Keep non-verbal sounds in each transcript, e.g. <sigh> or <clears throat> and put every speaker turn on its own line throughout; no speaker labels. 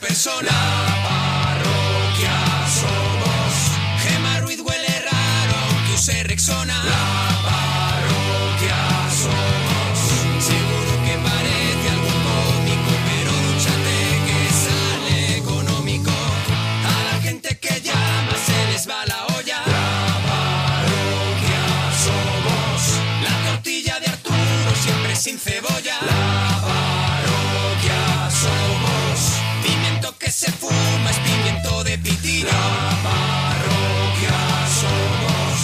persona. La parroquia somos. Gema Ruiz huele raro, que use Rexona. La parroquia somos. Seguro que parece algo cómico, pero dúchate que sale económico. A la gente que llama se les va la olla. La parroquia somos. La tortilla de Arturo siempre sin cebolla. La parroquia somos. Pimiento que se fuma es pimiento de pitina. La parroquia somos.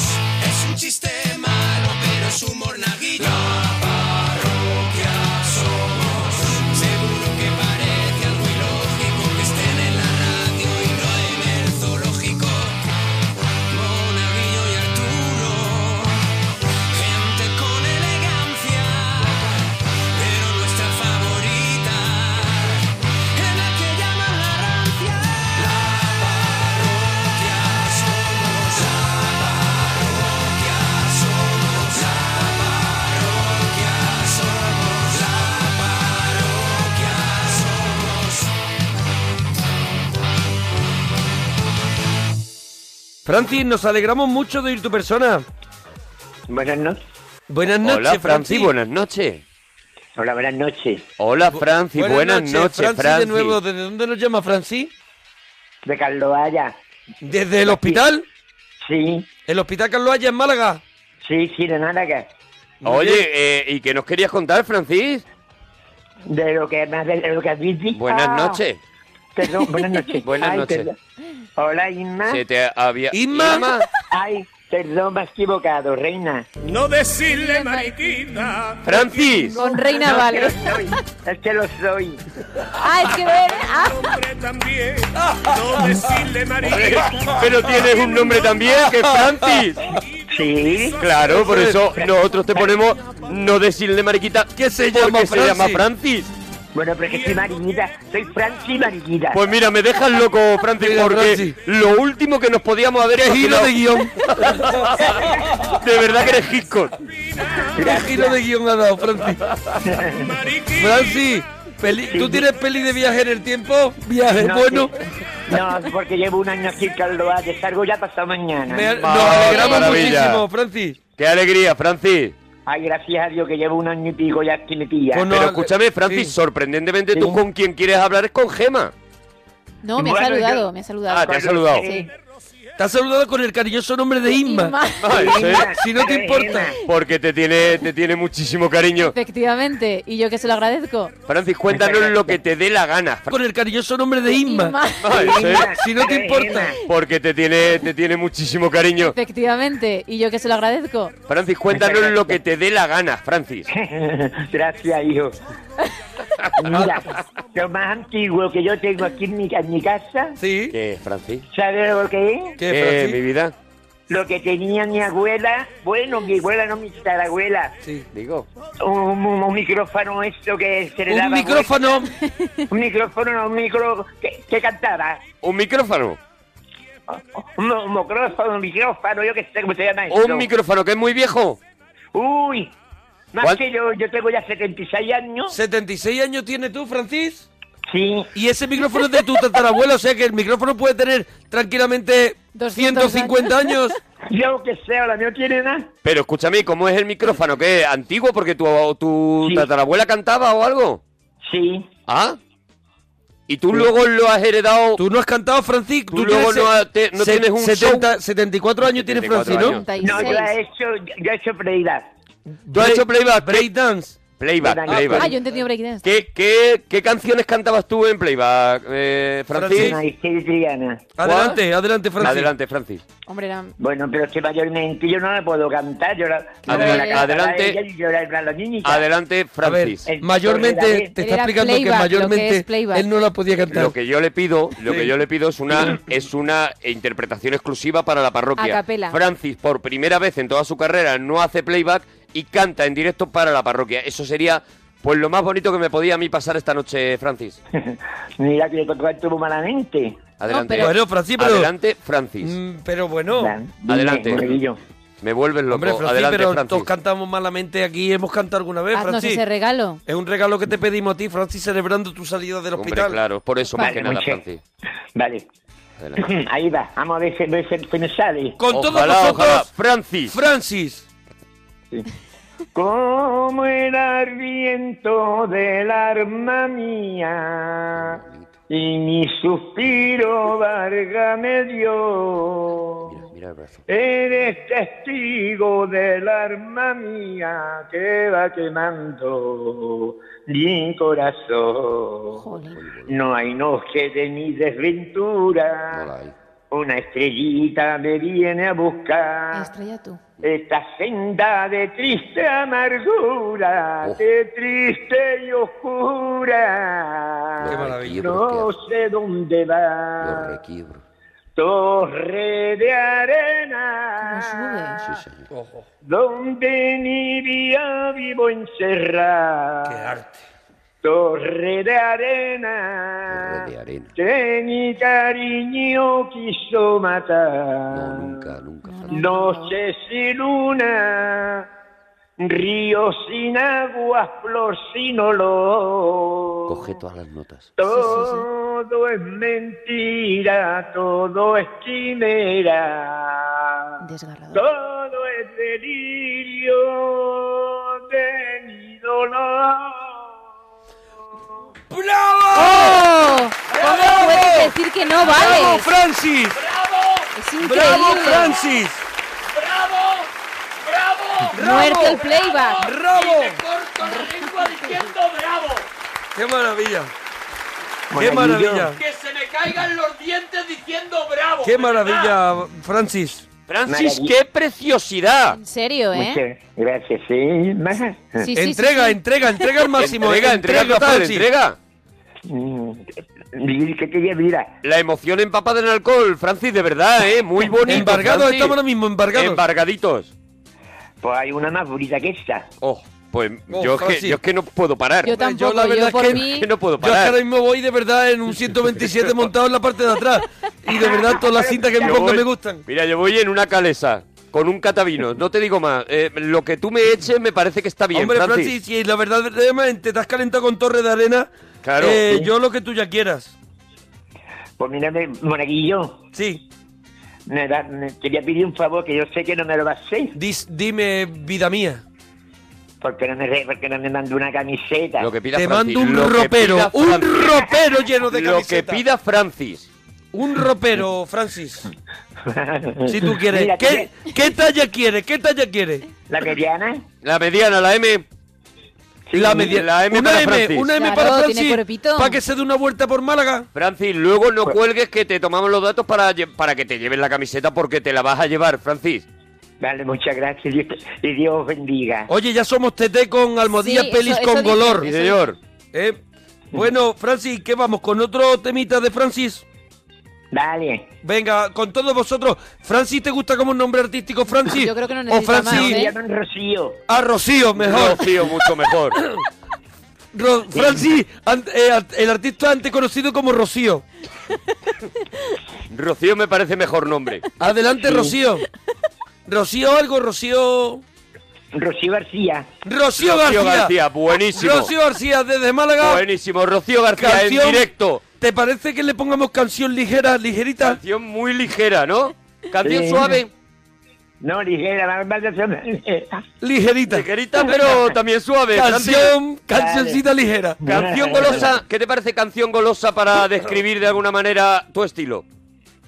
Es un chiste malo, pero es humor naguillo. La parroquia somos. Seguro que parece algo ilógico que estén en la radio y no en el zoológico. Monaguillo y Arturo, gente con elegancia, pero nuestra favorita es la que llaman la rancia. La parroquia somos, la parroquia somos, la parroquia somos, la parroquia somos.
Francis, nos alegramos mucho de ir tu persona.
Buenas noches.
Buenas noches,
Hola, Franci,
Francis.
buenas noches. Hola, buenas noches.
Hola,
Franci, buenas noches,
Francis,
Franci.
de nuevo, ¿desde dónde nos llama Francis?
De Carloaya.
¿Desde el hospital?
Sí.
¿El hospital Carloaya en Málaga?
Sí, sí, de Málaga.
Oye,
eh, ¿y qué nos querías contar, Francis? De lo que, me- de lo que habéis dicho.
Buenas
Ah,
noches.
Perdón,
<laughs>
buenas noches.
Buenas
Ay,
noches.
perdón. Hola, Inma.
Se
te había...
¿Inma?
Ay, perdón, me he equivocado, reina.
No decirle mariquita.
¡Francis!
Con reina vale.
Es que lo soy. Es que lo soy.
Ah, es que
¿eh?
Hombre también. No decirle mariquita.
Pero tienes un nombre también,
que es Francis.
Sí.
Claro, por eso
nosotros te ponemos no decirle mariquita que
se llama
se llama
Francis.
Francis. Bueno, pero es que soy mariquita, soy Francis mariquita.
Pues mira, me dejas loco, Francis,
Mira,
porque
Francis.
lo último que nos podíamos haber
Qué giro de <laughs>
guión! de verdad que eres Hitchcock. ¡Qué giro de guión ha dado, Francis!
<laughs>
Francis, peli- ¿tú tienes peli de viaje en el tiempo? ¿Viaje
No,
bueno?
sí. No, porque llevo un año aquí en Caldoalle, salgo ya pasado mañana.
Me- nos alegramos muchísimo, Francis.
¡Qué alegría, Francis! Ay, gracias a Dios que llevo un año y pico ya aquí metida.
Pues no, Pero escúchame, Francis, sí.
sorprendentemente tú con quien quieres hablar es con Gema.
No, me ha
Bueno,
saludado,
yo-
me ha saludado.
Ah, te ha saludado.
Sí.
Te has saludado con el cariñoso nombre de Inma. <laughs>
Inma.
Ah, eso es.
Inma,
Si no te
pero
importa.
Porque te tiene, te tiene muchísimo cariño.
Efectivamente, y yo que se lo agradezco.
Francis, cuéntanos lo que te dé la gana.
Con el cariñoso nombre de Inma.
Inma.
Ah, eso es.
Inma,
Si no te
pero
importa.
Porque te tiene, te tiene muchísimo cariño.
Efectivamente, y yo que se lo agradezco.
Francis, cuéntanos lo que te dé la gana, Francis. Gracias,
<laughs>
hijo. Mira, lo más antiguo que yo tengo aquí en mi, en mi casa,
Sí.
¿Qué es, Francis? ¿sabes lo que es?
¿Qué, Francis?
mi vida? Lo que tenía mi abuela, bueno, mi abuela no, mi tatarabuela,
Sí.
digo, un, un- un micrófono esto que se le daba...
Un micrófono.
vuelta. Un micrófono, no, un micro... que, que cantaba.
¿Un micrófono?
Un, un micrófono, un micrófono, yo que sé cómo se llama
¿Un
eso.
micrófono que es muy viejo?
Uy, más
¿Cuál?
que yo, yo tengo ya 76 años.
¿76 años tienes tú, Francis?
Sí.
Y ese micrófono es de tu tatarabuelo, o sea que el micrófono puede tener tranquilamente 150 años.
<laughs> Yo que sé, ahora no tiene nada.
Pero escúchame, ¿cómo es el micrófono? ¿Qué es antiguo? Porque tu, tu tatarabuela cantaba o algo.
Sí.
¿Ah? ¿Y tú luego lo has heredado?
Tú no has cantado, Francis. Tú,
luego
tienes
no
se-
has- te- no
se-
tienes un
70 74 años tiene
74
Francis, ¿no?
años.
No, yo he hecho, yo he hecho prioridad.
¿Tú has
Break-
hecho playback?
Breakdance.
Playback,
Ah,
playback.
Ah, yo he entendido breakdance.
¿Qué, qué, qué canciones cantabas tú en playback, eh, Francis?
Una histriana.
Adelante, adelante, Francis.
Adelante, Francis.
Hombre, era...
Bueno, pero es que mayormente yo no la puedo cantar. Yo la, yo
Adela-
la cantaba
adelante.
ella y yo la- la- la niñita.
Adelante,
A ver,
Francis.
El-
mayormente, te está
Era
explicando que
playback, lo que es
mayormente
playback.
él no la podía cantar.
Lo que yo le pido, lo
Sí.
que yo le pido es
<clears throat>
una es una interpretación exclusiva para la parroquia.
A capela.
Francis por primera vez en toda su carrera no hace playback y canta en directo para la parroquia. Eso sería pues lo más bonito que me podía a mí pasar esta noche, Francis.
Eh, Mira que estuvo malamente.
Adelante.
pero-
Bueno, Francis, pero-
Adelante, Francis.
Mm, pero bueno,
Dime,
Adelante.
Morillo.
Me vuelves loco.
Hombre, Francis,
Adelante,
pero
Francis.
todos cantamos malamente aquí. Hemos cantado alguna
Ah,
vez,
Haznos
Francis.
ese regalo.
Es un regalo que te pedimos a ti, Francis, celebrando tu salida del
Hombre,
hospital.
claro, por eso más
Vale,
que nada,
Monche.
Francis.
Vale. <clears throat> Ahí va, vamos a ver si, ver si- si me sale.
Con
todos Ojalá, vosotros, ojalá.
Francis. Francis.
Como el arriento del arma mía y mi suspiro varga me dio.
Mira el brazo.
Eres testigo del arma mía que va quemando mi corazón. No hay noche de mi desventura. Una estrellita me viene a buscar.
Estrella tú.
Esta senda de triste
Oh.
amargura, de triste y oscura.
Qué maravilla.
No sé dónde va. Torre de arena. Donde ni día vivo encerrar. Qué arte. Torre de arena. Torre de arena. Que ni cariño quiso matar. No, nunca,
nunca.
Noche sin luna. Río sin agua, flor sin olor.
Coge todas las notas.
Todo es mentira, todo es quimera. Todo es delirio de mi dolor.
¡Oh! ¿Cómo puedes decir que no vale?
¡Bravo, Francis!
Es increíble.
¡Bravo, Francis!
Muerte el playback.
¡Bravo!
corto la lengua diciendo bravo.
¡Qué maravilla!
Maravilla.
¡Qué maravilla!
Que se me caigan los dientes diciendo bravo. Ah.
¡Qué maravilla, Francis!
Francis, qué preciosidad.
En serio,
Pues
¿eh?
Muchas gracias, sí. Más.
Sí, sí,
entrega,
sí, sí.
entrega, entrega al máximo.
Entrega, entrega, total,
Francis.
entrega.
Mm, y ¿Qué quería mirar?
La emoción empapada en alcohol, Francis, de verdad, ¿eh? Muy bonito.
Embargados
Francis.
estamos ahora mismo, embargados.
Embargaditos.
Pues hay una más bonita que esta.
Oh, pues
Oh,
yo, es que,
Francis.
yo es que no puedo parar.
Yo tampoco,
la verdad
yo
es
por
que-
mí...
que no puedo
Yo es que
parar.
ahora mismo voy de verdad
<laughs>
en un 127 montado en la parte de atrás. Y de verdad todas las cintas que me
Yo
pongo
voy-
me gustan.
Mira, yo voy en una calesa con un catavino. No te digo más. Eh, lo que tú me eches me parece que está bien,
Hombre,
Francis.
Francis, si la verdad verdaderamente te has calentado con torre de arena,
Claro.
eh, yo lo que tú ya quieras.
Pues mírame, monaguillo.
Sí,
Me da- me- te voy a pedir un favor que yo sé que no me lo vas a hacer.
dis- dime, vida mía.
Porque no me, re- porque no me mando una camiseta.
Lo que pida
te
Francis.
mando un
Lo que
ropero,
pida
un
Francis.
ropero lleno de
Lo que
camisetas.
pida Francis.
Un ropero, Francis. Si tú quieres.
Mira,
¿Qué, ¿Qué talla quieres? ¿Qué talla quieres?
¿La mediana?
La mediana, la M.
La media.
La M
una
para
M,
Francis.
una M
Claro,
para
tiene
Francis.
cuerpito.
Para que se dé una vuelta por Málaga.
Francis, luego no cuelgues que te tomamos los datos para, lle- para que te lleven la camiseta porque te la vas a llevar, Francis.
Vale, muchas gracias Dios te- y Dios os bendiga.
Oye, ya somos TT con almohadillas
Sí, eso-
pelis
eso
con
dicen,
color.
Sí, señor.
Eh, Bueno, Francis, ¿qué vamos? ¿Con otro temita de Francis?
Vale.
Venga, con todos vosotros. ¿Francis te gusta como un nombre artístico, Francis?
<laughs> Yo creo que no
O
necesita
Francis.
más,
Me
¿eh?
llaman Rocío.
A Rocío, mejor.
Rocío, mucho mejor.
<laughs> Ro- Francis, an- eh, art- el artista antes conocido como Rocío.
Rocío me parece mejor nombre.
Adelante, Rocío. Rocío algo, Rocío...
Rocío García.
Rocío,
Rocío
García.
García, buenísimo.
Rocío García desde Málaga.
Buenísimo. Rocío García
Canción.
en directo.
¿Te parece que le pongamos canción ligera, ligerita?
Canción muy ligera, ¿no? Canción
Sí.
suave.
No, ligera, la verdad
<laughs> Ligerita.
Ligerita, pero también suave. Francis.
Canción, cancioncita ligera.
Canción golosa. ¿Qué te parece canción golosa para describir de alguna manera tu estilo?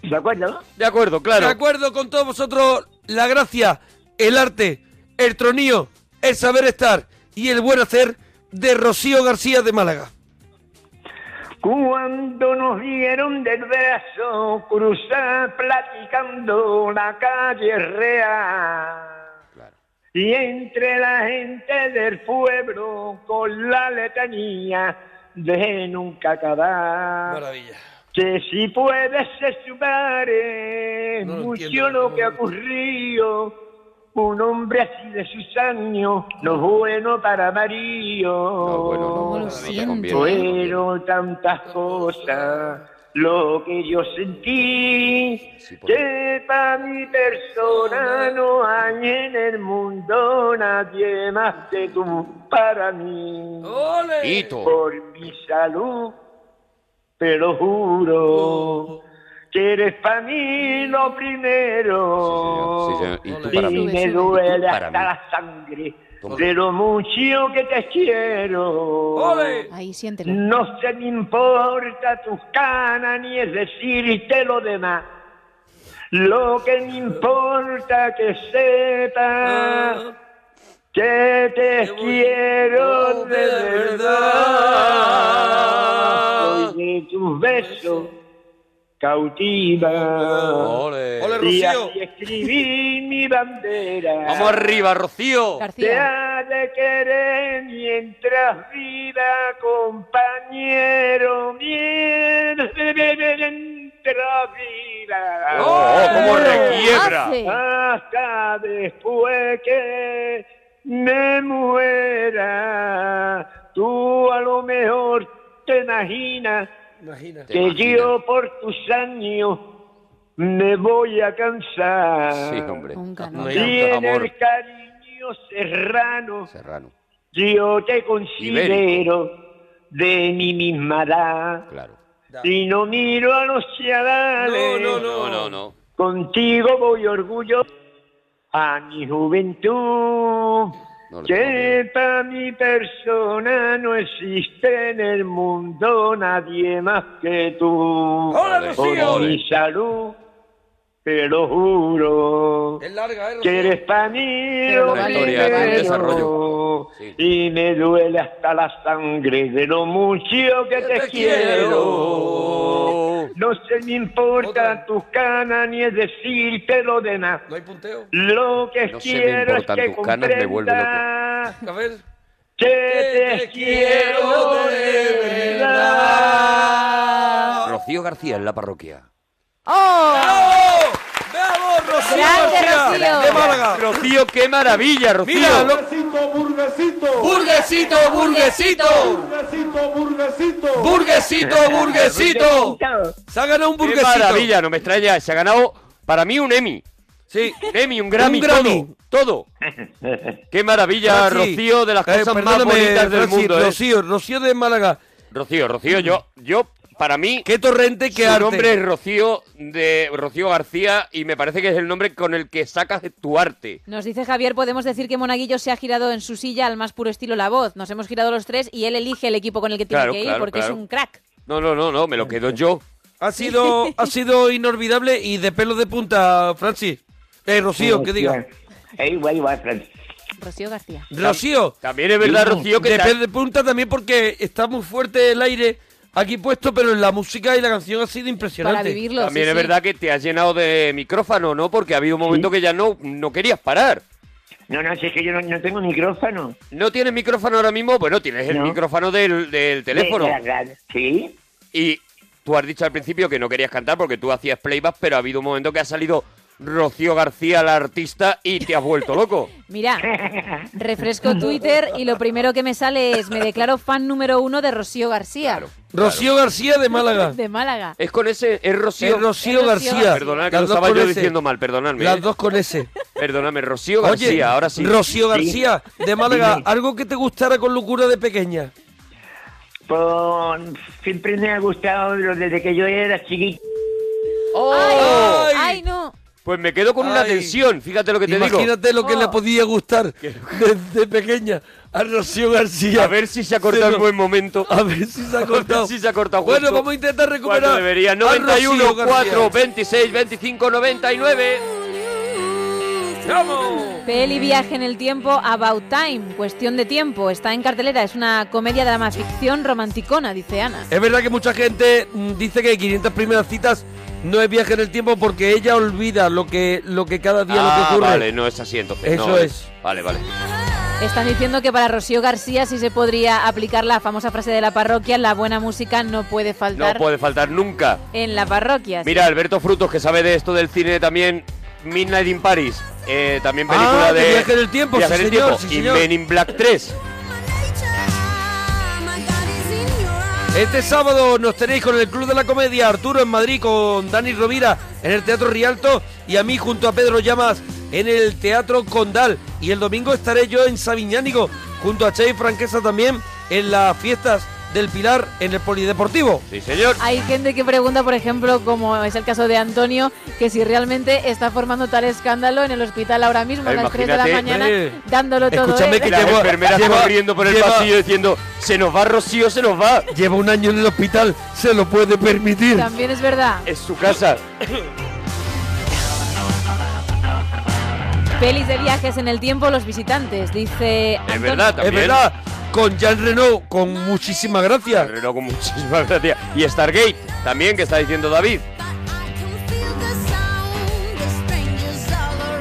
¿De acuerdo?
De acuerdo, claro.
De acuerdo con todos vosotros, la gracia, el arte, el tronío, el saber estar y el buen hacer de Rocío García de Málaga.
Cuando nos dieron del brazo cruzar platicando la calle real. Y entre la gente del pueblo con la letanía de nunca acabar.
Maravilla.
Que si puedes estimar es
No lo
mucho
entiendo,
lo
no
que
lo
ha ocurrido. Un hombre así de sus años, no es bueno para Mario.
¿Cómo lo siento?
Fueron tantas cosas lo que yo sentí, que para mi persona no hay en el mundo nadie más que tú para mí.
Hito.
Por mi salud, te lo juro, que eres para mí lo primero.
Sí, señor. Y tú
Y
para mí.
me
Y tú
duele
para
hasta
mí.
la sangre
Toma.
de lo mucho que te quiero.
Ahí siéntelo.
No se me importa tus canas ni es decirte lo demás. Lo que me importa que
Ah.
sepas que te quiero de verdad. Soy de tus besos cautiva.
Ole.
Ole,
Y
Rocío.
así escribí mi bandera.
Vamos arriba, Rocío.
Te
García.
ha de querer mientras viva, compañero, mientras viva.
Oh,
Ah,
cómo requiebra.
Hace.
Hasta después que me muera, tú a lo mejor te imaginas
Imagina.
¿Te
que
imaginas?
yo por tus años me voy a cansar.
Sí, hombre.
Nunca,
No
no.
hay
Y
tanto
en
amor.
el cariño serrano
Serrano.
yo te considero de mi misma edad.
Claro.
Si no miro a los chavales,
No,
No, no, no.
contigo voy orgullo a mi juventud.
No le tengo
que para mi persona no existe en el mundo nadie más que tú.
¡Hola,
Ole,
Rocío!
Por
ole.
mi salud, te lo juro
Es larga, ¿eh, Rocío?
que eres para mí
Pero
lo
la
historia tiene
primero.
desarrollo. Sí.
y me duele hasta la sangre de lo mucho que te,
te
quiero.
quiero.
No se me importa
Otra.
tus canas ni es decirte lo demás.
No hay punteo.
Lo que
No se me
quiero es Pues
importan
que
tus canas, me vuelve loco.
comprendas
A ver.
que te quiero de verdad.
Rocío García en la parroquia.
¡Oh!
¡Bravo! ¡Bravo, Rocío!
Grande,
García,
Rocío.
¡De Málaga!
Rocío, qué maravilla, Rocío.
Mira, lo-
¡Burguesito, burguesito!
burguesito, burguesito. Se ha ganado un
qué
burguesito.
maravilla, no me extraña. Se ha ganado para mí un Emmy.
Sí.
Un Emmy, un Grammy,
Un Grammy.
todo. todo.
<laughs>
Qué maravilla,
Francis,
Rocío, de las
eh,
cosas más
perdóname,
bonitas del
Francis,
mundo. ¿eh?
Rocío, Rocío de Málaga.
Rocío, Rocío, yo, yo, para mí,
Qué torrente, qué
su
arte.
nombre es Rocío de Rocío García y me parece que es el nombre con el que sacas tu arte.
Nos dice Javier, podemos decir que Monaguillo se ha girado en su silla al más puro estilo la voz. Nos hemos girado los tres y él elige el equipo con el que tiene
Claro,
que ir
claro,
porque
claro.
es un crack.
No, no, no, no, me lo quedo yo.
Ha sido, ha sido inolvidable y de pelos de punta, Francis. Eh, Rocío, que diga.
Ey, guay, guay, Fran.
Rocío García.
Rocío.
También es verdad, Rocío, que
de
te-
pelos de punta también porque está muy fuerte el aire aquí puesto, pero en la música y la canción ha sido impresionante.
Para vivirlo.
también
sí,
es
sí.
verdad que te has llenado de micrófono, ¿no? Porque ha habido un momento que ya no, no querías parar.
No, no, si es que yo no, no tengo micrófono.
¿No tienes micrófono ahora mismo? Bueno, tienes el
No.
micrófono del, del teléfono.
De la radio. Sí.
Y tú has dicho al principio que no querías cantar porque tú hacías playback, pero ha habido un momento que ha salido Rocío García, la artista, y te has vuelto
<laughs>
loco.
Mira, refresco Twitter y lo primero que me sale es me declaro fan número uno de Rocío García.
Rocío García de Málaga.
De Málaga.
Es con ese, es Rocío.
Es Rocío
Es Rocío
García.
García.
Perdonad que
Las
lo
dos
estaba
con
yo
S.
diciendo mal, perdonadme.
Las
eh.
dos con S.
Perdóname, Rocío
Oye,
García, ahora sí.
Rocío García
<laughs>
de Málaga, algo que te gustara con locura de pequeña.
Pues, siempre me ha gustado lo- desde que yo era chiquito.
¡Oh!
¡Ay!
¡Ay!
¡Ay, no!
Pues me quedo con una
Ay.
tensión, fíjate lo que te Ah.
Imagínate lo que le podía
<laughs>
gustar desde pequeña a Rocío
digo.
García.
A ver si se ha cortado
Se
el
lo-
buen momento.
A ver si se ha cortado.
<laughs> A ver si se ha cortado
Bueno,
justo.
vamos a intentar recuperar.
¿Cuánto debería?
a
91,
Rocío García.
4, 26, 25, 99. Ah,
¡Vamos!
Peli Viaje en el Tiempo, About Time, Cuestión de Tiempo. Está en cartelera, es una comedia drama ficción romanticona, dice Ana.
Es verdad que mucha gente mm, dice que 500 primeras citas no es viaje en el tiempo porque ella olvida lo que, lo que cada día lo
Ah,
que ocurre.
vale, no es así entonces.
Eso
no,
es.
Vale, vale.
Están diciendo que para Rocío García sí se podría aplicar la famosa frase de la parroquia, la buena música no puede
No
faltar
puede faltar nunca.
en la parroquia.
Mira, Alberto Frutos, que sabe de esto del cine también, Midnight in Paris, eh, también película
Ah, de
de...
Viaje en el Tiempo,
Viaje
sí,
en el
señor,
Tiempo.
sí,
y
señor.
Men in Black 3.
Este sábado nos tenéis con el Club de la Comedia, Arturo en Madrid, con Dani Rovira en el Teatro Rialto y a mí junto a Pedro Llamas en el Teatro Condal. Y el domingo estaré yo en Sabiñánigo junto a Chey Franquesa también en las fiestas del Pilar en el Polideportivo.
Sí, señor.
Hay gente que pregunta, por ejemplo, como es el caso de Antonio, que si realmente está formando tal escándalo en el hospital ahora mismo a las 3 de la
Imagínate.
mañana,
Eh,
dándolo todo.
escúchame
¿eh?
que
Las
Lleva-
enfermeras
lleva-
corriendo por el
lleva-
pasillo diciendo, se nos va Rocío, se nos va.
Lleva un año en el hospital, se lo puede permitir.
También es verdad.
Es su casa.
Pelis de viajes en el tiempo, los visitantes, dice.
Es
Antonio.
verdad,
Es
también.
verdad, con Jean Renault, con muchísimas gracias.
Pero con muchísimas gracias. Y Stargate, también, que está diciendo David.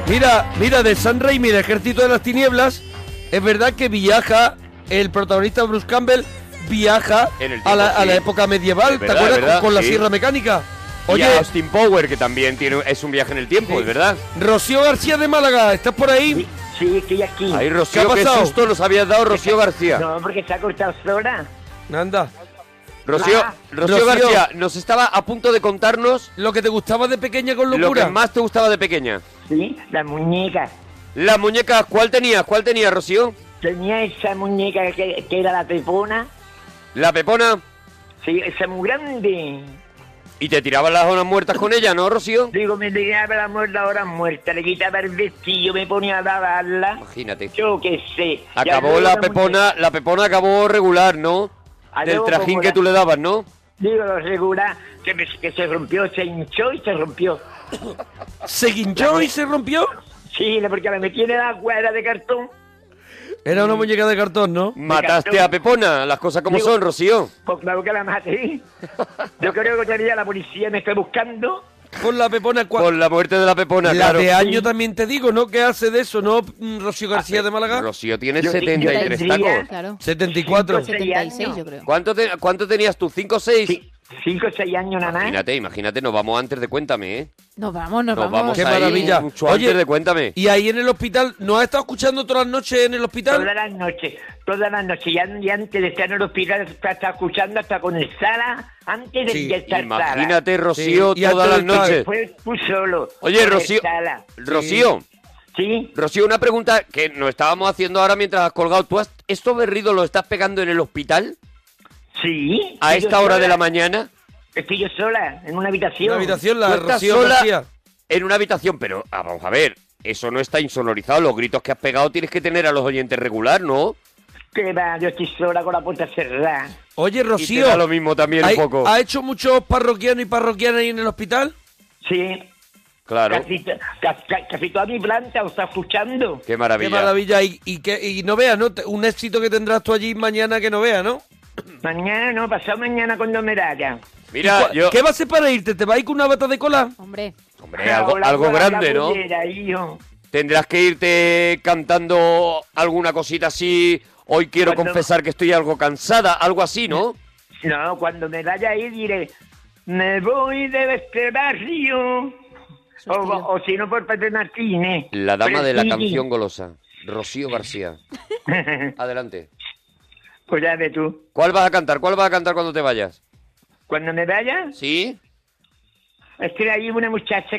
Mira, mira, de San Raimi, el ejército de las tinieblas, es verdad que viaja, el protagonista Bruce Campbell viaja
En el
a, la,
tiempo,
a la
sí.
época medieval,
Es
¿te
verdad,
acuerdas?
es verdad,
con, con la
sí.
sierra mecánica.
Oye,
Oye,
Austin Power, que también tiene, es un viaje en el tiempo,
Sí.
es verdad.
Rocío García de Málaga, ¿estás por ahí?
Sí, sí, estoy aquí.
Ahí
¿Qué
Rocío,
ha
qué,
pasado?
susto nos habías dado Rocío García.
No, porque se ha cortado sola.
Anda,
Rocío,
Ah.
Rocío
Rocío.
García nos estaba a punto de contarnos
lo que te gustaba de pequeña con
lo que
locura.
más te gustaba de pequeña.
Sí, la muñeca.
Las muñecas, ¿cuál tenías? ¿Cuál tenías, Rocío?
Tenía esa muñeca que, que era la pepona.
La pepona.
Sí, esa muy grande.
Y te tiraban las zonas muertas con ella, ¿no, Rocío?
Digo, me tiraba la muerta ahora muerta. Le quitaba el vestido, me ponía a lavarla.
Imagínate.
Yo qué sé.
Acabó la pepona, la pepona acabó regular, ¿no? Del
Acabó
trajín
como
que
la-
tú le dabas, ¿no?
Digo, lo regular, que, me- que se rompió, se hinchó y se rompió.
¿Se guinchó y se rompió?
Sí, porque la metí en la cuerda de cartón.
Era una muñeca de cartón, ¿no?
Mataste
cayó.
a Pepona, las cosas como
Digo-
son, Rocío.
Pues claro que la maté. Yo creo que todavía la policía me está buscando.
Con la pepona cua-
Con la muerte de la Pepona,
La
claro.
de año también te digo, ¿no? ¿Qué hace de eso, no, mm, Rocío García de Málaga?
Rocío tiene
Yo- yo
73
tendría-
tacos.
Claro.
74.
Cinco,
76, yo creo.
¿Cuánto, te- cuánto tenías tú? ¿5 o 6?
Sí, cinco o seis años nada más.
Imagínate, imagínate, nos vamos antes de Cuéntame, ¿eh?
Nos vamos, nos,
Nos vamos
Qué
ahí
maravilla.
mucho antes de Cuéntame.
Y ahí en el hospital, ¿nos ha estado escuchando todas las noches en el hospital?
Todas las noches, todas las noches. Ya, ya antes de estar en el hospital, está está escuchando hasta con el sala, antes de
Sí,
ya estar sala.
Imagínate, Rocío,
Sí, y
todas las
antes de estar-
noches.
Fue tú solo.
Oye,
con el
Rocío,
sala.
Rocío,
Sí,
Rocío, una pregunta que nos estábamos haciendo ahora mientras has colgado. ¿Tú has, esto berrido lo estás pegando en el hospital
sí.
a
estoy yo
esta hora de la
sola.
mañana?
Estoy yo sola, en una habitación.
En la habitación, la
Tú estás
Rocío
sola
García.
en una habitación, pero ah, vamos a ver, eso no está insonorizado. Los gritos que has pegado tienes que tener a los oyentes regular, ¿no?
Que va, yo estoy sola con la puerta cerrada.
Oye,
y te da lo
Rocío,
mismo también
¿hay-
un poco.
¿ha hecho muchos parroquianos y parroquianas ahí en el hospital?
Sí,
claro.
casi, to- ca- ca- casi toda mi planta os está escuchando.
Qué maravilla.
Qué maravilla. Y, y que, y no veas, ¿no? Te- Un éxito que tendrás tú allí mañana que no veas, ¿no?
Mañana, no, pasado mañana cuando me rayan.
¿Y
Mira,
cua-
yo.
¿Qué va a hacer para irte? ¿Te vas a ir con una bata de cola?
Hombre,
Hombre, algo, algo grande, ¿no?
¿no?
Tendrás que irte cantando alguna cosita así. Hoy quiero
Cuando-
confesar que estoy algo cansada, algo así, ¿no?
No, cuando me vaya ahí diré, me voy de este barrio. O, o si no, por Pepe Martínez.
La dama de la
Prestigio.
canción golosa, Rocío
<laughs>
García. Adelante.
Pues ya ve tú.
¿Cuál vas a cantar? ¿Cuál vas a cantar cuando te vayas?
Cuando me vaya,
¿Sí?
es que hay una muchacha que,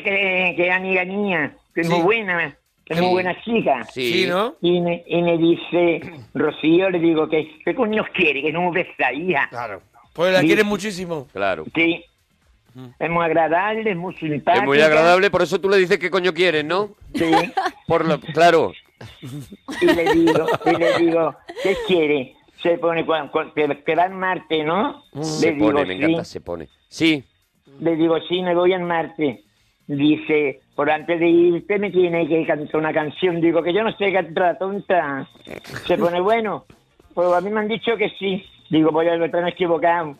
que es amiga mía, que es
Sí.
muy buena, que es muy
Sí.
buena chica.
Sí.
¿no?
Y me, y me dice, Rocío, le digo, que qué coño quiere? Que no me besa, hija.
Claro. Pues la
Sí.
quieres muchísimo. Mm.
Claro.
Sí. Es muy agradable, es muy simpática.
Es muy agradable, por eso tú le dices qué coño quieres, ¿no?
Ah, Sí.
Por lo,
<laughs>
claro.
y le digo, y le digo, ¿qué quiere? Se pone, cuan- cuan- que, que va en Marte, ¿no?
Mm. Se
le
pone,
digo,
me encanta,
sí.
se pone. Sí,
Le digo, sí, me voy en Marte. Dice, por antes de irte me tiene que cantar una canción. Digo, que yo no sé cantar, tonta. Se pone, bueno, pues a mí me han dicho que sí. Digo, "Pues voy a están equivocado.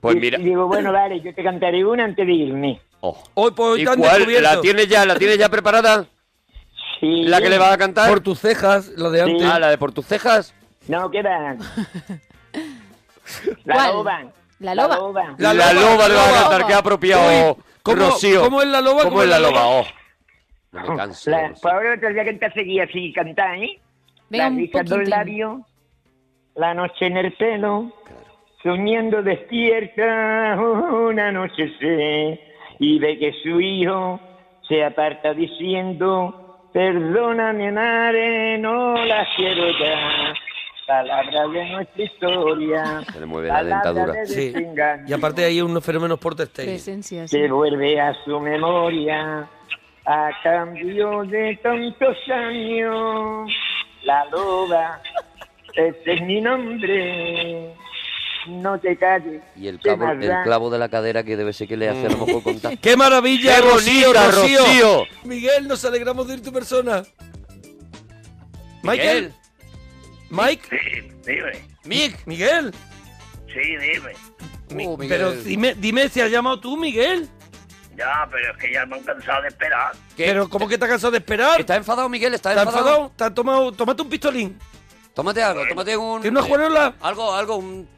pues
Y-
mira.
y digo, bueno, vale, yo te cantaré una antes de irme.
Oh.
Hoy, pues, hoy
¿Y
te han
cuál?
descubierto.
¿La tienes ya? ¿La tienes ya preparada?
Sí.
¿La que le vas a cantar?
Por tus cejas, la de antes.
Ah, la de por tus cejas.
No, ¿qué va? La
¿Cuál?
loba.
La loba.
La,
La
loba,
loba,
le
la
vas a
loba.
cantar, qué apropiado.
Uy, ¿cómo-
Rocío.
cómo es la loba?
¿Cómo es la loba? Oh. No me canso.
La,
Rocío.
por ahora tendría que cantar seguida así, cantar, ¿eh?
venga
la
un
risa en los
poquitín.
labios, la noche en el pelo, soñando despierta una noche sé y ve que su hijo se aparta diciendo, perdóname madre, no la quiero ya. Palabra de nuestra historia.
Se le mueve la
palabra
dentadura.
de
Sí.
desengaño
Y aparte hay unos fenómenos portestage.
Presencia, sí.
se vuelve a su memoria a cambio de tantos años. La loba, ese es mi nombre. No te calles.
Y el clavo,
te
el
marrán.
clavo de la cadera que debe ser que le hace a lo mejor contacto.
<laughs> ¡Qué maravilla,
¡Qué
Rocío,
bonita,
Rocío!
Rocío!
Miguel, nos alegramos de ir tu persona. Michael. Mike.
Sí, dime.
Mick. Miguel.
Sí, dime.
Mi-
Oh, Miguel.
Pero dime, dime si has llamado tú, Miguel.
Ya, pero es que ya me han cansado de esperar.
¿Qué?
Pero ¿cómo que te has cansado de esperar?
¿Estás enfadado, Miguel? ¿Estás
¿Estás
enfadado?
enfadado? ¿Te has tomado? Tómate un pistolín.
Tómate algo, tómate un...
¿Tienes una juanola?
Algo, algo, un...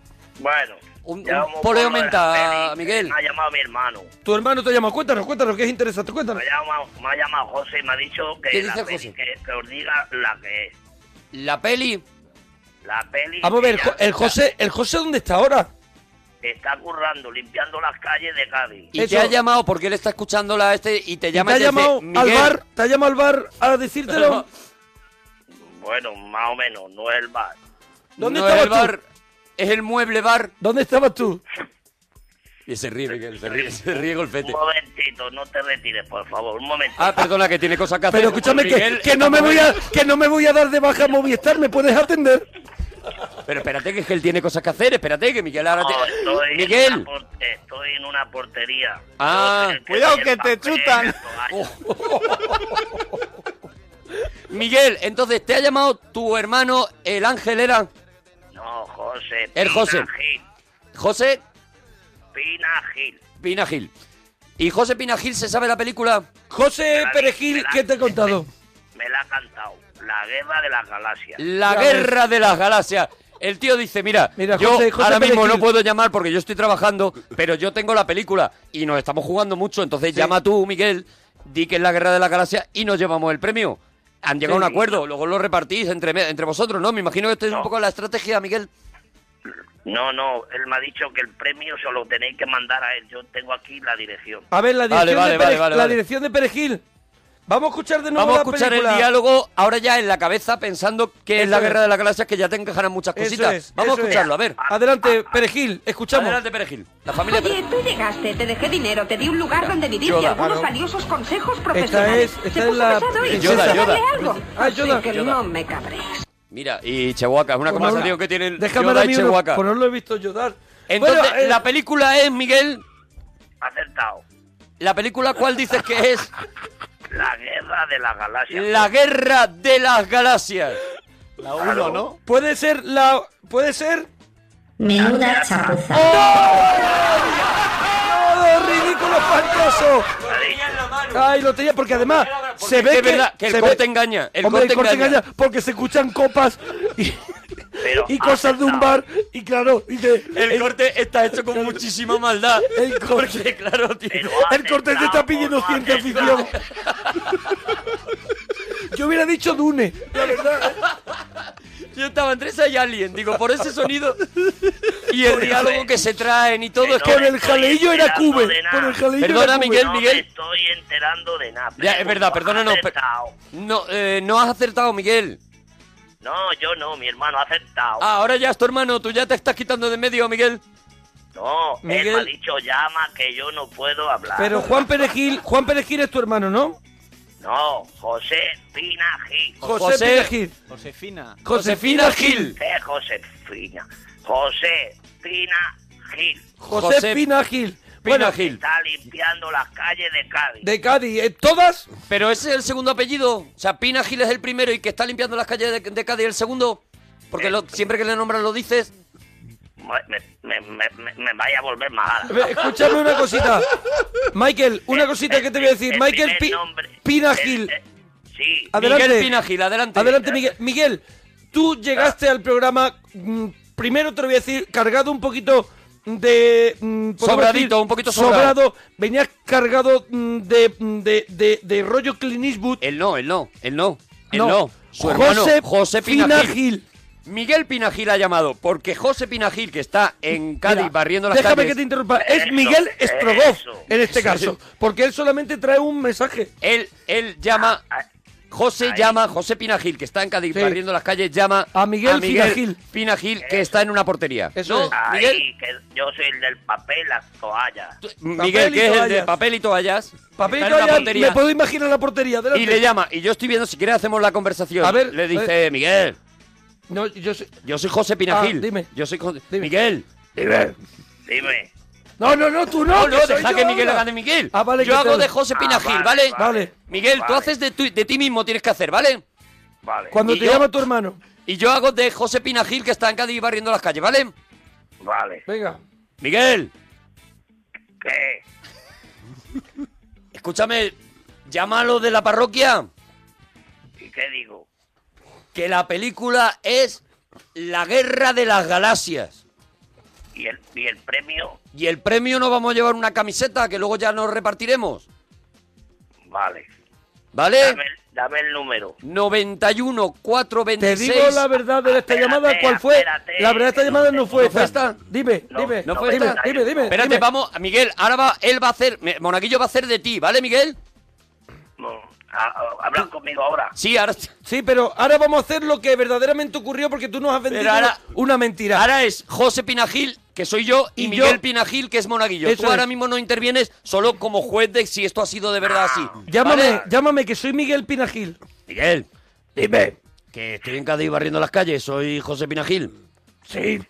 Bueno.
Un-
ya
un
vamos
poleo
por lo de
menta,
las pelis.
Miguel.
Me ha llamado mi hermano.
Tu hermano te llama. Cuéntanos, cuéntanos, que es interesante.
Me
Cuéntanos.
ha llamado, me ha llamado José y me ha dicho que,
¿Qué
la
dice
peli
José?
que, que os diga la que es.
La peli...
La peli
Vamos a ver, el,
que
Jo-
ya
el José, ¿el José dónde está ahora?
está currando, limpiando las calles de Cádiz.
Y te
Eso.
ha llamado porque él está escuchándola este y te
¿Te
llama
ha
y te dice,
llamado al
Miguel,
bar? ¿Te ha llamado al bar a decírtelo?
Bueno, más o menos, no es el bar.
¿Dónde
no es
estabas
el bar, es el mueble bar.
¿Dónde estabas tú?
Y se ríe, Miguel, se
<laughs>
ríe, se ríe
Un
golpete.
momentito, no te retires, por favor, un momentito.
Ah, perdona, que tiene cosas que hacer.
Pero escúchame que,
Miguel,
que no me voy a que no me voy a dar de baja a Movistar, ¿me puedes atender?
Pero espérate, que es que él tiene cosas que hacer. Espérate, que Miguel ahora te...
No, estoy, En
Miguel.
una por- estoy en una portería.
Ah,
No sé qué
cuidado
hay
que
en
te
papel,
chutan.
en toalla.
<laughs> Miguel, entonces te ha llamado tu hermano, el ángel era
No, José.
El
Pina
José.
Gil,
José
Pina Gil.
Pinagil. ¿Y José Pinagil se sabe la película?
José
Claro,
Perejil,
claro.
¿qué te he contado?
Me la ha cantado. La guerra de las galaxias.
La
Ya
guerra de las galaxias. El tío dice, mira,
Mira,
yo
José- José
ahora mismo
Perejil.
no puedo llamar porque yo estoy trabajando, pero yo tengo la película y nos estamos jugando mucho, entonces llama tú, Miguel, di que es la guerra de las galaxias y nos llevamos el premio. Han llegado a un acuerdo, luego lo repartís entre, me- entre vosotros, ¿no? Me imagino que esto es un
No.
poco la estrategia, Miguel.
No, no, él me ha dicho que el premio se lo tenéis que mandar a él. Yo tengo aquí la dirección.
A ver, la
Vale,
dirección, de,
vale, vale,
Perejil,
vale,
la
vale.
dirección de Perejil. Vamos a escuchar de nuevo
Vamos a
la
escuchar
película.
el diálogo ahora ya en la cabeza pensando que es
Eso
la guerra
es.
de las galaxias que ya te encajarán muchas
Eso
cositas.
es,
Vamos a
eso es.
escucharlo, a ver.
Adelante, Perejil, escuchamos.
Adelante, Perejil. La familia
Oye, tú llegaste, te dejé dinero, te di un lugar donde vivir y
Yoda, ah,
algunos
claro.
valiosos consejos
Esta
profesionales.
es,
Se
esta es
puso
la
pesado
Yoda,
y quise
Yoda.
darle algo.
Ah,
Así
Yoda.
que
Yoda.
no me cabrees.
Mira, y Chewbacca, es una
Pues nada.
conversación que tienen
Déjame
Yoda
a
y
mí uno,
Chewbacca.
pues no lo he visto llorar.
Entonces,
Bueno, eh,
la película es, Miguel,
Acertado.
la película cuál dices que es
La guerra de las galaxias.
La Guerra de las Galaxias.
La uno, ¿no?
puede ser la puede ser
Menuda chapuza.
¡Oh, ridículo espantoso!
Me ha dicho.
Ay, lo tenía porque además
Porque
se
es
ve
que
que,
es verdad, que el
se
corte engaña, el
Hombre,
corte engaña.
porque se escuchan copas y,
Pero
y cosas de un bar y claro, y de-
El, corte está hecho con muchísima maldad.
El corte.
<laughs> Porque, claro, tío.
Pero
el corte te está
aceptado,
pidiendo
no
ciencia
aceptado.
ficción. Yo hubiera dicho Dune, la verdad. ¿eh?
<laughs> Yo estaba entre esa y Alien, digo, por ese sonido y el diálogo que se traen y todo. Es
Pero
Por
me
que.
el
estoy
jaleillo era
enterando
Cube,
de nada.
por el jaleillo
Perdona,
era Cube.
Miguel,
no
Miguel.
me estoy enterando de nada.
Ya, es verdad, perdónanos. per-
Acertado.
No, eh, no has acertado, Miguel.
No, yo no, mi hermano ha acertado.
Ah, ahora ya es tu hermano, tú ya te estás quitando de medio, Miguel.
no, él
Miguel.
me ha dicho llama que yo no puedo hablar.
Pero Juan Perejil, Juan Perejil es tu hermano, ¿no?
No, José Pina Gil.
José,
José-
Perejil.
Josefina.
Josefina Gil.
Eh, Josefina. José Pina Gil.
José
José
Pina Gil.
Pina
Bueno,
Gil.
Está limpiando las calles de Cádiz.
de Cádiz. ¿eh? ¿Todas?
Pero ese es el segundo apellido. O sea, Pina Gil es el primero y que está limpiando las calles de, de Cádiz el segundo. Porque lo- siempre que le nombran lo dices.
Me, me- me- me- me vaya a volver mal.
A ver, Escúchame una cosita. Michael, una cosita que te voy a decir. Michael Pi- Pina Gil.
Sí,
Adelante.
Miguel Pina Gil, adelante.
Adelante, Miguel. Miguel, tú llegaste al programa, mm, primero te lo voy a decir, cargado un poquito de... mm, podemos
Sobradito, un poquito sobrado.
sobrado. Venías cargado mm, de, de, de, de rollo Clint Eastwood.
Él no, él no, él no. Él no. Su
José
hermano, José Pina Gil. Miguel Pinagil ha llamado porque José Pinagil, que está en Cádiz
Mira,
barriendo las
Déjame
calles...
que te interrumpa. Es Miguel Strogoff en este caso. Porque él solamente trae un mensaje.
Él, él llama... José llama, José Pinagil, que está en Cádiz
Sí.
barriendo las calles, llama
A Miguel Pinagil.
Pinagil, que está en una portería. ¿No?
Ahí,
Miguel,
que yo soy el del papel, las toallas.
Miguel, que es el de papel y toallas.
Papel y
está en una
toallas,
portería.
me puedo imaginar la portería. adelante.
Y le llama, y yo estoy viendo, si quiere hacemos la conversación. A ver, le dice,
ver. eh.
Miguel.
No, yo soy...
Yo soy José Pinagil.
Ah, dime.
Yo soy José... Miguel.
Dime.
No, no, no, tú no.
No, no,
que soy
deja
yo
que Miguel
ahora.
haga de Miguel.
Ah, vale,
yo
que
hago
tal.
de José
Ah,
Pinagil,
vale,
¿vale?
vale.
Miguel, tú
Vale.
haces de, tu- de ti mismo, tienes que hacer, ¿vale? Vale.
Cuando te llama tu hermano.
Y yo hago de José Pinagil, que está en Cádiz barriendo las calles, ¿vale?
Vale.
Venga.
Miguel,
¿Qué?
<laughs> escúchame, llámalo de la parroquia,
¿Y qué digo?
que la película es La Guerra de las Galaxias.
¿Y el, y el premio?
Y el premio nos vamos a llevar una camiseta que luego ya nos repartiremos,
Vale.
¿vale?
Dame, el- dame el número.
91
Te
426.
digo la verdad de esta llamada, ¿cuál fue? La verdad de esta llamada no fue esta. Dime, dime,
No fue
dime,
esta.
dime, dime.
Espérate,
dime.
vamos, Miguel, ahora va, él va a hacer, me- Monaguillo va a hacer de ti, ¿vale, Miguel?
Hablan conmigo ahora.
Sí, ahora...
Sí, pero ahora vamos a hacer lo que verdaderamente ocurrió porque tú nos has vendido
ahora-
una mentira.
Ahora es José Pinagil, que soy yo, y,
Y
Miguel
yo-
Pinagil, que es Monaguillo.
Eso
Tú ahora
es.
mismo no intervienes solo como juez de si esto ha sido de verdad así.
Ah, Llámame,
¿vale?
llámame, que soy Miguel Pinagil.
Miguel. Dime. Que estoy en Cádiz barriendo las calles, soy José Pinagil.
Sí.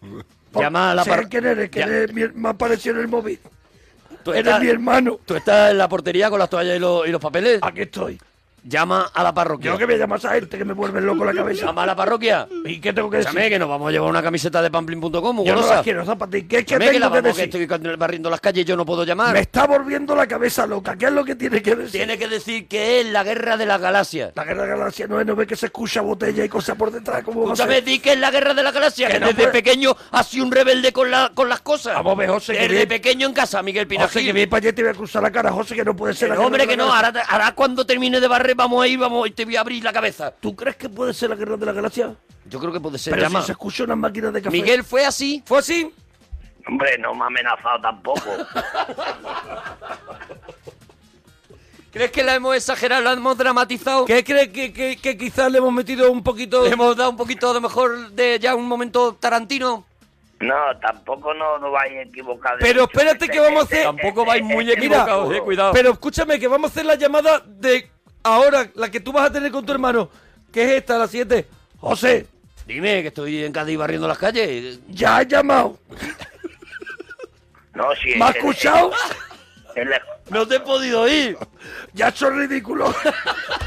Llama a la
Sé
par-
quién eres, que
Ya-
eres mi- me apareció en el móvil.
Tú
Eres mi hermano.
¿Tú estás en la portería con las toallas y, los- y los papeles?
Aquí estoy.
Llama a la parroquia.
Yo que me llamas a gente que me vuelve loco la cabeza.
Llama a la parroquia.
¿Y qué tengo que
Escúchame,
decir?
que nos vamos a llevar una camiseta de pamplin.com,
Yo no
golosa.
las quiero, Zapati. ¿Qué es que
Escúchame, que la
tengo que
vamos, que
decir?
estoy can- barriendo las calles, yo no puedo llamar.
Me está volviendo la cabeza loca. ¿Qué es lo que tiene que decir?
Tiene que decir que es la guerra de las galaxias.
La guerra de la galaxia no es, no ve que se escucha botella y cosas por detrás. ¿cómo va a
Escúchame,
ser?
di que es la guerra de las galaxias,
Que
que,
no
desde
puede-
pequeño ha sido un rebelde con, la, con las cosas.
Vamos a ver, José, que
Desde
bien.
pequeño en casa, Miguel
José, que
Pinagil.
viene para allá y te voy a cruzar la cara, José, que no puede ser
Pero,
la
hombre,
guerra de
que
la
no,
galaxia.
ahora, ahora cuando termine de barrer, vamos ahí, vamos y te voy a abrir la cabeza.
¿Tú crees que puede ser la guerra de la galaxia?
Yo creo que puede ser.
Pero
llama.
si se escucha una máquina de café.
Miguel, ¿fue así?
¿Fue así?
Hombre, no me ha amenazado
<laughs>
tampoco.
¿Crees que la hemos exagerado, la hemos dramatizado?
¿Qué crees que, que, que quizás le hemos metido un poquito...
Le hemos dado un poquito, a lo mejor, de ya un momento tarantino.
No, tampoco no, no vais equivocados.
Pero
Este,
espérate que vamos a hacer...
Tampoco vais muy
Mira,
equivocados, eh, cuidado.
pero escúchame, que vamos a hacer la llamada de ahora, la que tú vas a tener con tu hermano, que es esta, la 7. José,
Dime, que estoy en Cádiz barriendo las calles.
ya has llamado.
No, si
¿Me has escuchado?
el- el-
No te he podido ir.
Ya son ridículos.
este.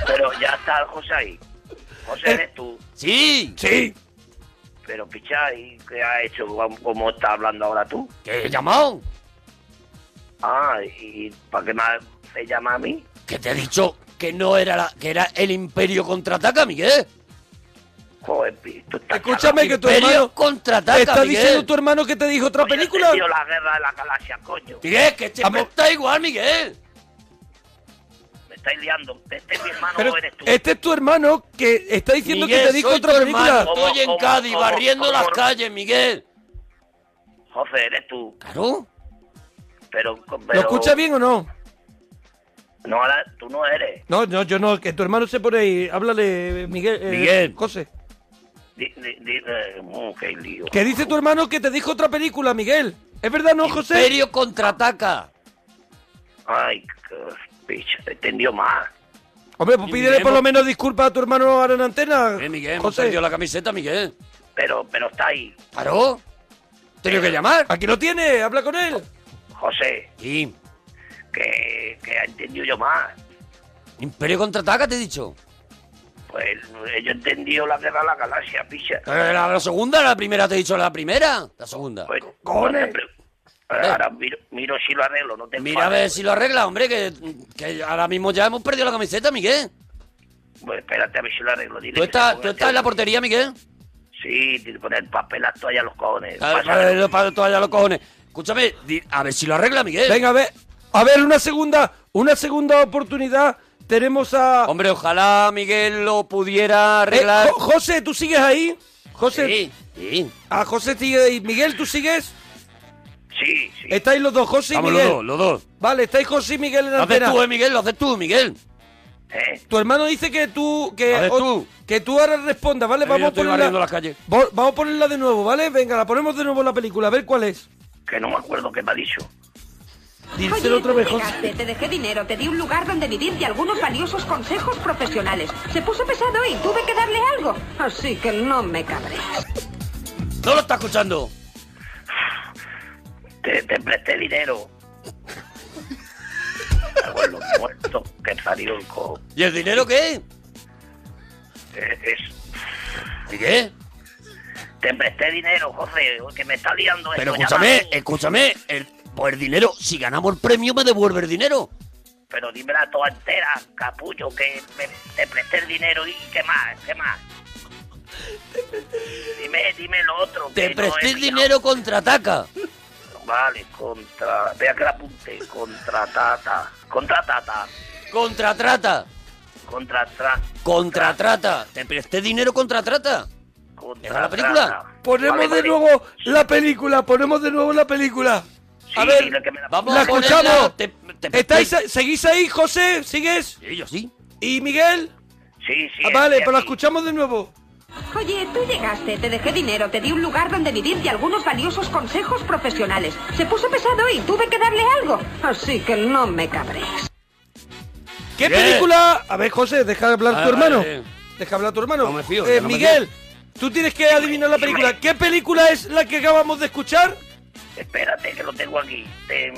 pero ya está José ahí. José, eres tú.
Sí,
sí.
Pero picha, ¿y qué ha hecho? ¿Cómo- ¿Cómo estás hablando ahora tú?
que he llamado.
Ah, ¿y para qué me se llama a mí?
Que te he dicho que no era la, que era el Imperio contraataca, Miguel.
Joder, pi- tú estás
Escúchame que tu
Imperio
hermano...
contraataca,
¿Te está
Miguel.
diciendo tu hermano que te dijo otra
Oye,
película?
te dio la guerra de la galaxia, coño.
Miguel, que siempre
Vamos.
está igual, Miguel.
Me estáis liando. Este es mi hermano
Pero
o eres tú.
este es tu hermano que está diciendo
Miguel,
que te dijo
soy
otra
tu
película.
hermano,
¿Cómo,
estoy en
cómo,
Cádiz
cómo,
barriendo
cómo?
las calles, Miguel.
José, eres tú.
Claro.
Pero, pero
¿Lo escucha bien o no?
No, ahora tú no eres.
No, no, yo no, que tu hermano se pone ahí. Háblale, Miguel. eh,
Miguel.
José.
Di- di- di- eh, mm, qué lío.
Que dice tu hermano que te dijo otra película, Miguel. ¿Es verdad, no, José?
Imperio contraataca.
Ay, qué picha, te entendió más.
Hombre, pues
Y
pídele
Miguel,
por lo
hemos-
menos disculpas a tu hermano ahora en antena.
Eh, Miguel, hemos
José.
perdido la camiseta, Miguel.
Pero, pero está ahí.
Claro. Tengo que llamar.
Aquí lo tiene, habla con él.
José,
Sí.
que, que ha entendido yo más.
Imperio contraataca, te he dicho.
Pues eh, yo he entendido la guerra de la galaxia, picha.
Eh, La, la segunda, la primera, te he dicho la primera. La segunda.
Pues,
cojones.
no te pre- Ahora miro, miro si lo arreglo, no te
Eh, Mira a
enfades.
ver si lo arregla, hombre, que, que ahora mismo ya hemos perdido la camiseta, Miguel.
Pues espérate a ver si lo arreglo. Dile
¿Tú
que se
estás,
ponga
tú estás en la portería, Miguel?
Sí, tiene que poner papel, las toallas, los cojones.
Para,
Pásale.
para, para toalla los cojones. Escúchame, di- a ver si lo arregla, Miguel.
Venga, a ver. A ver, una segunda, una segunda oportunidad. Tenemos a.
Hombre, ojalá Miguel lo pudiera
Eh,
arreglar.
Jo- José, ¿tú sigues ahí? José. Ah, José sigue. y Miguel, ¿tú sigues?
Sí, sí.
¿Estáis los dos, José y
Vamos los
Miguel?
dos, los dos.
Vale, estáis José y Miguel en
Lo haces
antena.
tú, eh, Miguel, lo haces tú, Miguel.
¿eh?
Tu hermano dice que tú que,
Haces
o-
tú.
que tú ahora respondas, ¿vale?
Eh, yo
vamos a
estoy
ponerla.
barriendo las calles.
Vol- Vamos a ponerla de nuevo, ¿vale? Venga, la ponemos de nuevo en la película, a ver cuál es.
Que no me acuerdo qué me ha dicho.
Díselo otra vez, José.
Llegaste, te dejé dinero, te di un lugar donde vivir y algunos valiosos consejos profesionales. Se puso pesado y tuve que darle algo. Así que no me cabré.
No lo está escuchando.
Te, te presté dinero. Hago los muertos que salió el co.
¿Y el dinero qué?
Eh, es-
¿Y qué?
Te presté dinero, José, que me está liando
Pero
esto, llamando.
escúchame, escúchame. El, pues el dinero, si ganamos el premio, me devuelve el dinero.
Pero dímela toda entera, capullo, que me- te presté el dinero y qué más, qué más. Dime, dime lo otro.
Te
que no
presté
he
el
pillado.
dinero, contraataca.
Vale, contra. Vea que la apunte. Contratata. Contratata.
Contratrata.
Contratra.
Contratrata. Te presté dinero, contratrata. ¿Es la película?
Ponemos
Vale,
de
vale.
nuevo la película, ponemos de nuevo la película. a ver,
Vamos
la
a ponerla,
escuchamos.
te-
¿Estáis, a- ¿Seguís ahí, José? ¿Sigues?
Sí, yo sí.
¿Y Miguel?
Sí, sí.
Ah, vale, pues la escuchamos de nuevo.
Oye, tú llegaste, te dejé dinero, te di un lugar donde vivir y algunos valiosos consejos profesionales. Se puso pesado y tuve que darle algo. Así que no me cabré.
¿Qué
Bien.
película? A ver, José, deja de hablar
Ah,
tu hermano.
vale.
Deja hablar tu hermano.
fío,
Eh,
ya no me
Miguel, tú tienes que adivinar la película. ¿Qué película es la que acabamos de escuchar?
Espérate, que lo tengo aquí. Te,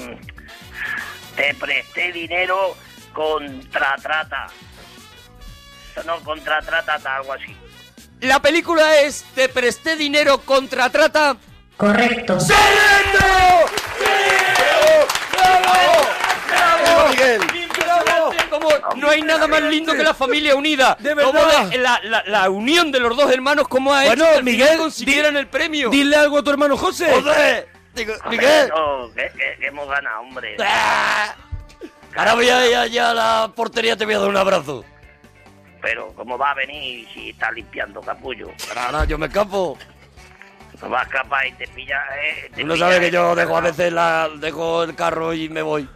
te presté dinero. Contratrata. No, contratratata, algo así.
La película es Te presté dinero, contratrata.
Correcto.
¡Bravo!
¡Bravo, Miguel! Como no hay nada más lindo que la familia unida.
De
Como
verdad.
la, la- la unión de los dos hermanos, como ha
Bueno,
hecho Ah, que al
Miguel,
final consiguieran el premio.
Dile algo a tu hermano José.
¡Joder! Digo, Miguel, Ah.
No, que, que- que hemos ganado, hombre.
ahora voy a ir allá a la portería, te voy a dar un abrazo.
Pero, ¿cómo va a venir si está limpiando, capullo?
Ahora yo me escapo.
No va a escapar y te pilla. Eh, te
Tú no
pilla,
sabes que yo
eh,
dejo a veces la, dejo el carro y me voy.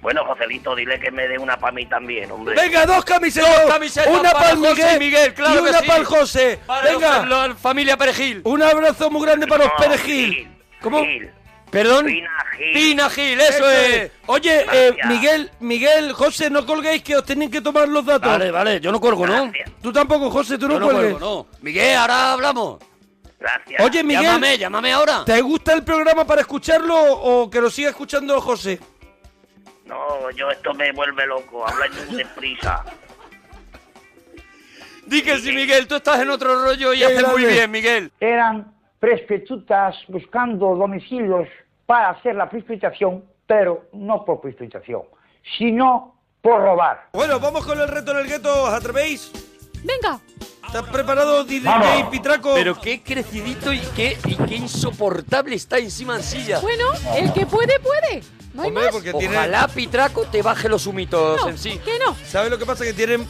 Bueno, Joselito, dile que me dé una para mí también, hombre.
Venga, dos camisetas.
Dos camisetas
una
para
para
José
Miguel,
y Miguel, claro
y
que
una
sí.
para el José.
Para
Venga.
los- la familia Perejil.
Un abrazo muy grande para los
No,
Perejil.
Gil,
¿Cómo?
Gil. ¿Perdón?
Pina
Gil.
eso es.
Oye, eh,
Gracias.
Miguel, Miguel, José, no colguéis que os tienen que tomar los datos.
Vale, vale, yo no colgo, ¿no? Gracias.
Tú tampoco, José, tú no,
Yo no
cuelgues.
cuelgo, no. Miguel, ahora hablamos.
Gracias.
Oye, Miguel.
Llámame, llámame ahora.
¿Te gusta el programa para escucharlo o que lo siga escuchando José?
No, yo esto me vuelve loco. Habla tú deprisa.
Di que sí, Miguel, tú estás en otro rollo y
Qué
haces muy
grande.
bien, Miguel.
Eran tres prostitutas buscando domicilios para hacer la prostitución, pero no por prostitución, sino por robar.
Bueno, vamos con el reto en el gueto, ¿os atrevéis?
Venga.
¿Estás preparado, DJ
Vamos.
Pitraco?
Pero qué crecidito y qué, y qué insoportable está encima en silla.
Bueno, el que puede, puede. No hay más.
Ojalá Pitraco te baje los humitos en sí.
¿Qué no?
¿Sabes lo que pasa? Que tienen,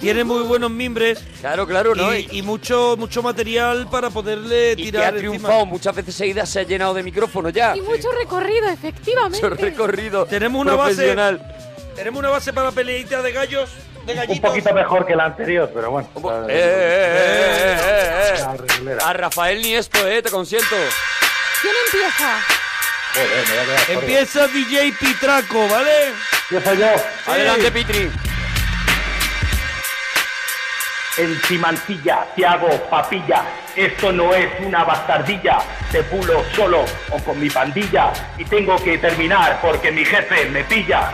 tienen muy buenos mimbres.
Claro, claro, ¿no?
Y, y mucho, mucho material para poderle
Y que
tirar
ha
encima.
triunfado muchas veces seguidas, se ha llenado de micrófono ya.
Y mucho recorrido,
Mucho
efectivamente.
recorrido.
Tenemos una base.
profesional.
Tenemos una base para peleita de gallos, de gallitos.
mejor que la anterior, pero bueno.
Eh, eh, eh, eh, eh. A Rafael ni esto, eh, te consiento.
¿Quién empieza?
Empieza DJ Pitraco, ¿vale?
Empiezo yo.
Adelante, Pitri.
Encimantilla, te hago papilla. Esto no es una bastardilla. Te pulo solo o con mi pandilla. Y tengo que terminar porque mi jefe me pilla.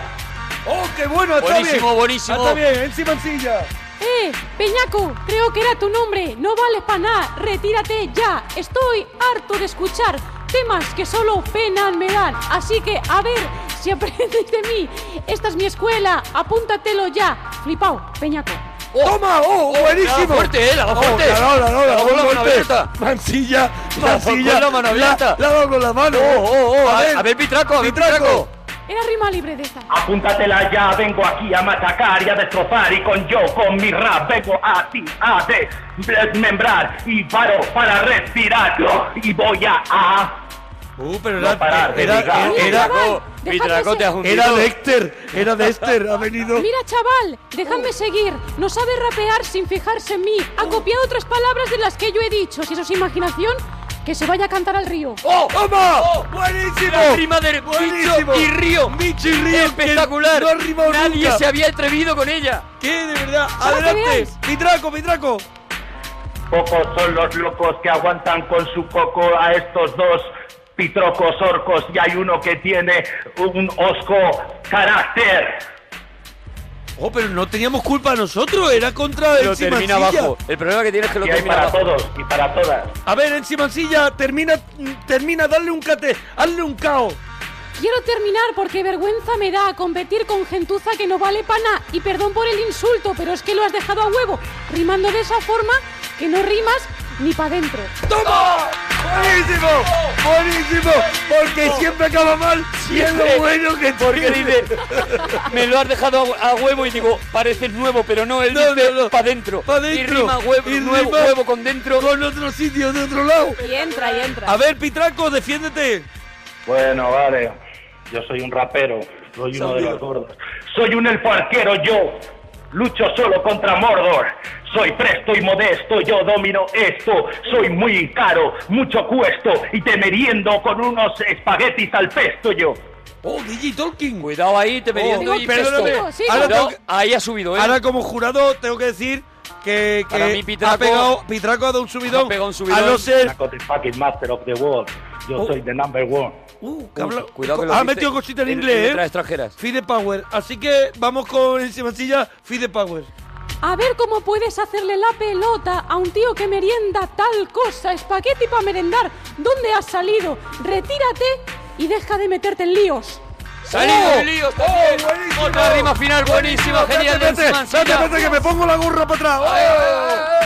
¡Oh, qué bueno!
está bien.
Buenísimo, buenísimo.
Está bien, encima encilla.
Eh, Peñaco, creo que era tu nombre. No vales para nada. Retírate ya. Estoy harto de escuchar temas que solo pena me dan. Así que, a ver, si aprendes de mí, esta es mi escuela. Apúntatelo ya. Flipao, Peñaco.
¡Toma! ¡Oh, buenísimo!
La fuerte, eh, la
Oh,
fuerte.
la dado, la dado, la
La
dado,
con la mano
fuerte.
abierta.
Mancilla,
La
mancilla.
con la mano
La,
abierta.
la dado con la mano.
Oh, oh, oh, a ver, a ver, Pitraco, a ver, Pitraco.
Era rima libre de esta.
Apúntatela ya, vengo aquí a machacar y a destrozar y con yo, con mi rap, vengo a ti a desmembrar y paro para respirar y voy a... a-
Uh, pero
No
era.
parar de
era.
ligar.
Era. Era.
Chaval,
dejadme ser.
Era Dexter. Era Dexter. Ha venido.
Mira, chaval, déjame seguir. No sabe rapear sin fijarse en mí. Ha copiado otras palabras de las que yo he dicho. Si eso es imaginación, que se vaya a cantar al río.
¡Oh!
¡Toma!
¡Oh! ¡Buenísimo! La rima de Bicho y Río.
Bicho y Río.
Espectacular.
que no ha rimado
Nadie
nunca.
se había atrevido con ella.
¿Qué? De verdad.
Solo que
Adelante.
veáis.
Pitraco, Pitraco.
Pocos son los locos que aguantan con su coco a estos dos pitrocos orcos y hay uno que tiene un osco carácter.
Oh, pero no teníamos culpa nosotros. Era contra el
Lo termina abajo. El problema que tiene es que lo
Y hay
termina
para
abajo.
todos y para todas.
A ver, encima silla, termina, termina, dale un cate, hazle un
<laughs>
cao.
Quiero terminar porque vergüenza me da competir con gentuza que no vale pana. Y perdón por el insulto, pero es que lo has dejado a huevo, rimando de esa forma que no rimas ni pa' dentro.
¡Toma! ¡Buenísimo! ¡Buenísimo! Porque siempre acaba mal y es lo
Siempre.
bueno que
Porque
tiene.
dice, me lo has dejado a a huevo y digo, pareces nuevo, pero no, él dice, pa' dentro.
Pa' dentro.
Y rima huevo,
Y
nuevo,
rima
huevo con dentro.
Con otro sitio, de otro lado.
Y entra, y entra.
A ver, Pitraco, defiéndete.
Bueno, vale. Yo soy un rapero, soy uno de los gordos. Soy un elfo arquero yo. Lucho solo contra Mordor. Soy presto y modesto, yo domino esto. Soy muy caro, mucho cuesto y te meriendo con unos espaguetis al pesto yo.
Oh, DJ Tolkien.
Cuidado ahí, te meriendo
Oh,
y
perdóname.
pesto.
Ahora,
Cuidado,
tengo que-
ahí ha subido, ¿eh?
ahora como jurado tengo que decir que, que
Para mí Pitraco-
ha pegado, Pitraco ha dado un subidón. A no ser...
Narcotic fucking master of the world. Yo
Oh. Uh,
soy the number one.
que habla-
Cuidado que lo
ha
dice
metido cosita en
en-
inglés,
en
¿eh?
letras extranjeras.
Fide Power. Así que vamos con encima silla, Fide Power.
A ver cómo puedes hacerle la pelota a un tío que merienda tal cosa, espagueti para merendar. ¿Dónde has salido? Retírate y deja de meterte en líos.
Salido de líos
Oh,
también. Otra rima final buenísima, genial de
Vete,
Encima
vete,
Silla.
vete, que me pongo la gorra para atrás.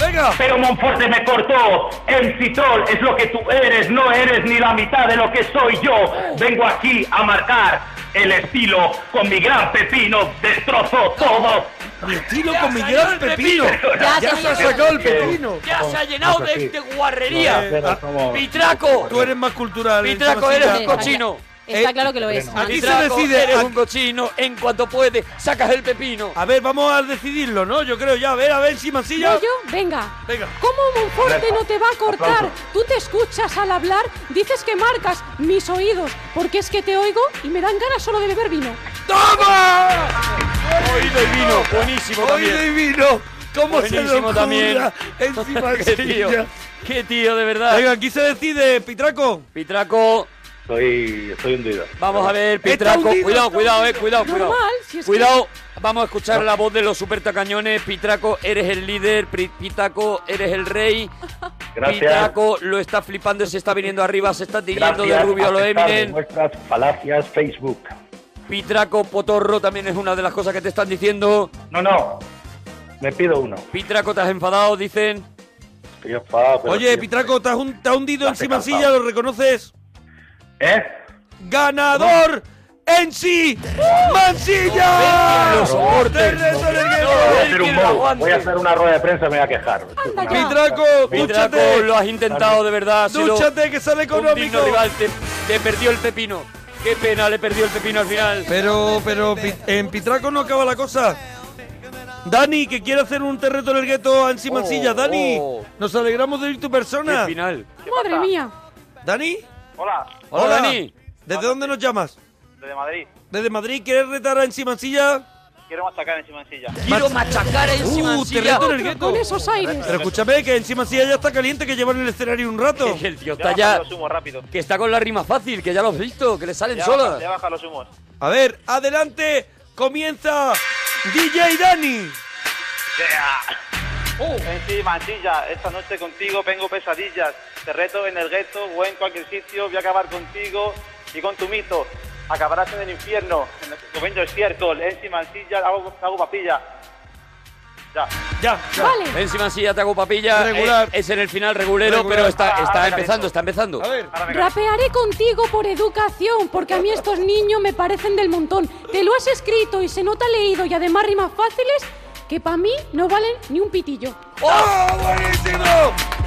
¡Venga!
Pero Monforte me cortó. El citol es lo que tú eres, no eres ni la mitad de lo que soy yo. Vengo aquí a marcar el estilo con mi gran pepino. Destrozo todo.
Mi estilo con mi gran pepino.
Ya
Ya
se
se ha
ha
sacado el
llenado.
pepino.
Ya se ha llenado de, de guarrería.
Eh, ah,
Pitraco.
Tú eres más cultural.
Pitraco,
encima
eres
silla.
un cochino.
Está claro que lo es.
Aquí se
Pitraco,
decide.
Eres
aquí-
un cochino. En cuanto puedes, sacas el pepino.
A ver, vamos a decidirlo, ¿no? Yo creo ya. A ver, a ver, encima silla.
¿No, yo? Venga.
Venga.
¿Cómo Monforte
Venga.
no te va a cortar?
Aplauso.
Tú te escuchas al hablar, dices que marcas mis oídos, porque es que te oigo y me dan ganas solo de beber vino.
¡Toma!
Oído y vino. Buenísimo
¡Oído
también.
y vino! ¿Cómo se
Buenísimo
lo ocurra?
también.
Encima
<laughs> Qué tío.
silla.
Qué tío, de verdad.
Venga, aquí se decide, Pitraco.
Pitraco.
Estoy, estoy hundido.
Vamos a ver,
Está
Pitraco.
hundido,
Cuidado,
está
cuidado, eh,
hundido.
cuidado, cuidado.
Normal, si es que-
Cuidado, vamos a escuchar la voz de los super tacañones. Pitraco, eres el líder. Pri- Pitaco, eres el rey.
Gracias.
Pitraco lo está flipando, se está viniendo arriba, se está tirando de
Gracias
rubio a lo
aceptar de
Eminem.
Vuestras falacias Facebook.
Pitraco Potorro también es una de las cosas que te están diciendo.
No, no. Me pido uno.
Pitraco, te has enfadado, dicen.
Estoy enfadado, pero
Oye,
estoy-
Pitraco, te has, un- te has hundido
Ya
encima
estoy
silla, ¿lo reconoces?
¿Eh?
¡Ganador! ¡En sí! ¡Mansilla!
Lo
¡Te
soporte.
rezo en el que-
Voy a hacer
que
un
lo
modo.
aguante.
Voy a hacer una rueda de prensa y me voy a quejar.
Pitraco,
Pitraco,
dúchate.
lo has intentado de verdad. ha sido
Dúchate, que sale
un digno
económico.
rival, te, te perdió el pepino. Qué pena, le perdió el pepino al final.
Pero, pero, pi- en Pitraco no acaba la cosa. Dani, que quiere hacer un terreto en el gueto encima
Oh,
silla. Dani,
oh.
nos alegramos de ir tu persona.
Qué final.
Madre mía.
¿Dani?
Hola,
Hola, Dani.
¿Desde dónde nos llamas?
desde Madrid.
¿Desde Madrid? ¿Quieres retar a encima silla?
Quiero machacar encima en silla.
Quiero machacar encima
Uh,
silla.
terreto en el gueto.
Con esos aires.
Pero escúchame, que encima silla ya está caliente, que lleva en el escenario un rato.
Que <laughs> el tío
Ya
está ya.
bajan los humos rápido.
Que está con la rima fácil, que ya lo has visto, que le salen
Ya baja,
solas.
ya baja los humos.
A ver, adelante, comienza DJ Dani.
Uh. Encima en silla, esta noche contigo vengo pesadillas. Te reto en el gueto o en cualquier sitio. Voy a acabar contigo y con tu mito. Acabarás en el infierno. En el convento es cierto. Encima en silla hago, hago papilla. Ya.
Ya.
Vale.
Encima sí ya te hago papilla. Eh,
Regular.
Es, es en el final regulero,
Regular.
pero está,
Ah,
está
ahora
empezando,
me
está empezando. A ver.
Rapearé contigo por educación, porque a mí estos niños me parecen del montón. Te lo has escrito y se nota leído y además rimas fáciles que para mí no valen ni un pitillo.
¡Oh, buenísimo!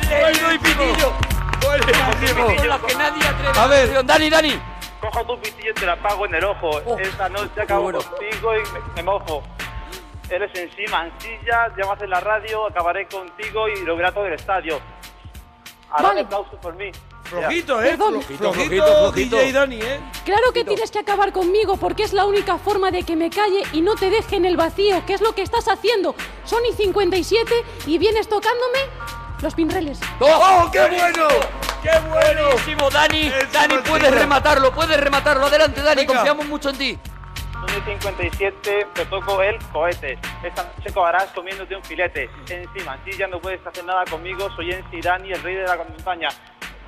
¡Bueno y pitillo!
Con las que nadie atreve.
A ver.
Dani, Dani.
Cojo tu pitillo y te la pago en el ojo. Esta noche acabo contigo y me, me mojo. Eres encima, mancilla, llamas en la radio, acabaré contigo y lo verá todo el estadio. Ahora
Vale.
aplausos por mí.
Flojito,
¿eh? Perdón.
Flojito,
flojito,
flojito,
flojito.
DJ Dani, ¿eh?
Claro que tienes que acabar conmigo porque es la única forma de que me calle y no te deje en el vacío, que es lo que estás haciendo. Son y 57 y vienes tocándome los pinreles.
¡Oh, qué bueno! ¡Qué bueno!
Buenísimo, Dani. Dani, puedes
buenísimo.
rematarlo, puedes rematarlo. Adelante, Dani,
Venga.
confiamos mucho en ti.
2057 te toco el cohete. Esta noche acabarás comiéndote un filete. Encima, si ya no puedes hacer nada conmigo, soy Ensi Dani, el rey de la montaña.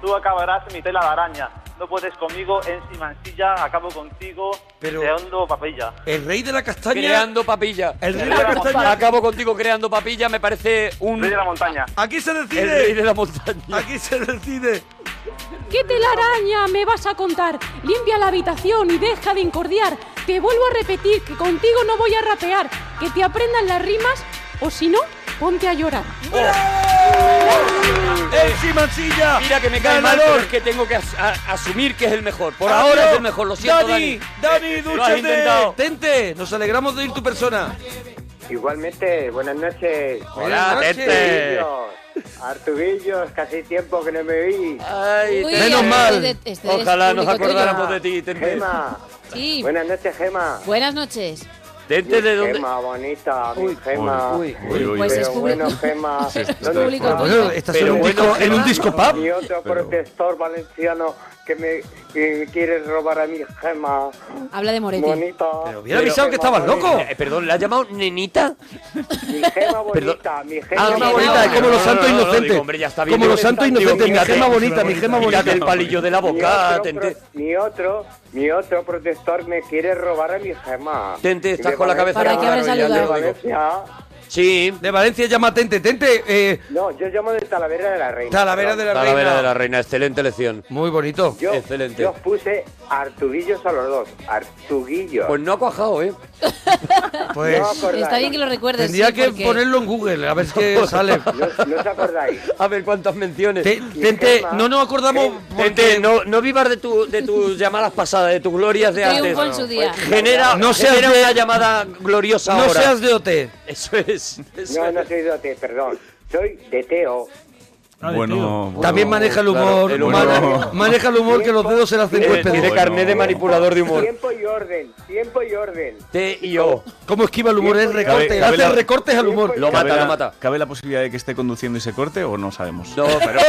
Tú acabarás en mi tela de araña. No puedes conmigo, Ensi Mancilla, acabo contigo,
Pero-
creando papilla.
El rey de la castaña.
Creando papilla.
El rey de
la castaña.
Acabo contigo creando papilla, me parece un. Rey de
la montaña.
Aquí se decide.
El rey de la montaña.
Aquí se decide.
¿Qué telaraña me vas a contar? Limpia la habitación y deja de incordiar. Te vuelvo a repetir que contigo no voy a rapear. Que te aprendan las rimas o si no, ponte a llorar.
¡Ensi Mancilla!
Mira que me cae mal,
ganador.
pero es que tengo que as- a- asumir que es el mejor. Por
Adiós.
ahora es el mejor, lo siento, Dani.
Dani, Dani,
Lo has
dúchate.
intentado.
Tente, nos alegramos de ir tu persona.
Igualmente, buenas noches.
Hola, Buenas noches. Tete.
Artubillos, Artubillos, casi tiempo que no me vi.
Ay, Uy, Menos este mal. es de- este es Ojalá nos público acordáramos tuyo. de ti, Tete.
Gema.
Sí.
Buenas noches, Gema.
Buenas noches.
Tente de dónde.
Gema, bonita, mi Gema.
uy, uy, uy.
Pues
Pero
es público.
bueno, Gema.
Sí,
¿dónde
es público
estás?
tuyo. Bueno, estás en
Pero
un
bueno,
disco- en
Gema,
un disco pub.
Ni otro protector valenciano que me que quiere robar a mi Gema.
Habla de Moretti.
Bonita.
Hubiera avisado que estabas loco. eh, perdón, ¿le has llamado nenita?
Mi Gema bonita, mi Gema
Ah,
bonita.
bonita, es como los santos inocentes. Como los santos inocentes, mi gema bonita, mi gema bonita. el palillo de la boca,
Ni otro,
tente.
pro- ni otro, ni otro protector me quiere robar a mi gema.
Tente, estás
De
con la cabeza
Valencia,
en la mano, ya
de
te lo digo.
Valencia.
Sí.
De Valencia llama Tente, Tente. Eh,
No, yo llamo de Talavera de la Reina.
Talavera de la
Talavera
Reina.
de la reina, excelente lección.
Muy bonito.
Yo,
Excelente.
yo os puse Artuguillos a los dos. Artuguillos.
Pues no ha cuajado,
<laughs>
¿eh?
Pues
No acordáis.
Está bien que lo recuerdes.
tendría
sí,
que
porque-
ponerlo en Google, a ver qué sale.
No, no os acordáis.
<laughs> A ver cuántas menciones.
Te- Tente, no nos acordamos.
Eh, Tente, no, no vivas de, tu- de tus llamadas pasadas, de tus glorias de antes.
Triunfó en su día.
Genera,
No seas
genera
de-
una llamada gloriosa
No
ahora.
seas de OT.
Eso es. eso
No,
es.
no soy de Ote, perdón. Soy de Teo.
Bueno,
También maneja el humor.
claro, el
mana-
humor.
Maneja el humor que los dedos se le hacen
Tiene-
huéspedes.
tiene carné de manipulador de humor.
Tiempo y orden, tiempo y orden.
T y O.
¿Cómo esquiva el humor? Es
Cabe-
recorte.
cabe
Hace
la-
recortes al humor.
Lo mata,
¿Cabe
lo
la-
mata.
¿Cabe la posibilidad de que esté conduciendo y se corte o no sabemos?
No,
<laughs>
pero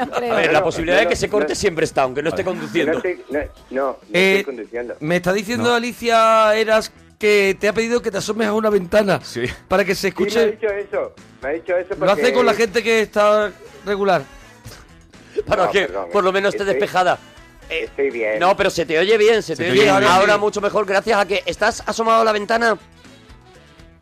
<laughs> No creo.
a ver, la posibilidad
no,
de que se corte
no.
siempre está, aunque no esté
No
conduciendo.
estoy, no, no, no
Eh,
estoy conduciendo.
Me está diciendo Alicia Eras que te ha pedido que te asomes a una ventana para que se
Sí, me ha
escuche.
dicho eso. Me ha dicho eso
Lo hace
porque-
con la gente que está regular.
<laughs> Para
No,
que
perdón, eh,
por lo menos esté
estoy-
despejada.
Eh,
Estoy bien.
No, pero se te oye bien, se, te, oye bien. Ahora mucho mejor, gracias a que estás asomado a la ventana.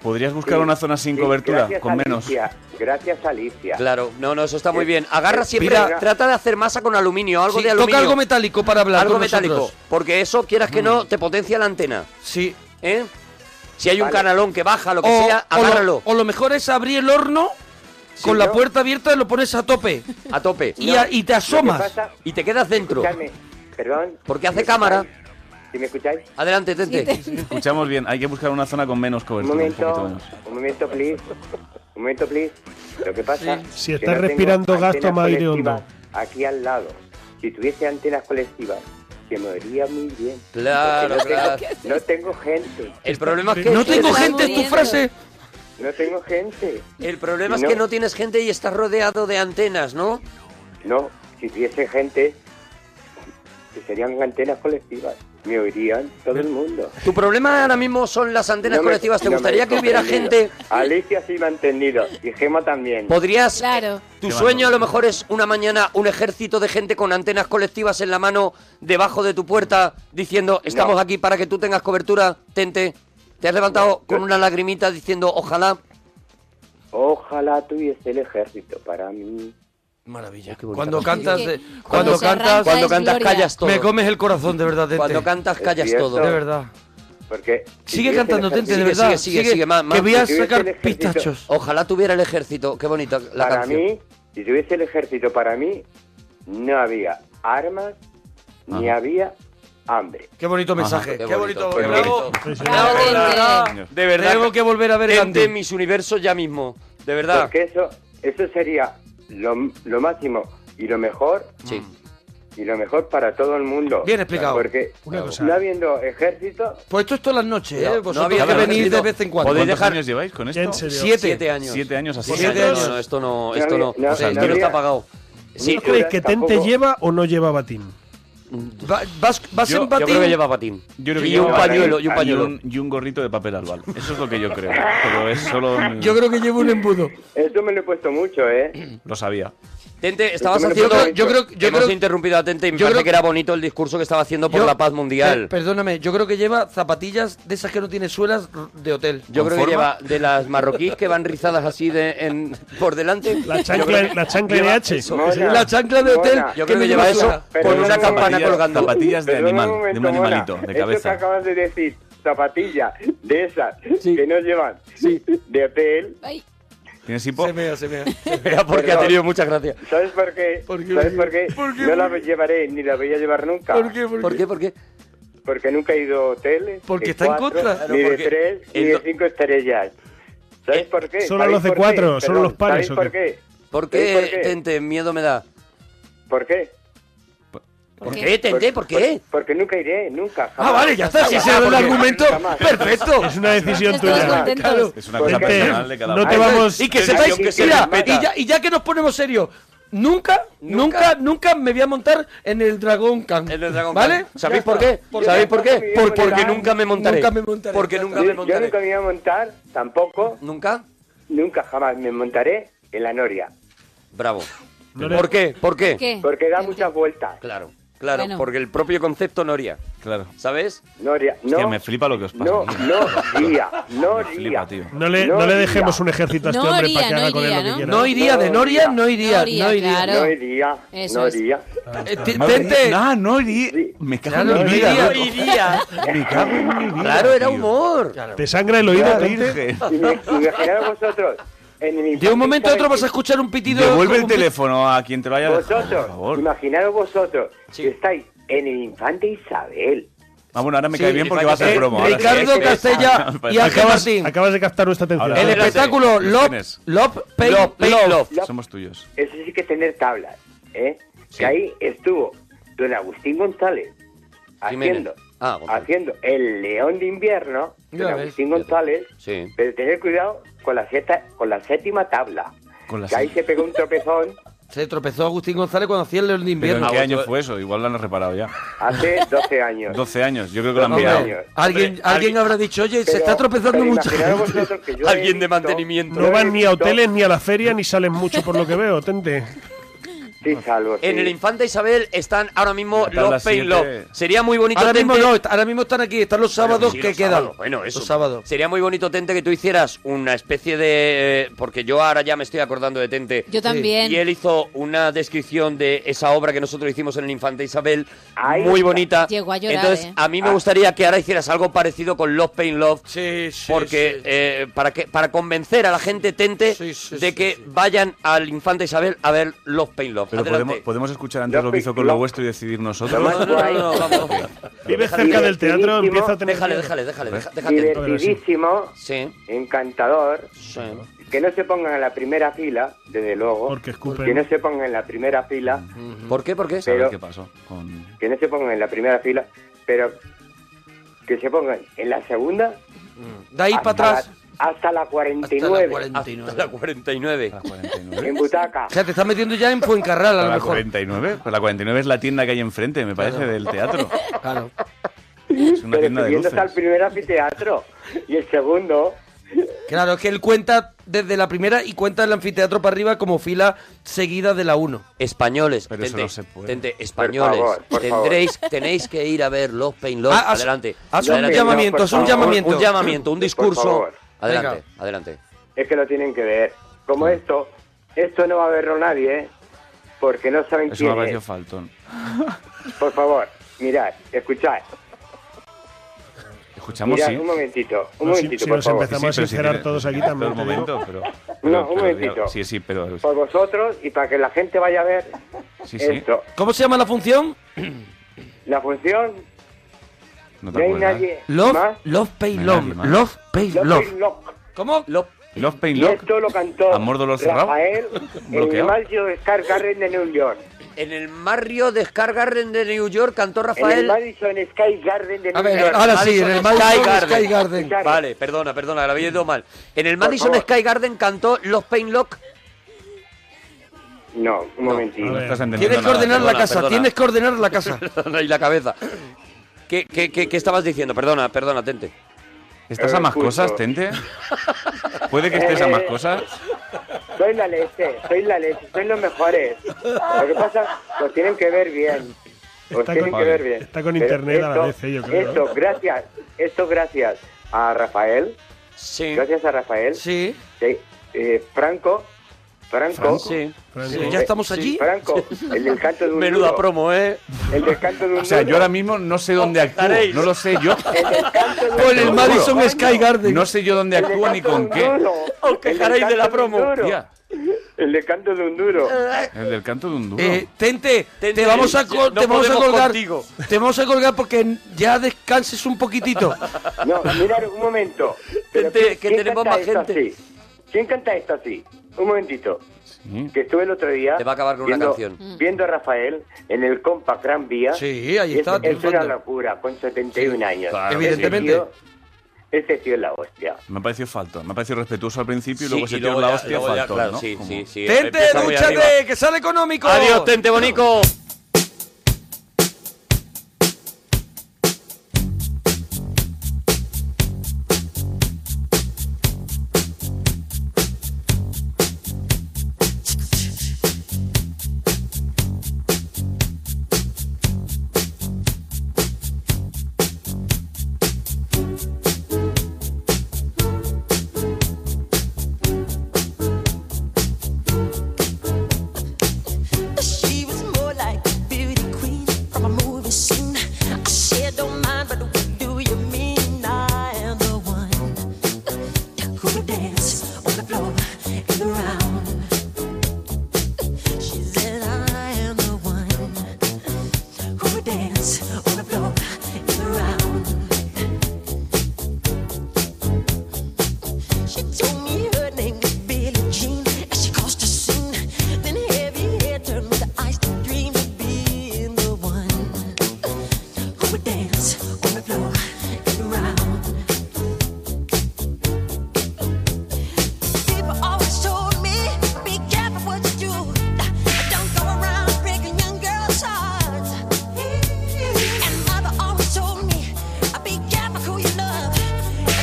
¿Podrías buscar una zona sin
Sí,
cobertura,
gracias,
con menos?
Alicia. Gracias, Alicia.
Claro, no, no, eso está muy bien. Agarra siempre,
Eh, Mira.
trata de hacer masa con aluminio, algo
Sí,
de aluminio.
toca algo metálico para hablar.
Algo
con
metálico,
nosotros. Mm.
porque eso, quieras que no, te potencia la antena.
Sí.
¿Eh? Si hay un
Vale.
canalón que baja, lo que
o,
sea,
o lo-
agárralo.
o lo mejor es abrir el horno con la
¿no?
puerta abierta y lo pones a tope.
A tope.
Y, a- y te
Lo que
asomas.
pasa-
Y te quedas dentro.
Escuchadme, Perdón.
Porque
¿Me
hace
escucháis?
cámara.
¿Sí me escucháis?
Adelante, Tente.
<laughs>
Escuchamos bien, hay que buscar una zona con menos
Un
cobertura. un poquito
momento,
menos.
un momento, please. Un momento, please. Lo que pasa.
Si
es que
estás
tengo
respirando gas,
antenas
toma aire hondo.
colectivas Aquí al lado. Si tuviese antenas colectivas, que me vería muy bien.
Claro,
Porque no
claro.
Tengo, no tengo gente.
El problema es que
No tengo gente, es tu
muriendo.
frase.
No tengo gente.
El problema
Si
es que no tienes gente y estás rodeado de antenas, ¿no?
No, si tuviese gente, que serían antenas colectivas. Me oirían todo el mundo.
Tu problema ahora mismo son las antenas
No me-
colectivas. ¿Te
no me
gustaría
he
que hubiera
comprendido.
gente?
Alicia sí me ha entendido. Y Gema también.
¿Podrías? eh,
Claro.
Tu sueño a lo mejor es una mañana un ejército de gente con antenas colectivas en la mano debajo de tu puerta diciendo estamos
No.
aquí para que tú tengas cobertura, tente. Te has levantado con una lagrimita diciendo ojalá.
Ojalá tuviese el ejército para mí.
Maravilla.
bonito.
Cuando cantas,
Es que
eh,
cuando
cuando,
se arranca
cantas,
es Cuando cantas gloria. callas todo.
Me comes el corazón de verdad. Tente.
Cuando cantas, callas
Es cierto.
todo.
De verdad.
Porque
Sigue cantando, Tente, de verdad.
Sigue, sigue, sigue, más, más.
Que voy a sacar pistachos.
Ojalá tuviera el ejército. Qué bonita la
para
canción.
mí, si tuviese el ejército para mí, no había armas ni había hambre.
Qué bonito
Ajá.
mensaje.
Qué
Qué,
bonito,
bonito.
qué
Bravo.
bonito. Sí, sí.
Bravo,
Bravo,
la verdad.
Tente.
De verdad.
Tengo que volver a ver
Gente,
Gandhi.
mis universos ya mismo. De verdad.
Porque eso, eso sería lo, lo máximo y lo mejor. Y lo mejor para todo el mundo.
Bien explicado.
Porque
Una cosa.
no habiendo ejército,
Pues esto es todas las noches,
No,
¿eh?
no
Vosotros
había
que
nada
venís de
escrito.
vez en cuando.
¿Podéis dejar- años lleváis con esto? ¿En serio?
Siete.
Siete años.
Siete años así.
Siete años. No, no, esto no, esto no.
No,
o sea, esto
no
no
había-
está apagado.
¿Vosotros creéis que Tente lleva o no lleva batín?
vas,
vas en
Yo
batín?
creo que lleva batín.
Yo creo que
y
lleva
un
batín.
pañuelo, y un
Ah,
pañuelo.
un- Y un gorrito de papel albal. Eso es lo que yo creo. Pero es solo... mi-
Mm. Yo creo que llevo un embudo.
Esto me lo he puesto mucho,
<clears throat>
¿eh?
Lo sabía.
Tente, estabas
Yo creo-
haciendo.
yo creo- yo
hemos
creo-
interrumpido a Tente y me parece que era bonito el discurso que estaba haciendo por
Yo-
la paz mundial.
Eh, perdóname, yo creo que lleva zapatillas de esas que no tiene suelas r- de hotel.
Yo creo que lleva de las marroquíes que van rizadas así de, en, por delante.
La chancla-
yo creo que
la chancla de
lleva
H.
eso.
Mona,
La chancla de hotel.
Yo
que
creo
me
que lleva eso
suela.
con una
un
campana
momento.
colgando.
Zapatillas de
Perdona
animal,
un momento,
de un
Mona.
animalito, de
Eso que
cabeza.
acabas de decir, zapatillas de esas que no llevan de hotel.
¿Tienes hipo? Se
mea, se mea.
porque ha
<laughs>
Perdón.
tenido muchas gracias.
¿Sabes por qué? ¿Sabes por qué? no la llevaré ni la voy a llevar nunca.
¿Por qué? ¿Por ¿Por qué? qué? ¿Por qué?
Porque nunca he ido a hoteles.
Porque
de
está en
cuatro,
contra. Claro,
Ni de
porque
tres, ni
el
de
do-
cinco estrellas.
Eh,
¿Sabes por qué?
Solo
¿Sabéis
los de
por qué?
cuatro, solo
Perdón,
los pares,
¿Sabéis
¿o
por
qué?
qué?
¿Por
¿Sabéis
qué, Tente? Miedo me da.
¿Por qué?
¿Por qué, Tente? ¿Por qué?
Porque nunca iré, nunca.
Ah, vale, ya está, si ese era el argumento, perfecto.
Es una decisión
Estamos
tuya.
contentos. Claro.
Es una
Porque
cosa personal de cada uno.
No te vamos...
Y que sepáis, mira, y ya, y ya que nos ponemos serios, nunca, nunca, nunca, me voy a montar en el Dragón Khan. ¿Vale?
¿Sabéis
Ya
por
está.
qué? ¿Sabéis por qué? Por- porque nunca me montaré.
Nunca me montaré.
Porque nunca me
Yo
montaré.
nunca me iba a montar, tampoco.
¿Nunca?
Nunca jamás me montaré en la noria.
<laughs>
Bravo. ¿Por qué? ¿Por qué?
Porque da muchas vueltas.
Claro, claro,
Bueno.
porque el propio concepto Noria.
Claro.
¿Sabes?
Noria,
Hostia, me flipa lo que os <laughs> pasa.
No, no, iría, no
Me flipa, tío.
No le, no le dejemos un ejército a este
No
hombre
iría,
para que
no
haga con él lo
iría,
que quiera.
No iría de Noria, no iría,
No
no iría.
iría,
Eh,
claro. No
iría,
Eso no es.
iría.
Ah,
Tente.
No, no iría. Me cago
Claro,
en mi
no
vida.
iría.
iría.
Me cago en mi vida.
Claro, era
tío.
humor.
¿Te sangra el oído?
Claro,
Tente?
Virgen.
Imaginaros vosotros. En el
De un momento a otro vas a escuchar un pitido.
Devuelve el
un pi-
teléfono a quien te lo haya dejado, por
Vosotros,
favor.
imaginaros vosotros que estáis en el infante Isabel.
Ah, bueno, ahora me
Sí,
cae bien porque va a ser
eh,
promo. ahora sí.
Ricardo
Eso es. <laughs>
Castella
Ah,
y Ángel
Acabas,
Martín.
acabas de captar nuestra atención.
Ahora-
El
ahora sí.
espectáculo
Los
Love,
tienes.
Love, Pay,
Love,
Love.
Pay, Love.
Love.
Somos tuyos.
Eso sí que es tener tablas, ¿eh? Que ahí estuvo don Agustín González haciendo,
Ah,
haciendo el león de invierno,
Ya
don
ves.
Agustín González,
Sí.
pero tener cuidado con la, seta- con la séptima tabla.
Con la
que ahí se pegó un tropezón
Se tropezó Agustín González cuando hacía el León de
¿Pero
Invierno.
en qué año fue eso? Igual lo han reparado ya.
hace
<laughs>
12 años.
12 años. Yo creo que lo han
Hombre,
mirado.
alguien, alguien habrá dicho, oye, se
Pero-
está tropezando
pero
mucho. <laughs>
imaginaos vosotros que yo
<laughs>
he
Alguien de
visto-
mantenimiento.
No van ni a hoteles ni a la feria ni salen mucho por lo que veo, Tente.
Sí, salvo.
En
sí.
el Infanta Isabel están ahora mismo
tabla
Love Pain
siete.
Love. Sería muy bonito
Ahora
Tente-
mismo no, ahora mismo están aquí, están los sábados
Sí,
que
los
quedan.
sábados, Bueno, eso.
Los sábados.
Sería muy bonito, Tente, que tú hicieras una especie de. eh, Porque yo ahora ya me estoy acordando de Tente.
Yo también.
Y él hizo una descripción de esa obra que nosotros hicimos en el Infante Isabel.
Ahí
muy
está.
bonita.
Llegó a llorar,
Entonces,
¿eh?
a mí
Ah.
me gustaría que ahora hicieras algo parecido con Love Pain Love. Sí, sí. Porque eh, para, que, para convencer a la gente, Tente, de que vayan al Infante Isabel a ver Love Pain Love.
Pero
Adelante.
podemos, podemos escuchar antes lo que hizo con lo vuestro y decidir nosotros.
No, no, no, no, vamos.
Vives cerca del teatro, empieza a tener...
Déjale,
miedo.
déjale, déjale. deja- déjate.
Divertidísimo,
Sí.
encantador.
Sí.
Que no se pongan en la primera fila, desde luego.
Porque escupen.
Que no se pongan en la primera fila.
¿Por qué? ¿Por qué?
Pero
¿Qué pasó? Con...
que no se pongan en la primera fila, pero que se pongan en la segunda.
De ahí
hasta
para atrás.
la- hasta la 49.
Hasta la 49.
En butaca.
O sea, te estás metiendo ya en Fuencarral, a lo
¿La
mejor.
49? Pues la 49 es la tienda que hay enfrente, me parece,
Claro.
del teatro.
<laughs> Claro.
Es una
Pero
tienda de
subiendo
luces.
hasta el primer anfiteatro. Y el segundo.
Claro, es que él cuenta desde la primera y cuenta el anfiteatro para arriba como fila seguida de la 1.
Españoles,
Pero eso
tente,
no se puede.
tente, españoles,
favor, por
tendréis, tenéis que ir a ver Los Pain Love.
Ah, haz-
adelante.
haz un
Adelante.
llamamiento, haz un llamamiento.
Un llamamiento, un
Por
discurso.
favor.
Adelante,
Venga.
adelante.
es que lo tienen que ver. Como esto, esto no va a verlo nadie, ¿eh? porque no
Eso me
saben
ha
quién
parecido
es.
faltón.
Por favor, mirad, escuchad.
Escuchamos,
mirad,
sí.
un momentito, un
No, si-
momentito,
si
por
nos
favor.
empezamos a sincerar
tiene-
todos aquí también,
Un
te
momento,
digo.
pero.
No, un
pero,
momentito.
diga- Sí, sí, pero.
Por vosotros y para que la gente vaya a ver
Sí, sí.
esto.
¿Cómo se llama la función?
La función,
No
no
te
hay
acuerdas. ¿eh?
nadie
Love,
más.
love, pay,
No hay
love.
nadie más.
Love, pay,
Love
love.
is love.
¿Cómo?
Love,
Love Pain
Y
Love.
esto lo cantó
Amor, dolor cerrado.
Rafael en el
Bloqueado.
barrio de Scar Garden de New York.
En el barrio de Scar Garden de New York cantó
En el
Rafael.
Madison Sky Garden de New York.
Vale, perdona, perdona, la había ido mal. En el
Por
Madison
favor.
Sky Garden cantó Los Pain Lock.
No, un momentito.
No estás entendiendo
Tienes que
nada,
ordenar la
perdona,
casa,
perdona.
tienes que ordenar la
<laughs>
casa.
Perdona, y la cabeza. ¿Qué, qué, qué, qué estabas diciendo? Perdona, perdona, Tente.
¿Estás
Eh,
a más
Justo.
cosas, Tente? ¿Puede que estés a más cosas?
Soy la leche, soy la leche, soy los mejores. Lo que pasa, los tienen que ver bien. Los
Está
tienen
con-
que ver bien.
está con
Pero
internet a la
esto-
vez, eh, yo creo,
Esto,
¿eh?
gracias, esto gracias a Rafael.
Sí.
Gracias a Rafael.
Sí.
eh, Franco. Franco.
Franco. Sí. Franco. Sí, ya estamos
Sí,
allí.
Franco, el del canto de un
Menuda
duro.
promo, ¿eh?
El del canto de un
O sea, yo
duro.
ahora mismo no sé dónde actúo.
Estaréis.
No lo sé yo.
<laughs> El del canto de un
Te lo
duro.
juro.
Sky Garden.
No sé yo dónde
El del
actúo ni
canto de
con
un
qué.
duro.
<laughs>
Os
El del
quejaréis de la
canto un
promo.
duro.
Tía.
El de canto de un duro.
El del canto de un duro.
Eh, tente,
Tente,
te vamos a,
yo-
col-
no
te vamos a
podemos
colgar.
contigo.
Te vamos a colgar porque ya descanses un poquitito.
No, mirad, un momento. Pero
Gente,
¿quién-
que
quién
tenemos
canta
más
esto
gente.
así? ¿Quién canta esto así? Un momentito. Que estuve el otro día.
Te va a acabar con una
viendo,
canción.
Viendo a Rafael en el compa Gran Vía.
Sí, ahí
Y
está,
Es, es una
triunfando.
locura, con 71 años.
claro que Evidentemente.
Ese tío, ese tío es la hostia.
Me ha parecido faltón. Me ha parecido respetuoso al principio y
Sí,
luego
y
se
luego
tiró la
ya-
hostia
luego ya,
faltón,
claro,
¿no?
sí, sí, sí.
Tente,
Empieza muy arriba.
dúchate, que sale económico.
Adiós, Tente Bonico.
She was more like a beauty queen from a movie scene. I said, don't mind, but what do you mean? I am the one who will dance on the floor in the round. She said, I am the one who will dance on the floor in the round. She told me her name was Billie Jean, and she caused a scene. Then heavy hair turned me to ice to dream of being the one who would dance on the floor and around. People always told me, be careful what you do. Don't go around breaking young girls' hearts. And mother always told me, be careful who you love.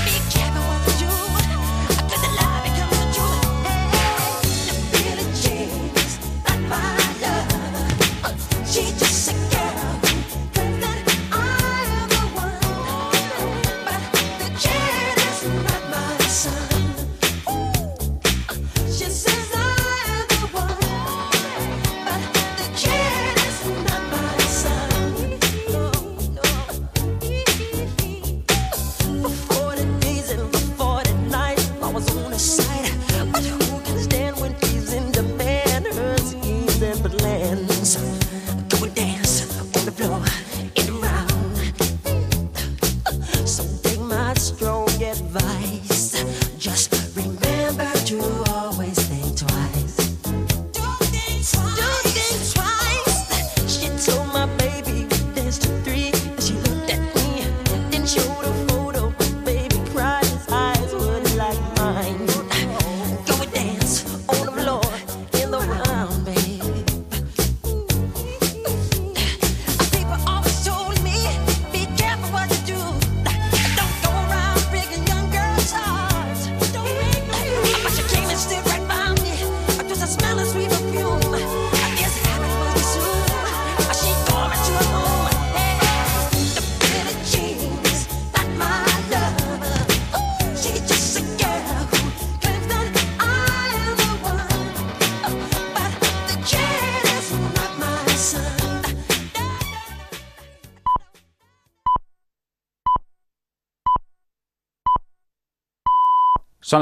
Be careful what you do. Cause the lie becomes the truth. Billie Jean's not my love. She's just a girl. That I am the one.
Son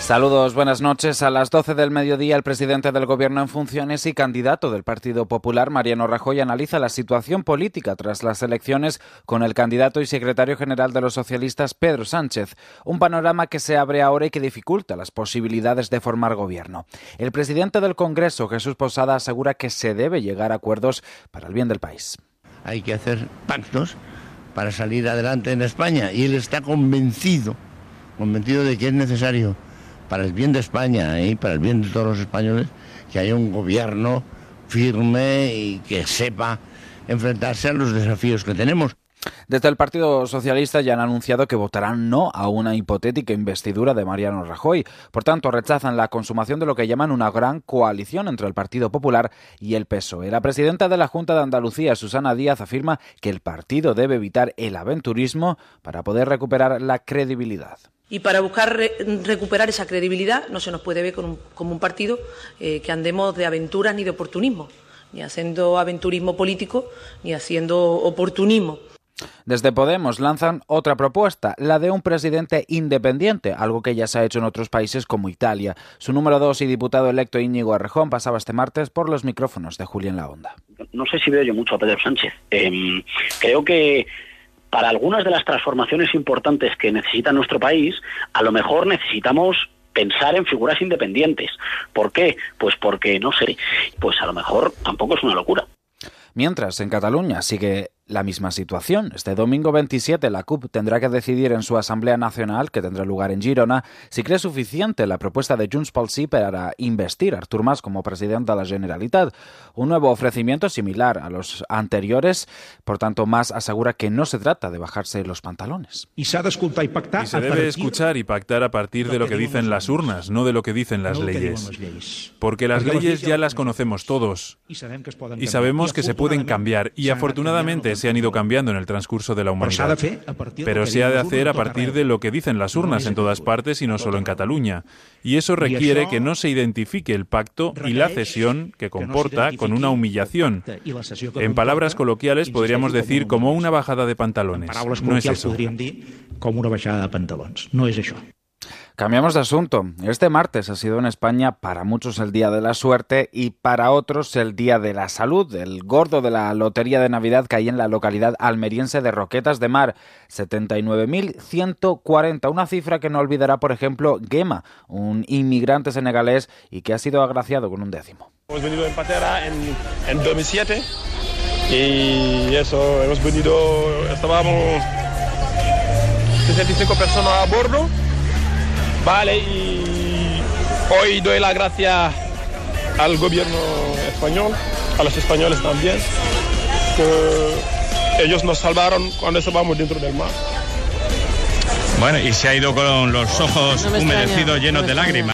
Saludos, buenas noches. A las 12 del mediodía, el presidente del Gobierno en funciones y candidato del Partido Popular, Mariano Rajoy, analiza la situación política tras las elecciones con el candidato y secretario general de los socialistas, Pedro Sánchez. Un panorama que se abre ahora y que dificulta las posibilidades de formar gobierno. El presidente del Congreso, Jesús Posada, asegura que se debe llegar a acuerdos para el bien del país.
Hay que hacer pactos para salir adelante en España y él está convencido, convencido de que es necesario para el bien de España ¿eh? y para el bien de todos los españoles, que haya un gobierno firme y que sepa enfrentarse a los desafíos que tenemos.
Desde el Partido Socialista ya han anunciado que votarán no a una hipotética investidura de Mariano Rajoy. Por tanto, rechazan la consumación de lo que llaman una gran coalición entre el Partido Popular y el PSOE. E. La presidenta de la Junta de Andalucía, Susana Díaz, afirma que el partido debe evitar el aventurismo para poder recuperar la credibilidad.
Y para buscar re- recuperar esa credibilidad no se nos puede ver con un- como un partido eh, que andemos de aventuras ni de oportunismo, ni haciendo aventurismo político ni haciendo oportunismo.
Desde Podemos lanzan otra propuesta, la de un presidente independiente, algo que ya se ha hecho en otros países como Italia. Su número dos y diputado electo Íñigo Errejón pasaba este martes por los micrófonos de Julián La Onda.
no sé si veo yo mucho a Pedro Sánchez. Eh, creo que para algunas de las transformaciones importantes que necesita nuestro país, a lo mejor necesitamos pensar en figuras independientes. ¿Por qué? Pues porque, no sé, pues a lo mejor tampoco es una locura.
Mientras, en Cataluña sigue la misma situación. Este domingo 27 la CUP tendrá que decidir en su Asamblea Nacional, que tendrá lugar en Girona, si cree suficiente la propuesta de Junts pel Sí para investir a Artur Mas como presidente de la Generalitat. Un nuevo ofrecimiento similar a los anteriores, por tanto Mas asegura que no se trata de bajarse los pantalones.
Y se ha de escuchar y pactar
Y se
a
debe
partir-
escuchar y pactar a partir de lo que dicen las urnas, no de lo que dicen las
No lo que
leyes.
digan las leyes.
Porque
Porque las
las leyes
leyes
ya las conocemos todos.
Y sabemos que, es poden
Y
canviar.
sabemos
I
que se pueden cambiar. Y afortunadamente se han ido cambiando en el transcurso de la
s'ha
humanidad.
de fer a partir del
Pero
que
se ha
diuen
de
les urnes
hacer a
tot
partir
arreu.
de lo que dicen las urnas en todas partes y no solo en Cataluña. Y eso requiere que no se identifique el pacto y la cesión que comporta con una humillación.
I la sessió que
En palabras coloquiales podríamos decir como una bajada de pantalones.
paraules
No es
col·loquials
eso.
podríem dir com una baixada de pantalons. No és això.
Cambiamos de asunto. Este martes ha sido en España para muchos el día de la suerte y para otros el día de la salud. El gordo de la lotería de Navidad caía en la localidad almeriense de Roquetas de Mar. 79.140, una cifra que no olvidará, por ejemplo, Gema, un inmigrante senegalés y que ha sido agraciado con un décimo.
Hemos venido a Patera en, en 2007 y eso, hemos venido, estábamos 65 personas a bordo, vale, y hoy doy la gracia al gobierno español, a los españoles también, que ellos nos salvaron cuando estábamos dentro del mar.
Bueno, y se ha ido con los ojos No me extraña, humedecidos, llenos no me de lágrimas.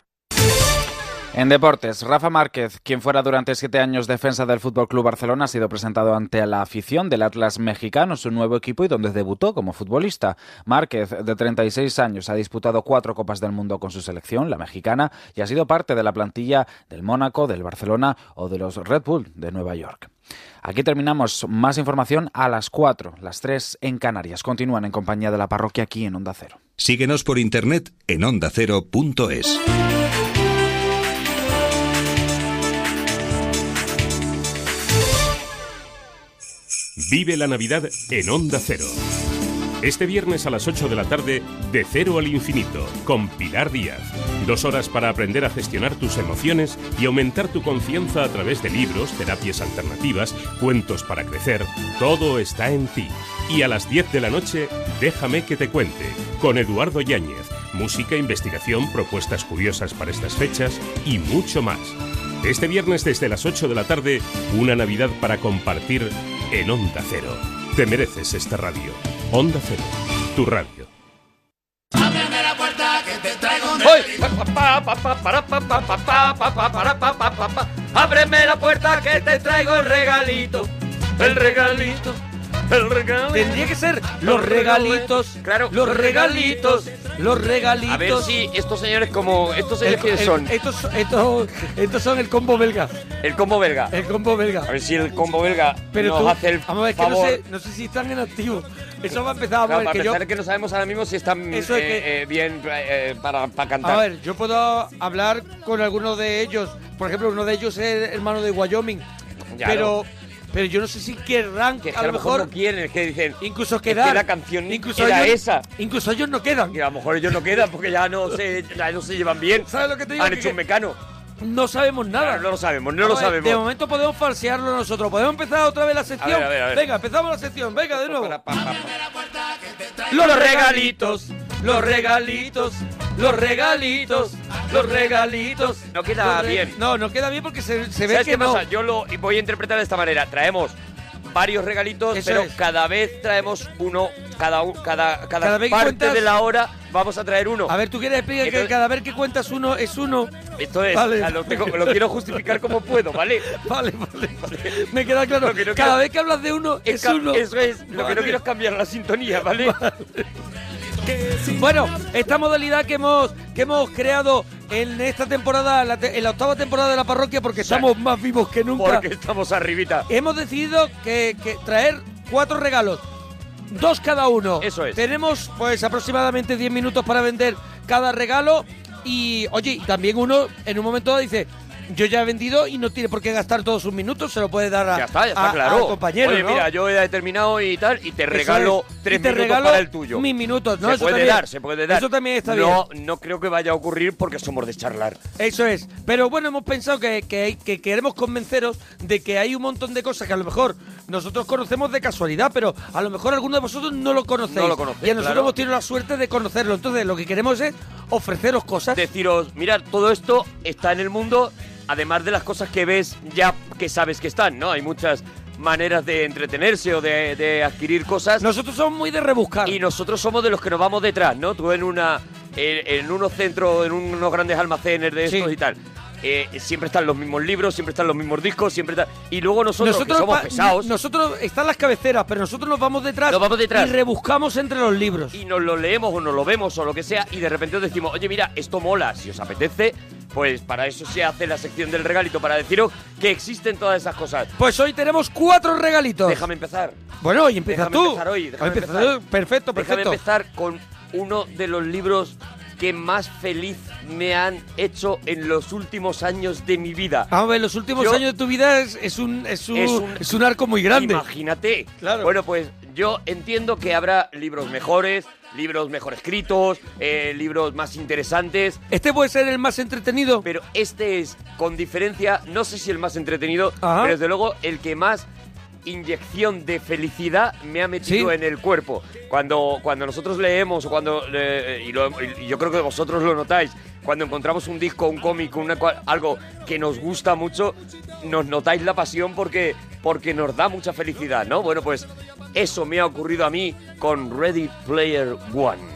En deportes, Rafa Márquez, quien fuera durante siete años defensa del Fútbol Club Barcelona, ha sido presentado ante la afición del Atlas mexicano, su nuevo equipo y donde debutó como futbolista. Márquez, de 36 años, ha disputado cuatro Copas del Mundo con su selección, la mexicana, y ha sido parte de la plantilla del Mónaco, del Barcelona o de los Red Bull de Nueva York. Aquí terminamos. Más información a las 4, las 3 en Canarias. Continúan en compañía de la parroquia aquí en Onda Cero.
Síguenos por internet en ondacero.es.
Vive la Navidad en Onda Cero. Este viernes a las 8 de la tarde, De Cero al Infinito, con Pilar Díaz. Dos horas para aprender a gestionar tus emociones y aumentar tu confianza a través de libros, terapias alternativas, cuentos para crecer. Todo está en ti. Y a las 10 de la noche, Déjame que te cuente, con Eduardo Yáñez. Música, investigación, propuestas curiosas para estas fechas y mucho más. Este viernes desde las 8 de la tarde, una Navidad para compartir en Onda Cero. Te mereces esta radio. Onda Cero, tu radio.
¡Hoy! Pa, pa, pa, para, pa, pa, pa, pa, pa, pa, para, pa, pa, pa, pa. Ábreme la puerta que te traigo el regalito. El regalito. El regalito.
Tendría que ser los regalitos. Claro. Los regalitos.
los regalitos.
A ver si estos señores como... ¿Estos
El-
señores quiénes
el-
son?
Estos, estos, estos son el combo belga.
El combo belga.
El combo belga.
A ver si el combo belga
Pero
nos
tú-
hace el
vamos a ver, que no
favor.
sé, no sé si están en activo. Eso va a empezar. Vamos a ver,
Claro, para
que yo-
empezar, que no sabemos ahora mismo si están
Eso es
eh,
que-
eh, bien eh, para, para cantar.
A ver, yo puedo hablar con algunos de ellos. Por ejemplo, uno de ellos es hermano de Wyoming.
Ya,
Pero, pero yo no sé si querrán,
que
a lo mejor,
no quieren, es que dicen...
<laughs> incluso
que
quedar.
la canción
incluso
era
ellos-
esa.
Incluso ellos no quedan.
Y a lo mejor ellos no quedan porque ya no se, ya no se llevan bien.
¿Sabes lo que te digo?
Han
Que-
hecho un mecano.
No sabemos nada.
no lo sabemos, no lo
Vamos a ver,
sabemos.
De momento podemos falsearlo nosotros. Podemos empezar otra vez la sección.
ver, a ver, a ver.
Venga, empezamos la sección. Venga, de nuevo.
Los regalitos, los regalitos, los regalitos, los regalitos.
No queda
Los re-
bien.
No, no queda bien porque se, se ve
¿Sabes
que
qué
no.
pasa? Yo lo voy a interpretar de esta manera. Traemos varios regalitos,
Eso
pero
es.
cada vez traemos uno, cada, un- cada, cada,
Cada vez que
parte
cuentas-
de la hora vamos a traer uno.
A ver, tú quieres explicar que
Entonces-
cada vez que cuentas uno es uno.
Esto es, o sea, lo, tengo- lo quiero justificar como puedo, ¿vale?
<laughs> Vale, vale. Me queda claro.
Lo que
cada
no quiero-
vez que hablas de uno es,
ca-
uno.
Eso es, lo que
Vale.
no quiero es cambiar la sintonía, ¿vale?
Bueno, esta modalidad que hemos que hemos creado en esta temporada, la te- en la octava temporada de la parroquia, porque estamos más vivos que nunca.
Porque estamos arribita.
Hemos decidido que, que traer cuatro regalos. Dos cada uno. Eso es. Tenemos pues aproximadamente 10 minutos para vender cada regalo. Y oye, y también uno en un momento dado dice, yo ya he vendido y no tiene por qué gastar todos sus minutos, se lo puede dar a,
Ya está, ya está
a-
claro.
al compañero.
Oye,
¿no?
mira, yo he determinado y tal, y te
Eso
regalo
es.
tres
Y te
minutos
regalo
para el tuyo.
mis minutos, ¿no?
Se
Eso
puede
también-
dar, se puede dar.
eso también está
no, No creo que vaya a ocurrir porque somos de charlar.
Eso es. Pero bueno, hemos pensado que, que, hay- que queremos convenceros de que hay un montón de cosas que a lo mejor nosotros conocemos de casualidad, pero a lo mejor alguno de vosotros no lo conocéis.
No lo conocéis,
Y a nosotros
claro.
hemos tenido la suerte de conocerlo. Entonces, lo que queremos es ofreceros cosas.
Deciros, mirad, todo esto está en el mundo, además de las cosas que ves ya que sabes que están, ¿no? Hay muchas maneras de entretenerse o de, de adquirir cosas.
Nosotros somos muy de rebuscar.
Y nosotros somos de los que nos vamos detrás, ¿no? Tú en una en, en unos centros, en unos grandes almacenes de estos y tal. eh, siempre están los mismos libros, siempre están los mismos discos, siempre están... Y luego nosotros, que somos
pa-
pesados,
Nosotros están las cabeceras, pero nosotros nos vamos detrás.
Nos vamos detrás.
Y rebuscamos entre los libros.
y nos lo leemos o nos lo vemos o lo que sea y de repente os decimos, oye mira, esto mola, si os apetece, pues para eso se hace la sección del regalito, para deciros que existen todas esas cosas.
Pues hoy tenemos cuatro regalitos.
Déjame empezar.
Bueno, hoy empieza
Déjame
tú.
empezar hoy, déjame
empieza
empezar.
tú. Perfecto,
Déjame
perfecto.
empezar con uno de los libros que más feliz me han hecho en los últimos años de mi vida.
Vamos a ver, Ah, los últimos
Yo-
años de tu vida es, es un, es, un,
Es un-
es un arco muy grande.
Imagínate. Bueno, pues yo entiendo que habrá libros mejores, libros mejor escritos, eh, libros más interesantes.
Este puede ser el más entretenido.
Pero este es, con diferencia, no sé si el más entretenido,
Ajá.
pero desde luego el que más inyección de felicidad me ha metido
Sí.
en el cuerpo. Cuando, cuando nosotros leemos, o cuando eh, y, lo- y yo creo que vosotros lo notáis, cuando encontramos un disco, un cómic, una cua- algo que nos gusta mucho, nos notáis la pasión porque, porque nos da mucha felicidad, ¿no? Bueno, pues eso me ha ocurrido a mí con Ready Player One.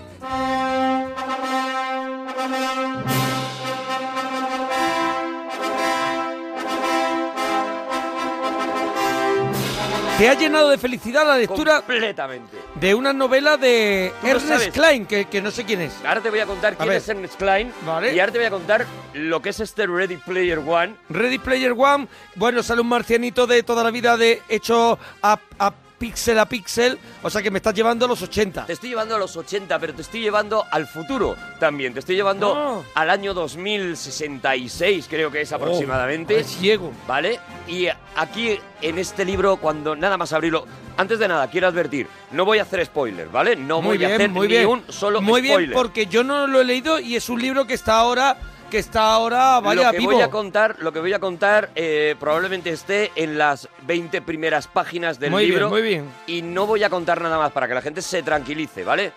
Te ha llenado de felicidad la lectura
Completamente.
de una novela de
Tú lo
Ernest
sabes.
Klein, que, que no sé quién es.
Ahora te voy a contar quién
ver.
es Ernest Klein y ahora te voy a contar lo que es este Ready Player One.
Ready Player One, bueno, sale un marcianito de toda la vida de hecho a, a pixel a pixel, o sea que me estás llevando a los 80.
Te estoy llevando a los 80, pero te estoy llevando al futuro también. Te estoy llevando
Ah.
al año 2066, creo que es
Oh,
aproximadamente.
a ver si llego.
¿Vale? Y aquí en este libro, cuando nada más abrirlo. Antes de nada, quiero advertir, no voy a hacer spoiler, ¿vale? No voy a hacer ni un solo
Muy
spoiler.
bien, porque yo no lo he leído y es un libro que está ahora, que está ahora, vaya,
lo que
vivo.
voy a contar, lo que voy a contar eh, probablemente esté en las 20 primeras páginas del
Muy bien,
libro.
muy bien.
Y no voy a contar nada más para que la gente se tranquilice, ¿vale?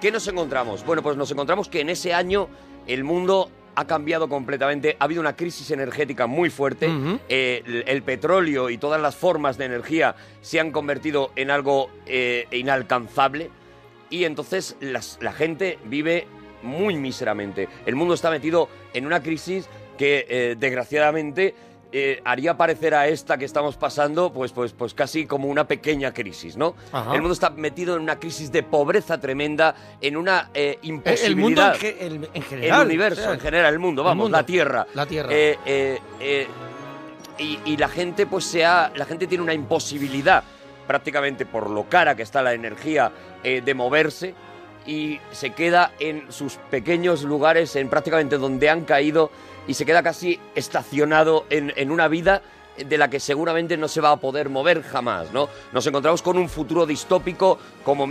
¿Qué nos encontramos? Bueno, pues nos encontramos que en ese año el mundo ha cambiado completamente, ha habido una crisis energética muy fuerte,
Ujú.
eh, el, el petróleo y todas las formas de energía se han convertido en algo eh, inalcanzable y entonces las- la gente vive muy míseramente. El mundo está metido en una crisis que eh, desgraciadamente eh, haría parecer a esta que estamos pasando, pues, pues, pues casi como una pequeña crisis, ¿no?
Ajá.
El mundo está metido en una crisis de pobreza tremenda, en una eh, imposibilidad.
El mundo en, ge- el- en general.
El universo,
o sea,
en general, el mundo,
el
vamos,
mundo.
la Tierra.
La Tierra.
Eh, eh, eh, y, y la gente, pues, se ha- la gente tiene una imposibilidad, prácticamente por lo cara que está la energía, eh, de moverse y se queda en sus pequeños lugares, en prácticamente donde han caído, y se queda casi estacionado en, en una vida de la que seguramente no se va a poder mover jamás, ¿no? Nos encontramos con un futuro distópico como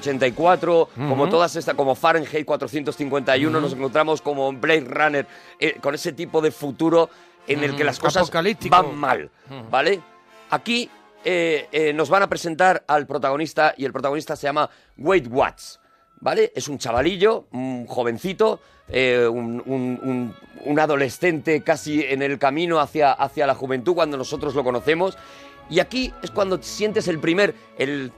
1984, como
Ujú.
todas estas, como Fahrenheit 451, nos
Ujú.
encontramos como en Blade Runner, eh, con ese tipo de futuro en el que
Mm,
las cosas van mal,
Ujú.
¿vale? Aquí eh, eh, nos van a presentar al protagonista y el protagonista se llama Wade Watts, ¿vale? Es un chavalillo, un jovencito, eh, un, un- un- un adolescente casi en el camino hacia, hacia la juventud cuando nosotros lo conocemos. Y aquí es cuando sientes el primer, el,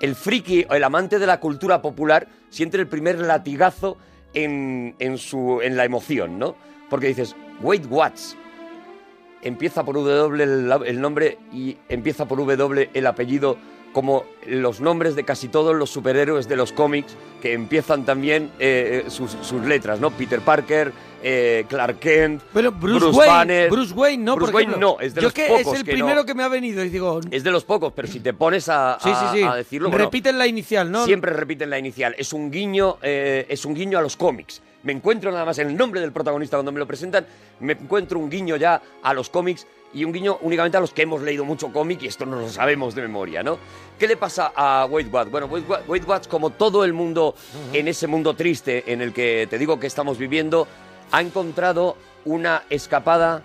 el friki o el amante de la cultura popular, siente el primer latigazo en, en su, en la emoción, ¿no? Porque dices, Wade Watts, empieza por W el, el nombre y empieza por W el apellido, como los nombres de casi todos los superhéroes de los cómics que empiezan también eh, eh, sus, sus letras, ¿no? Peter Parker, eh, Clark Kent,
Pero Bruce, Wayne, Bruce Wayne no,
Bruce
por
Wayne
ejemplo.
no, es de
Yo
los
que
pocos
es el
que no.
primero que me ha venido y digo,
Es de los pocos, pero si te pones a, a-
Sí, sí, sí.
a decirlo... bueno,
Repiten la inicial, ¿no?
Siempre repiten la inicial. Es un guiño, eh, es un guiño a los cómics. Me encuentro nada más en el nombre del protagonista cuando me lo presentan, me encuentro un guiño ya a los cómics y un guiño únicamente a los que hemos leído mucho cómic y esto no lo sabemos de memoria, ¿no? ¿Qué le pasa a Wade Watts? Bueno, Wade Wa- Wade Watts, como todo el mundo en ese mundo triste en el que te digo que estamos viviendo, ha encontrado una escapada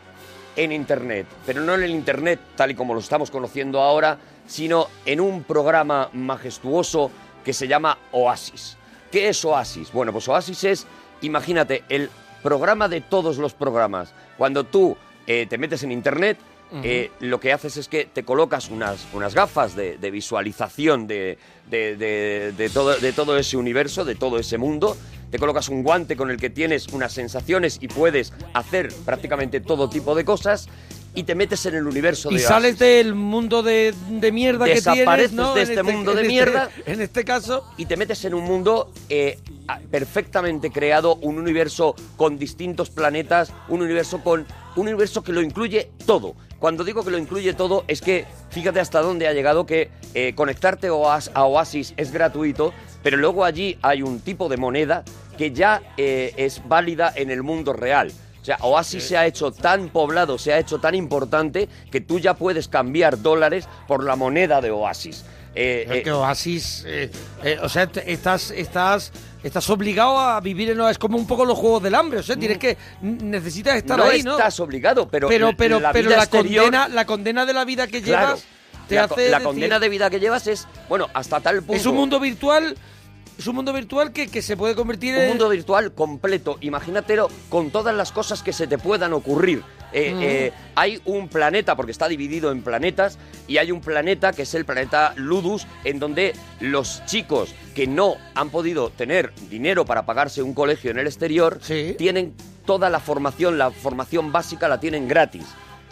en Internet, pero no en el Internet tal y como lo estamos conociendo ahora, sino en un programa majestuoso que se llama Oasis. ¿Qué es Oasis? Bueno, pues Oasis es, imagínate, el programa de todos los programas. Cuando tú eh, te metes en Internet,
Ujú.
eh, lo que haces es que te colocas unas, unas gafas de, de visualización de, de- de- de todo, de todo ese universo, de todo ese mundo. Te colocas un guante con el que tienes unas sensaciones y puedes hacer prácticamente todo tipo de cosas y te metes en el universo
y
de
sales del mundo de, de mierda que tienes,
Desapareces
¿no?
de
En
este, mundo
en
de
este-
mierda.
<laughs> en este caso.
Y te metes en un mundo eh, a- perfectamente creado, un universo con distintos planetas, un universo con. un universo que lo incluye todo. Cuando digo que lo incluye todo, es que fíjate hasta dónde ha llegado que eh, conectarte oas- a Oasis es gratuito, pero luego allí hay un tipo de moneda que ya eh, es válida en el mundo real. O sea, Oasis se ha hecho tan poblado, se ha hecho tan importante, que tú ya puedes cambiar dólares por la moneda de Oasis. Eh,
Pero
eh,
que Oasis, eh, eh, o sea, te- estás, estás, estás obligado a vivir en es como un poco los juegos del hambre, o sea, tienes que necesitas estar
Mm. no
ahí, ¿no?
estás obligado, pero,
pero, pero,
la,
pero
vida
la
exterior-
condena, la condena de la vida que
Claro.
llevas te
la, co-
hace
la
decir-
condena de vida que llevas es, bueno, hasta tal punto.
es un mundo virtual, es un mundo virtual que, que se puede convertir en
Un mundo virtual completo, imagínatelo con todas las cosas que se te puedan ocurrir. Eh,
Mm.
eh, hay un planeta, porque está dividido en planetas, y hay un planeta que es el planeta Ludus, en donde los chicos que no han podido tener dinero para pagarse un colegio en el exterior, tienen toda la formación, la formación básica la tienen gratis.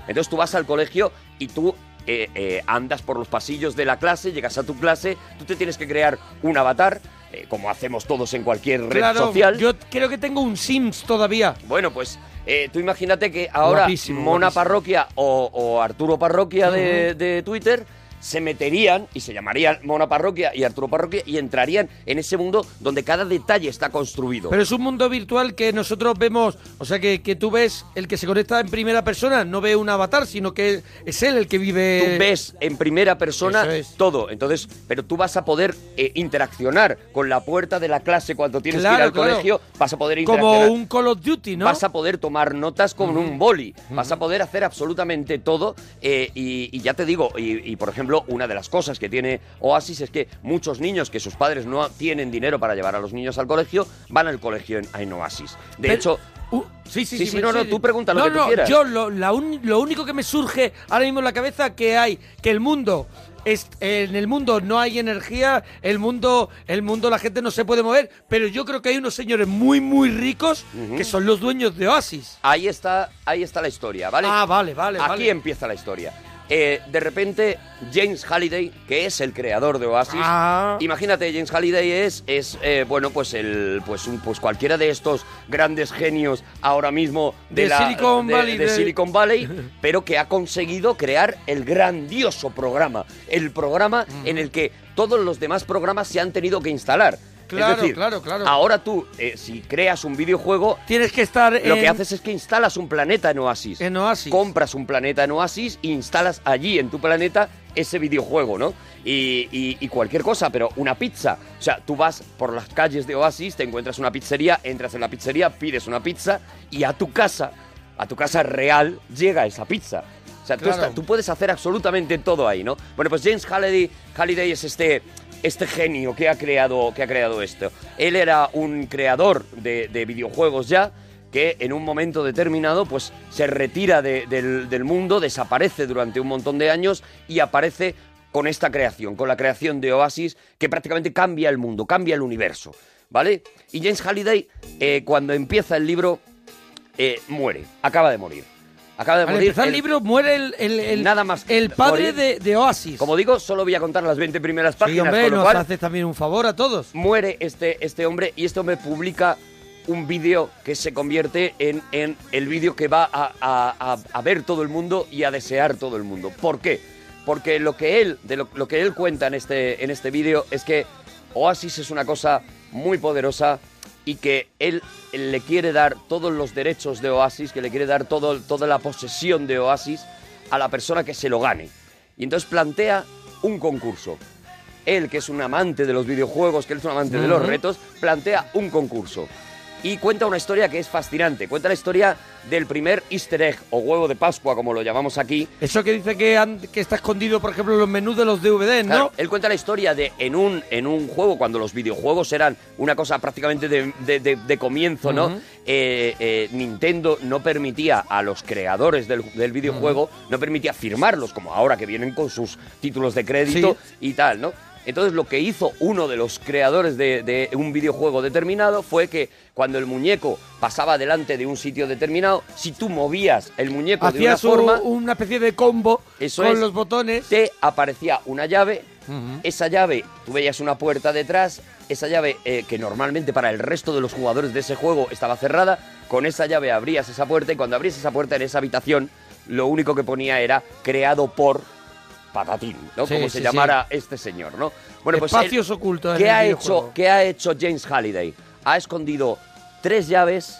Entonces tú vas al colegio y tú eh, eh, andas por los pasillos de la clase, llegas a tu clase, tú te tienes que crear un avatar, eh, como hacemos todos en cualquier red
Claro,
social.
yo creo que tengo un Sims todavía.
Bueno, pues eh, tú imagínate que ahora
Guapísimo,
Mona
guapísimo.
Parroquia o, o Arturo Parroquia de,
Ujú.
de Twitter se meterían y se llamarían Mona Parroquia y Arturo Parroquia y entrarían en ese mundo donde cada detalle está construido.
Pero es un mundo virtual que nosotros vemos, o sea, que, que tú ves el que se conecta en primera persona, no ve un avatar, sino que es él el que vive.
tú ves en primera persona
Eso es.
todo. Entonces, pero tú vas a poder eh, interaccionar con la puerta de la clase cuando tienes que ir
Claro,
al
claro.
colegio, vas a poder interaccionar.
como un Call of Duty, ¿no?
Vas a poder tomar notas con un boli, vas a poder hacer absolutamente todo eh, y, y ya te digo, y, y, por ejemplo, una de las cosas que tiene Oasis es que muchos niños que sus padres no tienen dinero para llevar a los niños al colegio, van al colegio en, en Oasis. De
Pero- uh,
hecho...
Sí, sí, sí.
no, no, tú pregunta lo
No,
que tú
no,
quieras.
Yo lo, la un- lo único que me surge ahora mismo en la cabeza que hay, que el mundo es- en el mundo no hay energía, el mundo, el mundo la gente no se puede mover, pero yo creo que hay unos señores muy, muy ricos que son los dueños de Oasis.
Ahí está, ahí está la historia, ¿vale?
Ah, vale, vale,
Aquí
vale.
empieza la historia. Eh, de repente, James Halliday, que es el creador de Oasis,
Ah.
imagínate, James Halliday es, es eh, bueno, pues el, pues un, pues cualquiera de estos grandes genios ahora mismo de,
De
la-
Silicon
de-
Valley,
de
de-
Silicon Valley,
<laughs>
pero que ha conseguido crear el grandioso programa, el programa en el que todos los demás programas se han tenido que instalar.
Claro,
es decir,
claro, claro.
Ahora tú, eh, si creas un videojuego,
tienes que estar.
Lo que
en-
haces es que instalas un planeta en Oasis. En Oasis. Compras un planeta en Oasis e instalas allí en tu planeta ese videojuego, ¿no? Y, y- y cualquier cosa, pero una pizza. O sea, tú vas por las calles de Oasis, te encuentras una pizzería, entras en la pizzería, pides una pizza y a tu casa, a tu casa real, llega esa pizza. O sea, tú,
Claro.
estás- tú puedes hacer absolutamente todo ahí, ¿no? Bueno, pues James Halliday, Halliday es este, este genio que ha, creado, que ha creado esto. Él era un creador de, de videojuegos ya, que en un momento determinado pues se retira de- del, del mundo, desaparece durante un montón de años y aparece con esta creación, con la creación de Oasis, que prácticamente cambia el mundo, cambia el universo, ¿vale? Y James Halliday, eh, cuando empieza el libro, eh, muere, acaba de morir. Acaba de
Al
morir.
empezar el libro muere el, el- el-
Nada más.
el padre de,
Morir.
de Oasis.
Como digo, solo voy a contar las 20 primeras
Sí,
páginas.
hombre,
con lo
nos
cual,
haces también un favor a todos.
Muere este, este hombre y este hombre publica un vídeo que se convierte en, en el vídeo que va a, a- a- a ver todo el mundo y a desear todo el mundo. ¿Por qué? Porque lo que él, de lo, lo que él cuenta en este, en este vídeo es que Oasis es una cosa muy poderosa y que él, él le quiere dar todos los derechos de Oasis, que le quiere dar todo, toda la posesión de Oasis a la persona que se lo gane. Y entonces plantea un concurso él, que es un amante de los videojuegos, que él es un amante de los
Ujú.
retos, plantea un concurso. Y cuenta una historia que es fascinante. Cuenta la historia del primer easter egg o huevo de Pascua, como lo llamamos aquí.
Eso que dice que, han- que está escondido, por ejemplo, en los menús de los DVDs, ¿no?
Claro, él cuenta la historia de en un, en un juego, cuando los videojuegos eran una cosa prácticamente de, de- de- de comienzo, ¿no?
Ujú.
Eh, eh, Nintendo no permitía a los creadores del, del videojuego, no permitía firmarlos, como ahora que vienen con sus títulos de crédito y tal, ¿no? Entonces lo que hizo uno de los creadores de, de un videojuego determinado fue que cuando el muñeco pasaba delante de un sitio determinado, si tú movías el muñeco de una
Hacías un-
forma,
una especie de combo
eso
con
es,
los botones.
Te aparecía una llave esa llave, tú veías una puerta detrás, esa llave eh, que normalmente para el resto de los jugadores de ese juego estaba cerrada, con esa llave abrías esa puerta y cuando abrías esa puerta en esa habitación, lo único que ponía era creado por Patatín, ¿no?
Sí,
Como
sí,
se
sí.
llamara este señor, ¿no?
Espacios
él-
ocultos en
¿qué
el
ha,
videojuego?
hecho, ¿Qué ha hecho James Halliday? Ha escondido tres llaves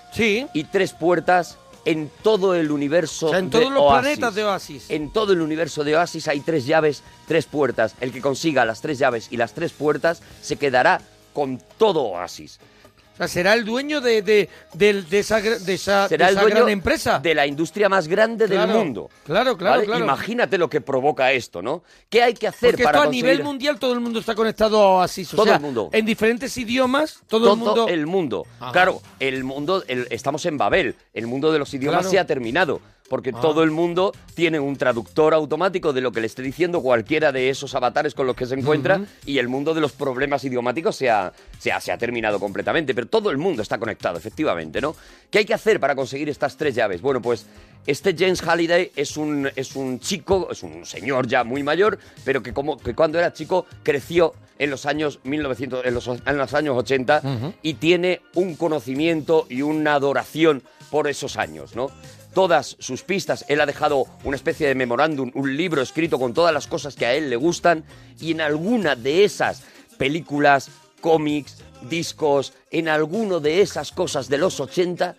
y tres puertas en todo el universo
O sea, en
de
todos los
Oasis.
planetas de Oasis.
En todo el universo de Oasis hay tres llaves, tres puertas. El que consiga las tres llaves y las tres puertas se quedará con todo Oasis.
O sea, será el dueño de, de, del- de esa, gr- de esa,
Será
de
el
esa
dueño
gran empresa.
de la industria más grande del mundo.
Claro, claro,
¿Vale?
claro.
Imagínate lo que provoca esto, ¿no? ¿Qué hay que hacer
Porque
para
esto a
conseguir-
nivel mundial todo el mundo está conectado a Oasis. O
Todo
sea, eh,
el mundo.
En diferentes idiomas, todo, el mundo.
el mundo.
Ajá.
Claro, el mundo, el- estamos en Babel, el mundo de los idiomas
Claro.
se ha terminado, porque
Ah.
todo el mundo tiene un traductor automático de lo que le esté diciendo cualquiera de esos avatares con los que se encuentra,
Ujú.
y el mundo de los problemas idiomáticos se ha, se, ha, se ha terminado completamente, pero todo el mundo está conectado, efectivamente, ¿no? ¿Qué hay que hacer para conseguir estas tres llaves? Bueno, pues este James Halliday es un, es un chico, es un señor ya muy mayor, pero que, como, que cuando era chico creció en los años 1900, en los, en los años 80
Mm.
Ujú.
y tiene un conocimiento y una adoración por esos años, ¿no? Todas sus pistas, él ha dejado una especie de memorándum, un libro escrito con todas las cosas que a él le gustan y en alguna de esas películas, cómics, discos, en alguno de esas cosas de los 80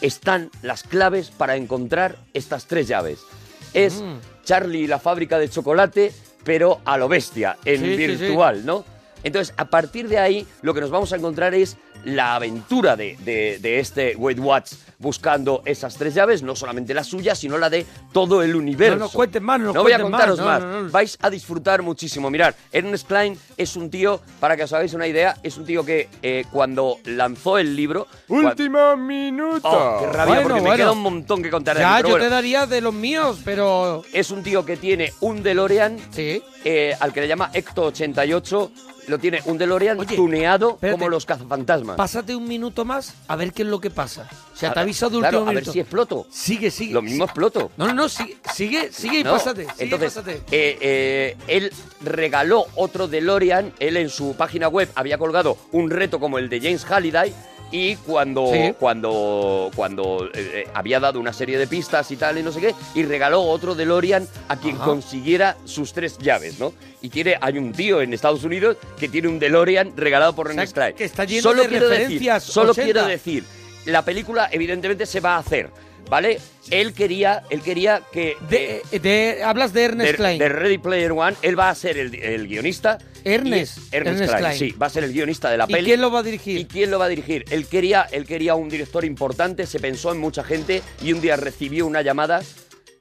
están las claves para encontrar estas tres llaves. Es
Mm.
Charlie y la fábrica de chocolate, pero a lo bestia, en
Sí, sí, sí.
virtual, ¿no? Entonces, a partir de ahí, lo que nos vamos a encontrar es la aventura de, de- de este Weight Watch buscando esas tres llaves, no solamente la suya, sino la de todo el universo.
No nos cuenten más, no nos
voy a
cuenten
contaros
más,
más.
no, no, no.
Vais a disfrutar muchísimo. Mirad, Ernest Klein es un tío, para que os hagáis una idea, es un tío que eh, cuando lanzó el libro...
Último minuto.
Oh, qué rabia,
Bueno,
porque me
bueno.
queda un montón que contar. de
Ya,
mí,
yo
pero
te
bueno.
daría de los míos, pero.
Es un tío que tiene un DeLorean eh, al que le llama Ecto 88. Lo tiene un DeLorean tuneado como los cazafantasmas.
Pásate un minuto más a ver qué es lo que pasa. O sea,
A
te
ver,
ha avisado
claro,
último
a ver
minuto.
si exploto.
Sigue, sigue.
Lo mismo exploto.
No, no, no, sigue, sigue, sigue y
No.
pásate. sigue y
Entonces,
pásate.
eh, eh, él regaló otro DeLorean. Él en su página web había colgado un reto como el de James Halliday. Y cuando,
Sí.
cuando, cuando eh, eh, había dado una serie de pistas y tal, y no sé qué, y regaló otro DeLorean a quien
Ajá.
consiguiera sus tres llaves, ¿no? Y tiene, hay un tío en Estados Unidos que tiene un DeLorean regalado por Ernest Klein.
que está lleno
solo
de
quiero
referencias,
Decir, solo
80.
quiero decir, la película evidentemente se va a hacer, ¿vale? Él quería, él quería que... eh,
De- de- hablas de Ernest
de-
Klein.
de Ready Player One, él va a ser el, el guionista.
Ernest,
Y- Ernest,
Ernest
Klein,
Klein.
sí, va a ser el guionista de la
¿Y
peli.
quién lo va a dirigir?
¿Y quién lo va a dirigir? Él quería, él quería un director importante, se pensó en mucha gente y un día recibió una llamada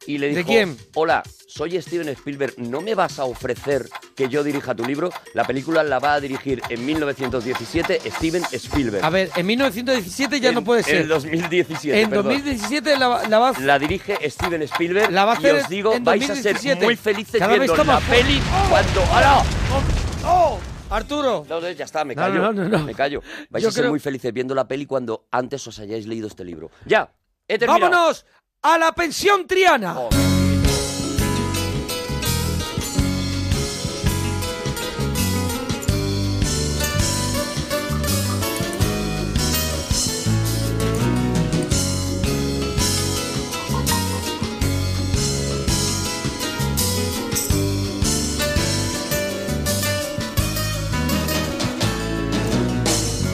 y le
¿De
dijo...
quién?
Hola, soy Steven Spielberg, ¿no me vas a ofrecer que yo dirija tu libro? La película la va a dirigir en 1917 Steven Spielberg.
A ver, en 1917 ya
En-
no puede
en
ser.
2017,
En
perdón.
2017 la, la va a
La dirige Steven Spielberg.
La va a hacer
y os digo,
en
vais a
2017.
ser muy felices
Cada vez
viendo
está
la
más fuerte.
peli cuando. ¡Hala!
¡Oh! ¡Arturo!
No, no, ya está, me
No,
callo.
no, no, no.
Me callo. Vais
Yo
a ser
creo-
muy felices viendo la peli cuando antes os hayáis leído este libro. ¡Ya! ¡He terminado! Oh.
¡Vámonos a la pensión Triana!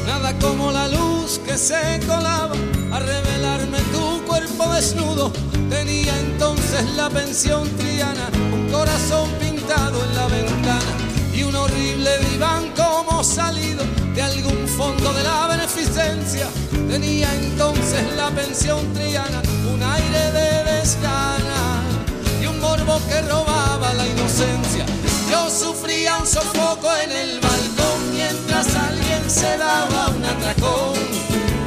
Nada como la luz que se colaba a revelarme tu cuerpo desnudo. Tenía entonces la pensión triana, un corazón pintado en la ventana y un horrible diván como salido de algún fondo de la beneficencia. Tenía entonces la pensión triana, un aire de desgana y un morbo que robaba la inocencia. Yo sufría un sofoco en el balcón mientras alguien se daba un atracón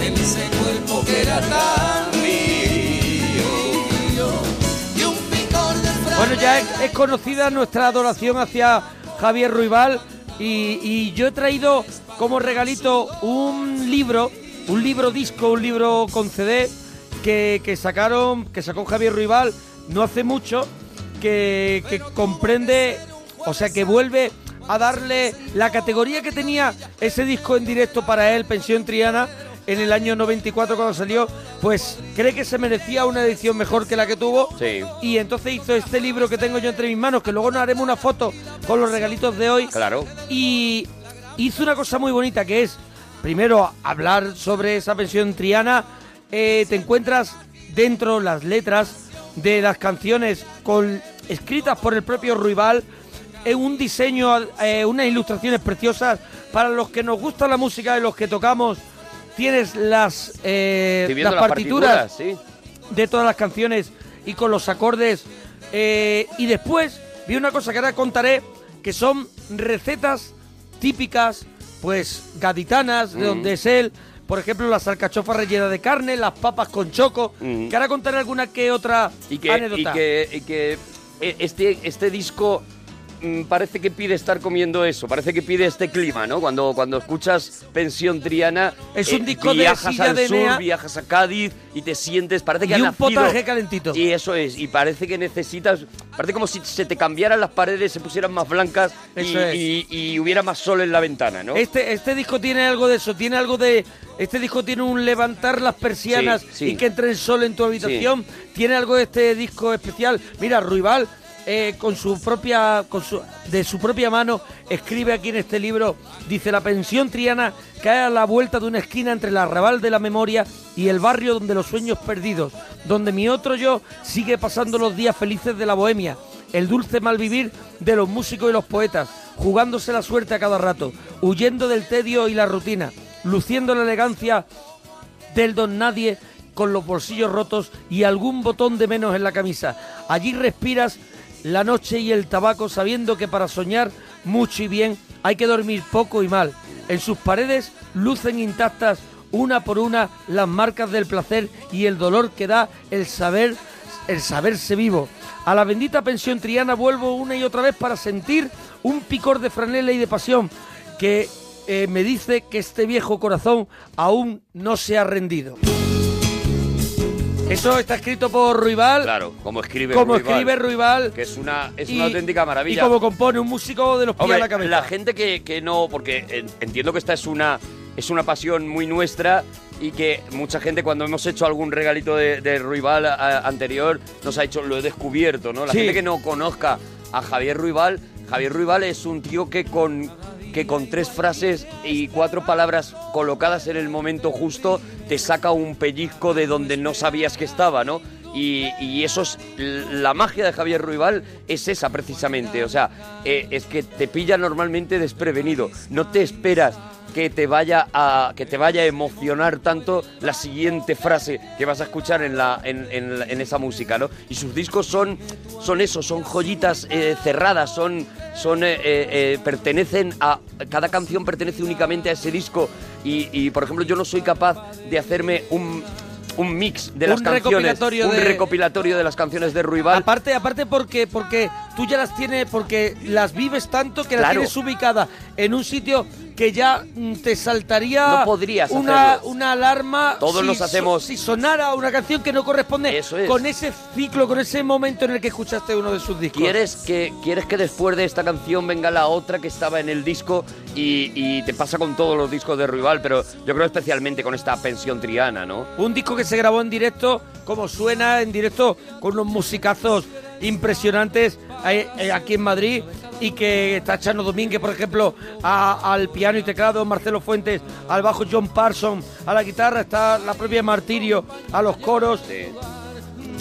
en ese cuerpo que era tan mío. Y un picor de
Bueno, ya es, es conocida nuestra adoración hacia Javier Ruibal y, y yo he traído como regalito un libro, un libro disco, un libro con CD que, que sacaron, que sacó Javier Ruibal no hace mucho, que, que comprende, o sea, que vuelve a darle la categoría que tenía ese disco en directo para él, Pensión Triana, en el año 94 cuando salió, pues cree que se merecía una edición mejor que la que tuvo.
Sí.
Y entonces hizo este libro que tengo yo entre mis manos, que luego nos haremos una foto con los regalitos de hoy.
Claro.
Y hizo una cosa muy bonita que es, primero, hablar sobre esa pensión triana. Eh, te encuentras dentro las letras de las canciones con, escritas por el propio Ruibal. eh, un diseño, eh, unas ilustraciones preciosas. Para los que nos gusta la música y los que tocamos, tienes las, eh,
Estoy viendo
las
las partituras,
partituras
sí.
de todas las canciones y con los acordes. Eh, y después vi una cosa que ahora contaré, que son recetas típicas, pues gaditanas, de
Mm.
donde es él. Por ejemplo, las alcachofas rellenas de carne, las papas con choco.
Mm.
Que ahora contaré alguna que otra
y que,
anécdota.
Y que, y que, eh, este, este disco mm, parece que pide estar comiendo eso, parece que pide este clima, ¿no? Cuando, cuando escuchas Pensión Triana, eh,
Es un disco de
viajas
silla
al
de
sur,
Enea.
viajas a Cádiz y te sientes, parece que
Y
has
un
nacido.
potaje calentito.
Y eso es, y parece que necesitas, parece como si se te cambiaran las paredes, se pusieran más blancas y,
Eso es.
y- y hubiera más sol en la ventana, ¿no?
Este, este disco tiene algo de eso, tiene algo de... Este disco tiene un levantar las persianas
Sí, sí.
y que entre el sol en tu habitación. Tiene algo de este disco especial. Mira, Ruibal, eh, con su propia... Con su, de su propia mano, escribe aquí en este libro, dice, la pensión triana cae a la vuelta de una esquina entre el arrabal de la memoria y el barrio donde los sueños perdidos, donde mi otro yo sigue pasando los días felices de la bohemia el dulce malvivir de los músicos y los poetas, jugándose la suerte a cada rato, huyendo del tedio y la rutina, luciendo la elegancia del don nadie con los bolsillos rotos y algún botón de menos en la camisa. Allí respiras la noche y el tabaco sabiendo que para soñar mucho y bien hay que dormir poco y mal. En sus paredes lucen intactas una por una las marcas del placer y el dolor que da el saber el saberse vivo. A la bendita pensión triana vuelvo una y otra vez para sentir un picor de franela y de pasión que eh, me dice que este viejo corazón aún no se ha rendido. Eso está escrito por Ruibal.
Claro, como escribe
Como
Ruibal,
escribe Ruibal.
Que es una, es
y-
una auténtica maravilla.
Y como compone un músico de los pies
Hombre,
a la cabeza.
gente que, que no, porque en- entiendo que esta es una, es una pasión muy nuestra y que mucha gente cuando hemos hecho algún regalito de, de Ruibal a- anterior nos ha hecho, lo he descubierto, ¿no? La
Sí.
gente que no conozca a Javier Ruibal, Javier Ruibal es un tío que con que con tres frases y cuatro palabras colocadas en el momento justo te saca un pellizco de donde no sabías que estaba, ¿no? Y, y eso es la magia de Javier Ruibal es esa precisamente, o sea, eh, es que te pilla normalmente desprevenido, no te esperas que te vaya a que te vaya a emocionar tanto la siguiente frase que vas a escuchar en la en, en la- en esa música no y sus discos son son eso son joyitas eh, cerradas son son eh, eh, eh, pertenecen a cada canción pertenece únicamente a ese disco y, y, por ejemplo yo no soy capaz de hacerme un un mix de las
Un
canciones
recopilatorio
un
de-
recopilatorio de las canciones de Ruibal
Aparte, aparte porque, porque tú ya las tienes, porque las vives tanto que las
Claro.
tienes ubicadas en un sitio que ya mm, te saltaría
No podrías
una,
hacerlo.
una alarma.
Todos
si
nos
so-
hacemos-
si sonara una canción que no corresponde con ese ciclo, con ese momento en el que escuchaste uno de sus discos.
¿Quieres que, ¿Quieres que después de esta canción venga la otra que estaba en el disco? Y, y te pasa con todos los discos de Rival, pero yo creo especialmente con esta pensión triana, ¿no?
Un disco que se grabó en directo, como suena en directo, con unos musicazos impresionantes eh, eh, aquí en Madrid y que está Chano Domínguez, por ejemplo, a- al piano y teclado, Marcelo Fuentes, al bajo John Parson, a la guitarra está la propia Martirio, a los coros,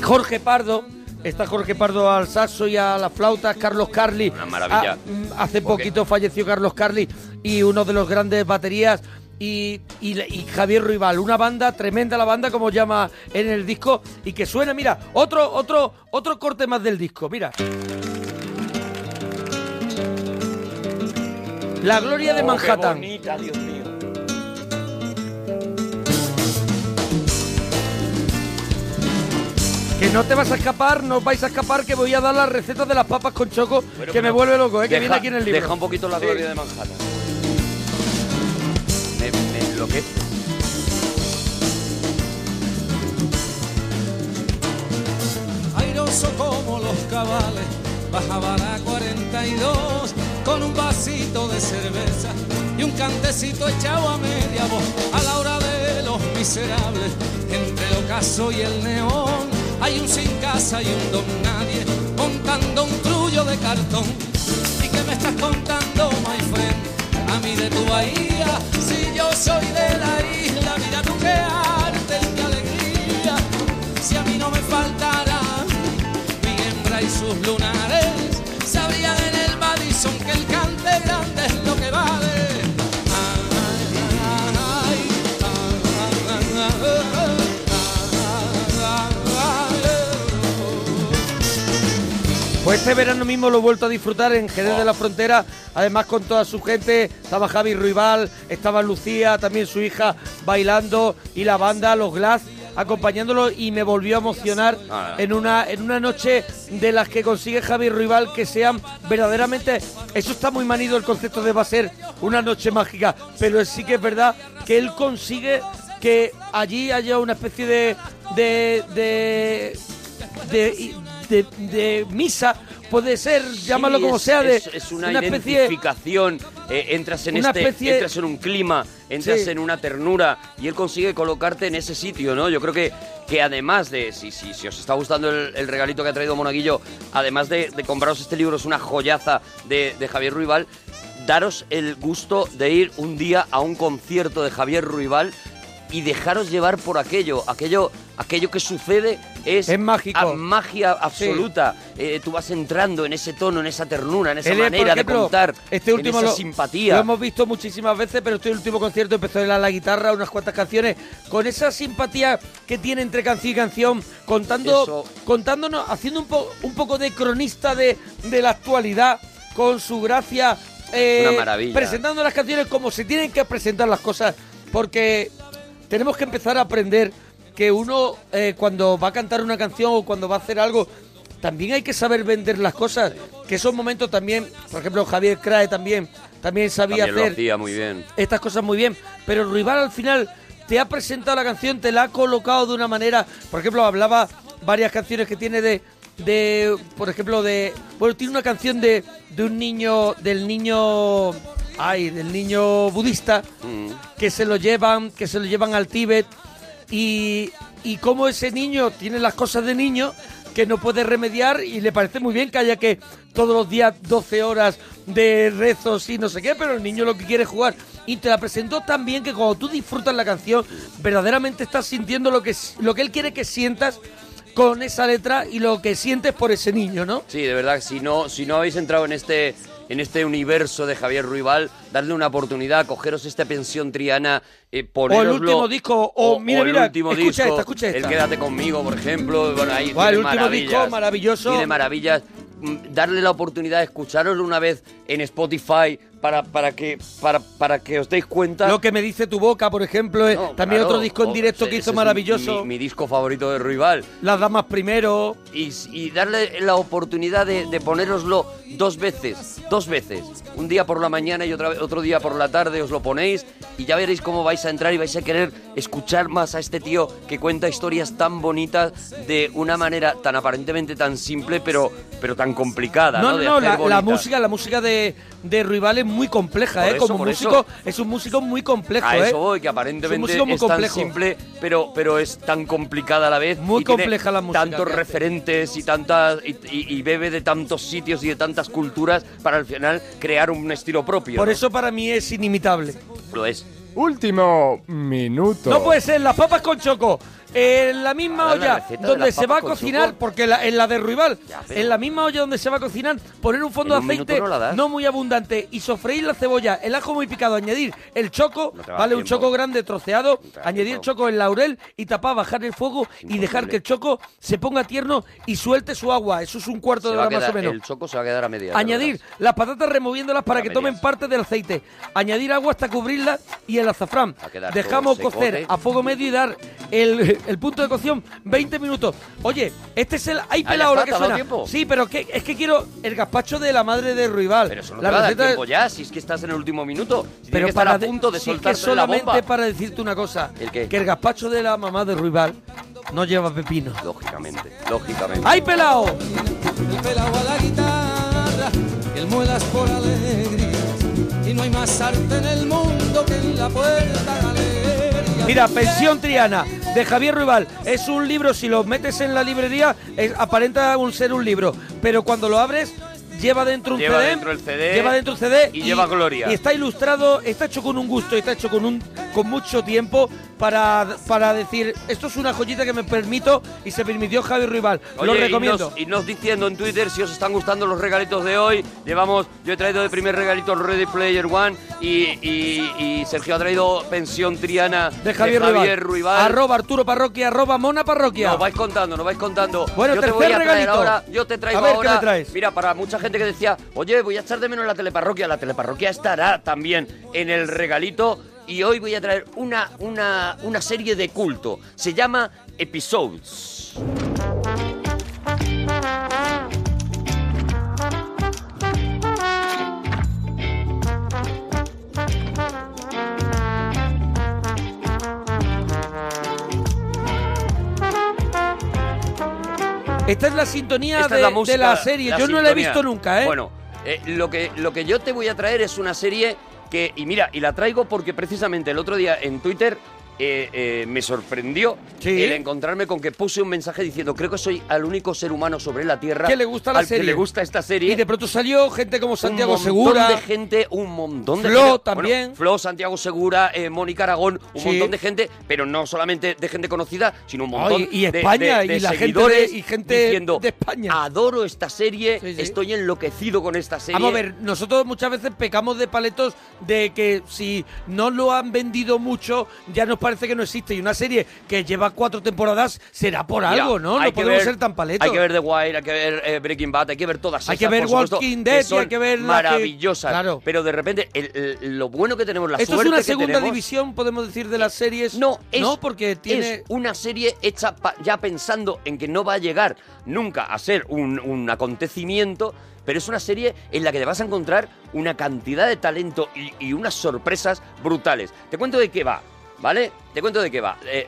Jorge Pardo. Está Jorge Pardo al saxo y a las flautas, Carlos Carli. Una
maravilla.
hace poquito falleció Carlos Carli y uno de los grandes baterías y, y la- y Javier Ruibal, una banda tremenda la banda como llama en el disco y que suena, mira, otro otro otro corte más del disco, mira. La gloria de
Oh, qué
Manhattan.
bonita, Dios mío.
Que no te vas a escapar, no os vais a escapar que voy a dar las recetas de las papas con choco que me vuelve loco, eh, que
Deja-
viene aquí en el libro.
Deja un poquito la
Sí.
gloria de Manhattan. Me, me enloquece.
airoso como los cabales, bajaba la 42 con un vasito de cerveza y un cantecito echado a media voz a la hora de los miserables, entre el ocaso y el neón, hay un sin casa y un don nadie montando un trullo de cartón. ¿Y qué me estás contando, my friend? A mí de tu bahía, si yo soy de la isla, mira tú qué arte, y qué alegría si a mí no me faltara mi hembra y sus lunares. Sabrían en el Madison que el cante grande es lo que vale. Ay, ay, ay, ay, ay.
Pues este verano mismo lo he vuelto a disfrutar en Jerez de la Frontera, además con toda su gente. Estaba Javi Ruibal, estaba Lucía, también su hija, bailando y la banda, los Glass, acompañándolo y me volvió a emocionar
Ah.
en una, en una noche de las que consigue Javi Ruibal que sean verdaderamente... Eso está muy manido el concepto de va a ser una noche mágica, pero sí que es verdad que él consigue que allí haya una especie de... de, de de, de, de misa, puede ser, llámalo
Sí,
como
es-
sea, de
es, es una,
especie.
identificación. eh, entras en
una
este,
especie-
entras en un clima, entras
Sí.
en una ternura y él consigue colocarte en ese sitio, ¿no? Yo creo que, que además de si, si, si os está gustando el, el regalito que ha traído Monaguillo, además de, de compraros este libro es una joyaza de, de Javier Ruibal. Daros el gusto de ir un día a un concierto de Javier Ruibal y dejaros llevar por aquello, aquello aquello que sucede es,
Es mágico.
a- magia absoluta. Eh, tú vas entrando en ese tono, en esa ternura, en esa
Él es, por
manera
ejemplo,
de contar,
este último
en esa
lo-
simpatía.
Lo hemos visto muchísimas veces, pero este último concierto empezó él a la guitarra, unas cuantas canciones, con esa simpatía que tiene entre canción y canción, contando, contándonos, haciendo un, po- un poco de cronista de, de la actualidad, con su gracia, eh,
Una maravilla.
presentando las canciones como se tienen que presentar las cosas, porque tenemos que empezar a aprender que uno eh, cuando va a cantar una canción o cuando va a hacer algo, también hay que saber vender las cosas, que esos momentos también, por ejemplo, Javier Crae también, también sabía
También lo
hacer
hacía muy bien.
estas cosas muy bien, pero Ruibal al final te ha presentado la canción, te la ha colocado de una manera, por ejemplo, hablaba varias canciones que tiene de de por ejemplo de bueno, tiene una canción de de un niño del niño ay, del niño budista que se lo llevan, que se lo llevan al Tíbet y, y cómo ese niño tiene las cosas de niño que no puede remediar y le parece muy bien que haya que todos los días 12 horas de rezos y no sé qué, pero el niño lo que quiere es jugar y te la presentó tan bien que cuando tú disfrutas la canción verdaderamente estás sintiendo lo que, s- lo que él quiere que sientas con esa letra y lo que sientes por ese niño, ¿no?
Sí, de verdad, si no, si no habéis entrado en este, en este universo de Javier Ruibal, darle una oportunidad, cogeros esta pensión triana, eh,
o el
ponéroslo-
último disco, o, Oh, mira,
el
mira,
último
escucha
disco,
esta, escucha esta.
El Quédate conmigo, por ejemplo. Bueno, ahí
Guau, el
tiene
último
maravillas,
disco maravilloso.
Tiene maravillas. Mm, Darle la oportunidad de escucharos una vez en Spotify para, para, que, para, para que os deis cuenta.
Lo que me dice tu boca, por ejemplo, es también
Claro,
otro disco en
o-
directo
ese-
que
ese
hizo
es mi-
maravilloso.
Mi, mi disco favorito de Ruibal.
Las damas primero.
Y, y darle la oportunidad de, de ponéroslo dos veces, dos veces. Un día por la mañana y otra, ve- otro día por la tarde os lo ponéis y ya veréis cómo vais a entrar y vais a querer escuchar más a este tío que cuenta historias tan bonitas de una manera tan aparentemente tan simple pero, pero tan complicada. No,
No, no,
De
no,
hacer
la, la
bonita.
música, la música de, de Ruibal es muy compleja,
Por
¿eh?
eso,
Como
por
músico,
eso.
es un músico muy complejo,
A
¿eh?
eso voy, que
Es
aparentemente
un músico muy
es tan
complejo.
simple, pero, pero es tan complicada a la vez. Muy
compleja la música
Tantos
que hace.
referentes y tantas y, y- y bebe de tantos sitios y de tantas culturas para al final crear un estilo propio.
Por
¿no?
eso para mí es inimitable.
lo es.
Último minuto.
No puede ser, las papas con choco. En la misma
Ahora la
olla
receta de
donde
las
se va a
papas con
cocinar,
choco.
porque la- en la de Ruibal,
pero-
en la misma olla donde se va a cocinar, poner un fondo
En un
de aceite
minuto no la das.
muy abundante y sofreír la cebolla, el ajo muy picado, añadir el choco,
te va a
vale,
dar
un
tiempo.
choco grande troceado, añadir el choco en laurel y tapar, bajar el fuego y dejar que el choco se ponga tierno y suelte su agua. Eso es un cuarto
Se
de
va a
hora más o
quedar-
menos.
El choco se va a quedar a media.
Añadir las patatas removiéndolas para
A
que tomen parte del aceite. Añadir agua hasta cubrirla y el azafrán.
quedar
Dejamos
todo
cocer
secote.
a fuego medio y dar el, el punto de cocción 20 minutos. Oye, este es el... ¡Hay
Ah, ya
pelado
está,
ahora que
te ha dado
suena!
tiempo.
Sí, pero que- es que quiero el gazpacho de la madre de Ruibal. Pero
No te va a dar tiempo ya, si es que estás en el último minuto.
Pero
Si pero estar
para
a
de-
punto de
si es que
soltar
solamente
la bomba.
para decirte una cosa. Que el gazpacho de la mamá de Ruibal no lleva pepino.
Lógicamente, lógicamente.
¡Ay, pelado!
el pelao a la guitarra y el muelas por alegrías. Y no hay más arte en el mundo que en la puerta galería.
Mira, Pensión Triana, de Javier Ruibal. Es un libro, si lo metes en la librería, es- aparenta un ser un libro. Pero cuando lo abres, lleva dentro un
Lleva
CD.
dentro el CD
Lleva dentro un CD.
y lleva gloria.
Y está ilustrado, está hecho con un gusto, está hecho con un con mucho tiempo para, para decir, esto es una joyita que me permito y se permitió Javier Ruibal. lo
Oye,
recomiendo.
Y nos, diciendo en Twitter si os están gustando los regalitos de hoy. Llevamos, yo he traído de primer regalito Ready Player One y, y- y Sergio ha traído Pensión Triana
De Javier,
Ruibal.
Arroba Arturo Parroquia, arroba Mona Parroquia.
Nos vais contando, nos vais contando.
Bueno,
yo te
tercer
voy a traer
regalito.
ahora, yo te traigo
A ver, ¿qué
ahora.
me traes?
Mira, para mucha gente que decía, oye, voy a echar de menos la teleparroquia. La teleparroquia estará también en el regalito. Y hoy voy a traer una, una, una serie de culto. Se llama Episodes.
Esta es la sintonía
Esta
de,
es la
de
música,
la serie. Yo no la he
sintonía.
visto nunca, ¿eh?
Bueno, eh, lo, que, lo que yo te voy a traer es una serie que. Y mira, y la traigo porque precisamente el otro día en Twitter eh, eh, me sorprendió el encontrarme con que puse un mensaje diciendo creo que soy al único ser humano sobre la Tierra
Que le gusta la
al
serie.
que le gusta esta serie.
Y de pronto salió gente como Santiago
un montón
Segura.
de gente, un montón de
Flo
gente. Bueno,
también.
Flo, Santiago Segura, eh, Mónica Aragón, un
Sí.
montón de gente, pero no solamente de gente conocida, sino un montón
Ay, y
de-
España,
de, de
y la gente
seguidores
de- y gente
diciendo, Adoro esta serie, estoy enloquecido con esta serie.
Vamos a ver, nosotros muchas veces pecamos de paletos de que si no lo han vendido mucho, ya nos parece que no existe. Y una serie que lleva cuatro temporadas será por
Mira,
algo, ¿no?
hay
No
que
podemos
ver-
ser tan paletos.
Hay que ver The Wire, hay que ver eh, Breaking Bad, hay que ver todas
Hay
esas,
que ver
por supuesto,
Walking Dead y
son
hay que ver las que-
maravillosas. Pero de repente, el- el- lo bueno que tenemos, la
Esto es
suerte
una
que
segunda
tenemos-
división, podemos decir, de las series.
Eh, No, es,
no porque tiene.
es una serie hecha pa- ya pensando en que no va a llegar nunca a ser un, un acontecimiento, pero es una serie en la que te vas a encontrar una cantidad de talento y, y unas sorpresas brutales. Te cuento de qué va, ¿vale? Te cuento de qué va. Eh,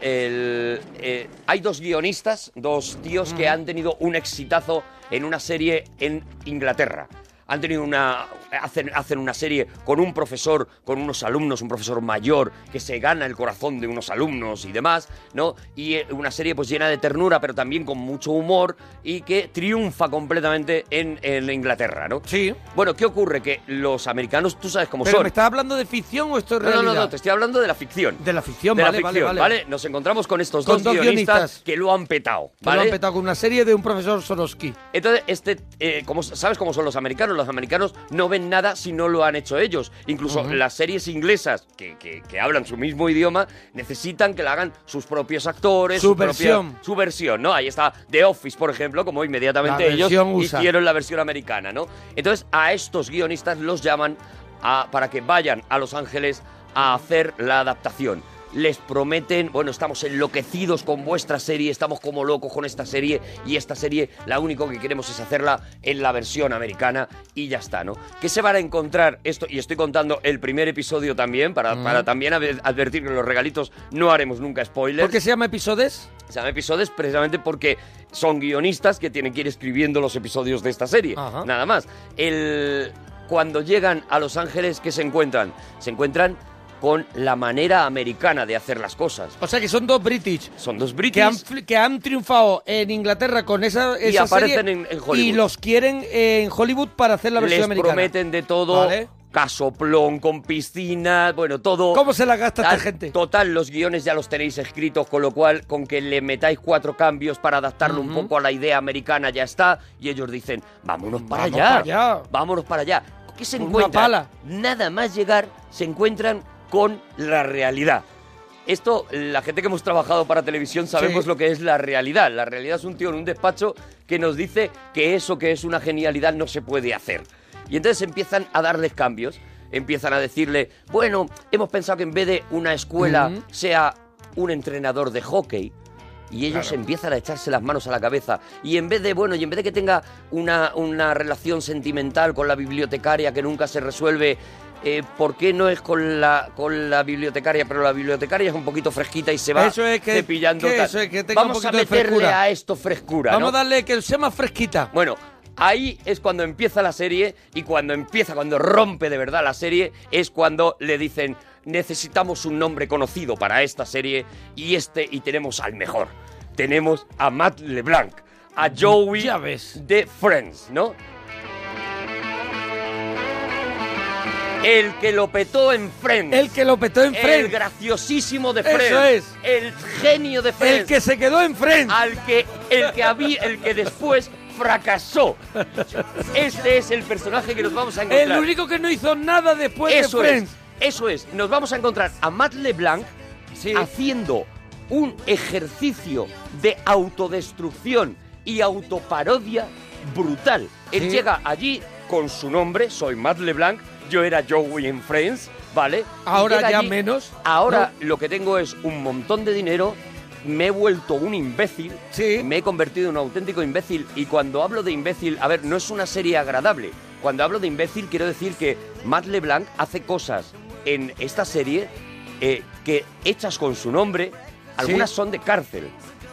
el- eh, hay dos guionistas, dos tíos que han tenido un exitazo en una serie en Inglaterra. Han tenido una. Hacen, hacen una serie con un profesor, con unos alumnos, un profesor mayor que se gana el corazón de unos alumnos y demás, ¿no? Y eh, una serie pues llena de ternura, pero también con mucho humor y que triunfa completamente en, en Inglaterra, ¿no?
Sí.
Bueno, ¿qué ocurre? Que los americanos, tú sabes cómo
Pero
son.
me estás hablando de ficción o esto es
No, no,
realidad.
no, no, te estoy hablando de la ficción.
De la ficción,
De
vale,
la
vale,
ficción,
vale.
Nos encontramos con estos
Con
dos,
dos
guionistas,
guionistas.
que lo han petado,
Que
¿vale?
lo han petado con una serie de un profesor Sorosky.
Entonces, este, eh, como, ¿sabes cómo son los americanos? Los americanos no ven nada si no lo han hecho ellos. Incluso
Ujú.
las series inglesas, que, que- que hablan su mismo idioma, necesitan que la hagan sus propios actores.
Su
propia-
versión.
su versión, ¿no? Ahí está The Office, por ejemplo, como inmediatamente
La
ellos
versión USA.
hicieron la versión americana, ¿no? Entonces, a estos guionistas los llaman a- para que vayan a Los Ángeles a hacer la adaptación. Les prometen, bueno, estamos enloquecidos con vuestra serie, estamos como locos con esta serie y esta serie, la único que queremos es hacerla en la versión americana y ya está, ¿no? ¿Qué se van a encontrar esto? Y estoy contando el primer episodio también, para,
Mm.
para también adver- advertir que en los regalitos no haremos nunca spoilers.
¿Por qué se llama episodios?
Se llama episodios precisamente porque son guionistas que tienen que ir escribiendo los episodios de esta serie.
Ajá.
Nada más. El, cuando llegan a Los Ángeles, ¿qué se encuentran? Se encuentran con la manera americana de hacer las cosas.
O sea que son dos British.
Son dos British.
Que han, fl- que han triunfado en Inglaterra con esa,
Y
esa
aparecen
serie
en- en Hollywood.
Y los quieren en Hollywood para hacer la versión
Les
americana.
prometen de todo.
Vale.
Casoplón con piscina, bueno, todo.
¿Cómo se la gasta esta
Tal-
gente?
Total, los guiones ya los tenéis escritos, con lo cual, con que le metáis cuatro cambios para adaptarlo un
Ujú.
poco a la idea americana, ya está. Y ellos dicen, vámonos para
Vamos
allá.
para allá.
Vámonos para allá. ¿Qué se
Una
encuentran?
pala.
Nada más llegar, se encuentran con la realidad. Esto, la gente que hemos trabajado para televisión sabemos
Sí.
lo que es la realidad. La realidad es un tío en un despacho que nos dice que eso que es una genialidad no se puede hacer. Y entonces empiezan a darles cambios. Empiezan a decirle, bueno, hemos pensado que en vez de una escuela
Ujú.
sea un entrenador de hockey. Y ellos
Claro.
empiezan a echarse las manos a la cabeza. Y en vez de, bueno, y en vez de que tenga una, una relación sentimental con la bibliotecaria que nunca se resuelve, eh, ¿por qué no es con la, con la bibliotecaria? Pero la bibliotecaria es un poquito fresquita y se va
Eso es que-
cepillando.
que
tal.
eso es que tenga un
Vamos a
poquito de
meterle
frescura.
a esto frescura.
Vamos
¿no?
a darle que sea más fresquita.
Bueno, ahí es cuando empieza la serie y cuando empieza, cuando rompe de verdad la serie, es cuando le dicen necesitamos un nombre conocido para esta serie y este y tenemos al mejor. Tenemos a Matt LeBlanc, a Joey de Friends, ¿no? El que lo petó en Friends.
El que lo petó en
El
Friends.
graciosísimo de
Eso
Friends.
es.
El genio de Friends.
El que se quedó en Friends.
Al que, el que había, el que después fracasó. Este es el personaje que nos vamos a encontrar.
El único que no hizo nada después
Eso
de
es,
Friends.
eso es. Nos vamos a encontrar a Matt LeBlanc haciendo un ejercicio de autodestrucción y autoparodia brutal. Él
Sí.
llega allí con su nombre, soy Matt LeBlanc, yo era Joey en Friends, ¿vale? Y
Ahora
llega
ya
allí,
menos,
Ahora lo que tengo es un montón de dinero, me he vuelto un imbécil, me he convertido en un auténtico imbécil y cuando hablo de imbécil, a ver, no es una serie agradable. Cuando hablo de imbécil quiero decir que Matt LeBlanc hace cosas en esta serie eh, que hechas con su nombre, algunas
Sí.
son de cárcel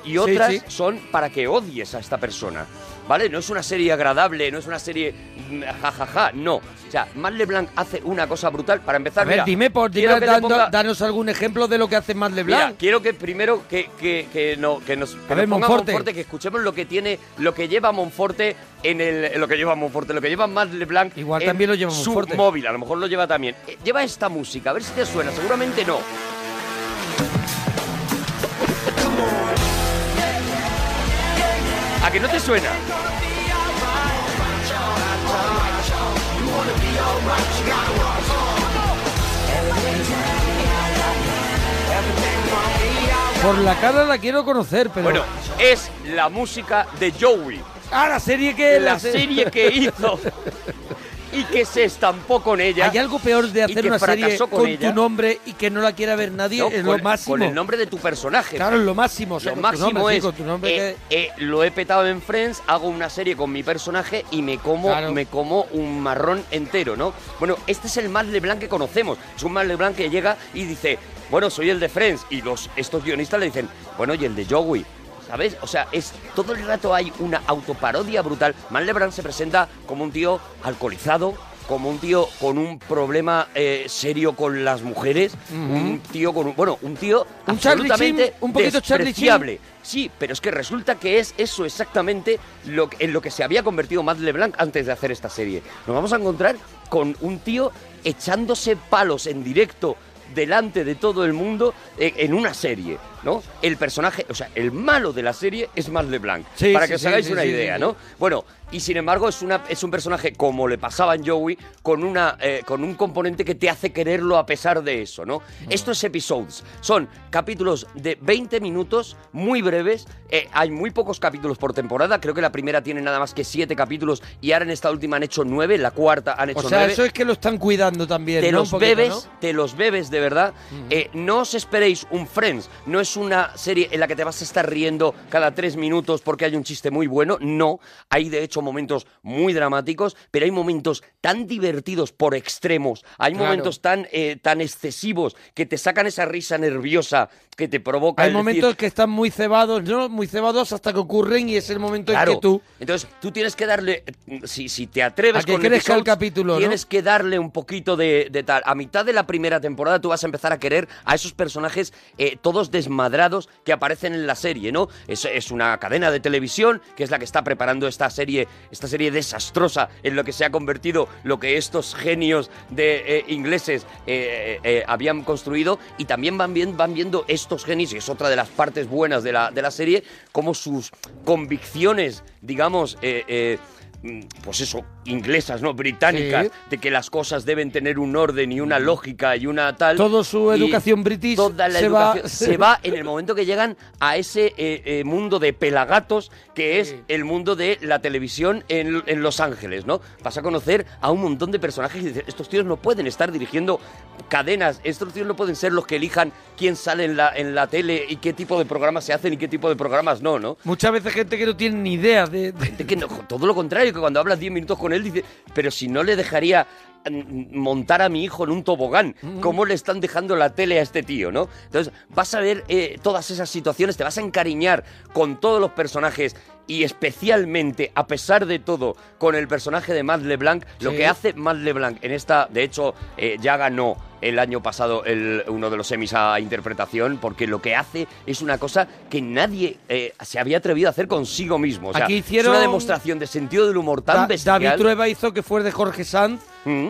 y
Sí,
otras
sí.
son para que odies a esta persona. ¿Vale? No es una serie agradable, no es una serie mm, jajaja, no. O sea, Matt LeBlanc hace una cosa brutal. Para
A
empezar,
ver,
mira,
dime, por, dime,
quiero que le
dando-
ponga-
danos algún ejemplo de lo que hace Matt LeBlanc.
Mira, quiero que primero que, que, que no, que nos, que
A ver,
nos ponga
Monforte.
que escuchemos lo que tiene, lo que lleva Monforte en el. Lo que lleva Monforte, lo que lleva Matt LeBlanc. Igual
también lo lleva
su
Monforte.
móvil, a lo mejor lo lleva también. Eh, Lleva esta música, a ver si te suena, seguramente no. ¿A que no te suena?
Por la cara la quiero conocer, pero...
Bueno, es la música de Joey.
Ah, la serie que...
la
se- <laughs>
serie que hizo y que se estampó con ella.
Hay algo peor de
y
hacer
que
una serie
fracasó
con,
con ella.
tu nombre y que no la quiera ver nadie,
No,
es lo
con-
máximo.
Con el nombre de tu personaje.
Claro, es lo máximo. o sea,
lo
con tu
máximo
nombre, sí,
es.
con tu nombre
eh, eh, lo he petado en Friends, hago una serie con mi personaje y me como,
Claro.
me como un marrón entero, ¿no? Bueno, este es el Matt LeBlanc que conocemos. Es un Matt LeBlanc que llega y dice, bueno, soy el de Friends. Y los, estos guionistas le dicen, bueno, y el de Joey. ¿Sabes? O sea, es todo el rato hay una autoparodia brutal. Matt LeBlanc se presenta como un tío alcoholizado, como un tío con un problema eh, serio con las mujeres,
Ujú.
un tío con un, bueno, un tío
Un Charlie Sheen,
absolutamente
un poquito Charlie Sheen.
despreciable. Sí, pero es que resulta que es eso exactamente lo que- en lo que se había convertido Matt LeBlanc antes de hacer esta serie. Nos vamos a encontrar con un tío echándose palos en directo delante de todo el mundo eh, en una serie, ¿no? El personaje, o sea, el malo de la serie es Matt LeBlanc,
Sí,
para
sí,
que os
sí,
hagáis
sí,
una
sí,
idea,
sí.
¿no? Bueno, y sin embargo es, una, es un personaje, como le pasaba en Joey, con, una, eh, con un componente que te hace quererlo a pesar de eso, ¿no?
Mm.
Estos episodios son capítulos de 20 minutos, muy breves, eh, hay muy pocos capítulos por temporada, creo que la primera tiene nada más que 7 capítulos y ahora en esta última han hecho 9, la cuarta han hecho
O sea,
9
eso es que lo están cuidando también,
te
¿no? Un
los
poquito,
bebes,
¿no?
te los bebes de verdad. Eh, no os esperéis un Friends, no es una serie en la que te vas a estar riendo cada tres minutos porque hay un chiste muy bueno, no. Hay de hecho momentos muy dramáticos, pero hay momentos tan divertidos por extremos, hay
Claro.
momentos tan, eh, tan excesivos que te sacan esa risa nerviosa que te provoca.
Hay
el decir,
momentos que están muy cebados, ¿no? Muy cebados hasta que ocurren y es el momento
Claro.
en que tú...
Entonces, tú tienes que darle. Si, si te atreves
A que
con
crezca el
episodes,
capítulo, ¿no?
Tienes que darle un poquito de, de tal. A mitad de la primera temporada tú vas a empezar a querer a esos personajes eh, todos desmadrados que aparecen en la serie, ¿no? Es, es una cadena de televisión que es la que está preparando esta serie, esta serie desastrosa en lo que se ha convertido lo que estos genios de eh, ingleses eh, eh, eh, habían construido y también van, bien, van viendo estos genios, y es otra de las partes buenas de la, de la serie, como sus convicciones, digamos, eh, eh, mm, pues eso, inglesas, ¿no? Británicas,
Sí. Mm.
de que las cosas deben tener un orden y una lógica y una tal.
Toda su
y
educación british
Toda la
se va- <laughs>
educación se va en el momento que llegan a ese eh, eh, mundo de pelagatos que es el mundo de la televisión en, en Los Ángeles, ¿no? Vas a conocer a un montón de personajes y dices, estos tíos no pueden estar dirigiendo cadenas, estos tíos no pueden ser los que elijan quién sale en la, en la tele y qué tipo de programas se hacen y qué tipo de programas no, ¿no?
Muchas veces gente que no tiene ni idea de... de-
Gente que no- todo lo contrario, que cuando hablas 10 minutos con él dice, pero si no le dejaría mm, montar a mi hijo en un tobogán,
Mm.
¿cómo le están dejando la tele a este tío, no? Entonces, vas a ver eh, todas esas situaciones, te vas a encariñar con todos los personajes y especialmente, a pesar de todo, con el personaje de Matt LeBlanc, lo
Sí.
que hace Este Matt LeBlanc en esta, de hecho, eh, ya ganó el año pasado el- uno de los semis a interpretación, porque lo que hace es una cosa que nadie eh, se había atrevido a hacer consigo mismo. O sea,
Aquí
es
hicieron-
una demostración de sentido del humor tan
Da-
bestial. Mm.
David Trueba hizo que fue de Jorge Sanz,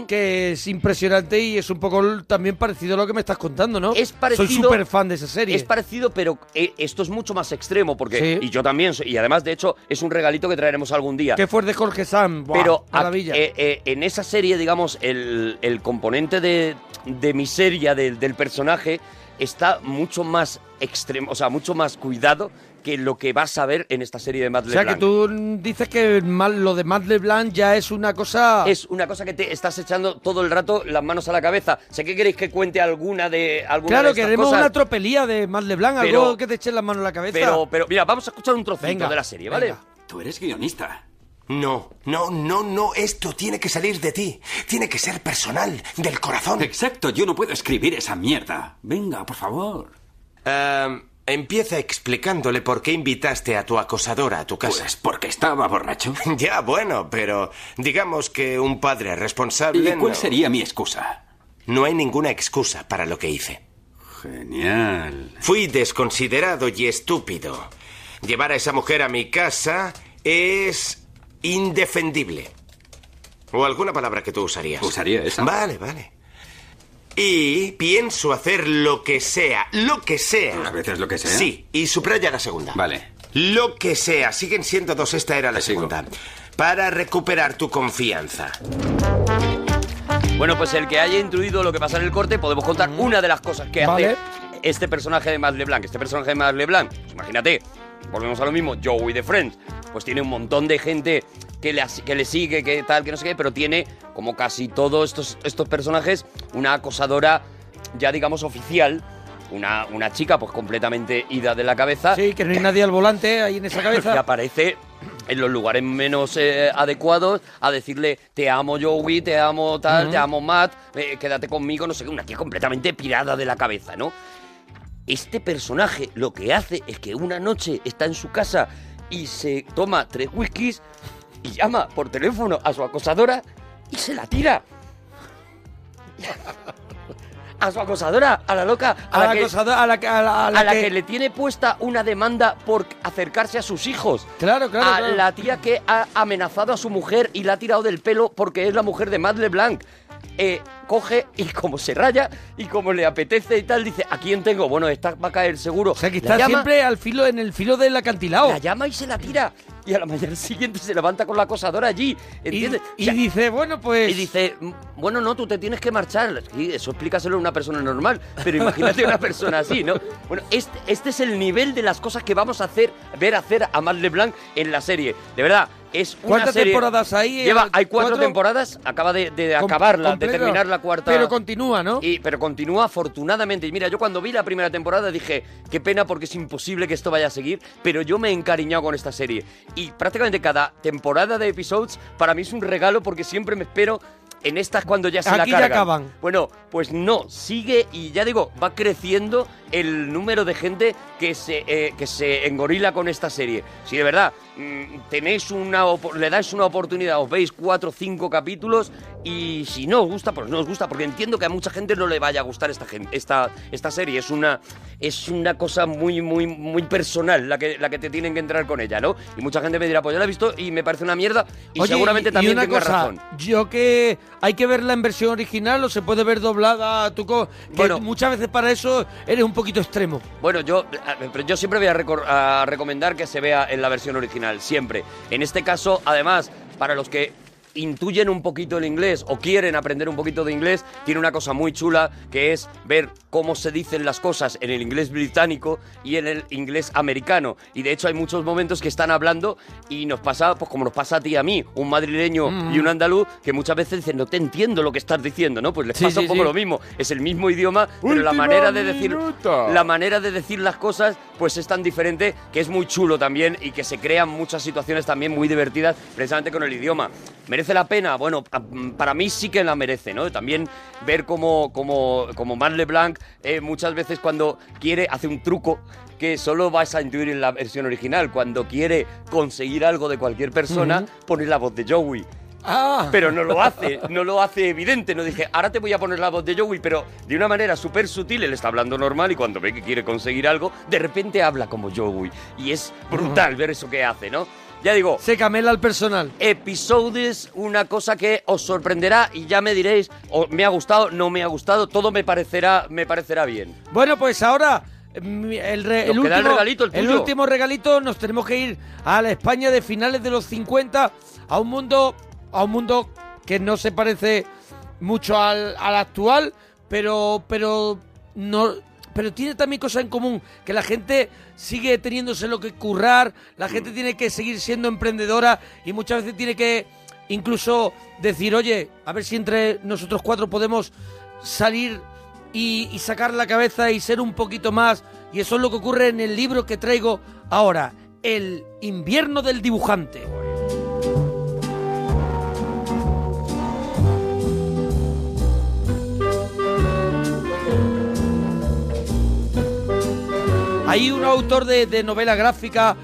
que es impresionante y es un poco l- también parecido a lo que me estás contando, ¿no? Es
parecido-
Soy súper fan de esa serie.
Es parecido, pero eh, esto es mucho más extremo, porque.
Sí.
Y yo también, soy- y además, de hecho, es un regalito que traeremos algún día.
que fue de Jorge Sanz, ¡buah!
Pero a-
maravilla.
eh, eh, en esa serie, digamos, el, el componente de, de miseria del, del personaje está mucho más extremo, o sea, mucho más cuidado que lo que vas a ver en esta serie de Matt
o sea, que
LeBlanc.
tú mm, dices que mal- lo de Matt LeBlanc ya es una cosa...
Es una cosa que te estás echando todo el rato las manos a la cabeza. Sé que queréis que cuente alguna de alguna de
Claro,
estas
queremos
cosas,
una tropelía de Matt LeBlanc, algo
Pero-
que te echen las manos a la cabeza.
Pero, pero mira, vamos a escuchar un trocito
Venga,
de la serie, ¿vale?
venga.
Tú eres guionista. No, no, no, no. Esto tiene que salir de ti. Tiene que ser personal, del corazón.
Exacto, yo no puedo escribir esa mierda. Venga, por favor.
Em, Empieza explicándole por qué invitaste a tu acosadora a tu casa. Pues porque estaba borracho. <laughs> Ya, bueno, pero digamos que un padre responsable.
¿Y cuál sería
mi excusa? No hay ninguna excusa para lo que hice.
Genial.
Fui desconsiderado y estúpido. Llevar a esa mujer a mi casa es indefendible. O alguna palabra que tú usarías.
Usaría esa.
Vale, vale. Y pienso hacer lo que sea, lo que sea.
A veces lo que sea.
Sí, y subraya la segunda.
Vale.
Lo que sea, siguen siendo dos, esta era la segunda. Para recuperar tu confianza.
Bueno, pues el que haya intuido lo que pasa en el corte, podemos contar una de las cosas que
Vale.
hace este personaje de Matt LeBlanc. Este personaje de Matt LeBlanc, pues imagínate, volvemos a lo mismo, Joey de Friends, pues tiene un montón de gente que le, as- que le sigue, que tal, que no sé qué, pero tiene, como casi todos estos, estos personajes, una acosadora ya, digamos, oficial. Una, una chica, pues completamente ida de la cabeza.
Sí, que no hay nadie al volante ahí en esa cabeza.
Que aparece en los lugares menos eh, adecuados a decirle te amo Joey, te amo tal, te amo Matt, eh, quédate conmigo, no sé qué, una tía completamente pirada de la cabeza, ¿no? Este personaje lo que hace es que una noche está en su casa y se toma tres whiskies y llama por teléfono a su acosadora y se la tira. A su acosadora, a la loca, a,
A la
que-
acosadora, a la que- a la- a la
a la
que-
que le tiene puesta una demanda por acercarse a sus hijos.
Claro, claro,
A
claro.
la tía que ha amenazado a su mujer y la ha tirado del pelo porque es la mujer de Matt LeBlanc. Eh, coge y como se raya y como le apetece y tal, dice, ¿a quién tengo? Bueno, esta va a caer seguro. O sea, que
Está siempre al filo, en el filo del acantilado.
La llama y se la tira. Y a la mañana siguiente se levanta con la acosadora allí. ¿Entiendes?
Y dice, bueno, pues...
Y dice, "Mm, bueno, no, tú te tienes que marchar. Y eso explícaselo a una persona normal. Pero imagínate una persona así, ¿no? Bueno, este, este es el nivel de las cosas que vamos a hacer, ver hacer a Matt LeBlanc en la serie. De verdad, es una
¿Cuántas
serie-
temporadas hay?
Lleva,
Eh,
hay cuatro,
cuatro.
temporadas. Acaba de, de
Com-
acabarla,
completa.
de terminar la cuarta.
Pero continúa, ¿no?
Y, pero continúa afortunadamente. Y mira, yo cuando vi la primera temporada dije, qué pena porque es imposible que esto vaya a seguir, pero yo me he encariñado con esta serie. Y prácticamente cada temporada de episodios para mí es un regalo porque siempre me espero en estas cuando ya se la
Aquí ya
cargan.
acaban.
Bueno, pues no, sigue y ya digo, va creciendo el número de gente que se, eh, que se engorila con esta serie. Si de verdad mm, tenéis una opo- le dais una oportunidad, os veis cuatro o cinco capítulos y si no os gusta, pues no os gusta, porque entiendo que a mucha gente no le vaya a gustar esta, gen- esta, esta serie. Es una, es una cosa muy, muy, muy personal la que, la que te tienen que entrar con ella, ¿no? Y mucha gente me dirá, pues yo la he visto y me parece una mierda y
Oye,
seguramente
y
también
una
tenga
cosa,
razón.
Yo que hay que verla en versión original o se puede ver doblada. Tú co- que
Bueno.
muchas veces para eso eres un poquito extremo.
Bueno, yo, ah, pero yo siempre voy a, recor- a recomendar que se vea en la versión original, siempre. En este caso, además, para los que intuyen un poquito el inglés o quieren aprender un poquito de inglés, tiene una cosa muy chula que es ver cómo se dicen las cosas en el inglés británico y en el inglés americano. Y de hecho hay muchos momentos que están hablando y nos pasa, pues como nos pasa a ti y a mí, un madrileño
Mm.
y un andaluz que muchas veces dicen, no te entiendo lo que estás diciendo, ¿no? Pues les
Sí,
pasa
sí,
un poco
sí.
lo mismo. Es el mismo idioma, pero la
Último
manera de decir
minuto.
la manera de decir las cosas pues es tan diferente que es muy chulo también y que se crean muchas situaciones también muy divertidas precisamente con el idioma. ¿Merece la pena? Bueno, pa- para mí sí que la merece, ¿no? También ver como, como, como Marc LeBlanc eh, muchas veces cuando quiere hace un truco que solo vas a intuir en la versión original. Cuando quiere conseguir algo de cualquier persona, pone la voz de Joey.
Ah.
Pero no lo hace, no lo hace evidente. No dije, ahora te voy a poner la voz de Joey, pero de una manera súper sutil. Él está hablando normal y cuando ve que quiere conseguir algo, de repente habla como Joey. Y es brutal ver eso que hace, ¿no? Ya digo.
Se camela al personal.
Episodios, una cosa que os sorprenderá y ya me diréis, o me ha gustado, no me ha gustado, todo me parecerá, me parecerá bien.
Bueno, pues ahora mm, el, re-
Nos
el último
queda el regalito, el tuyo.
último regalito nos tenemos que ir a la España de finales de los 50 a un mundo a un mundo que no se parece mucho al, al actual, pero pero no pero tiene también cosas en común, que la gente sigue teniéndose lo que currar, la gente
Mm.
tiene que seguir siendo emprendedora y muchas veces tiene que incluso decir, oye, a ver si entre nosotros cuatro podemos salir y, y sacar la cabeza y ser un poquito más. Y eso es lo que ocurre en el libro que traigo ahora, El invierno del dibujante. Hay un autor de, de novela gráfica,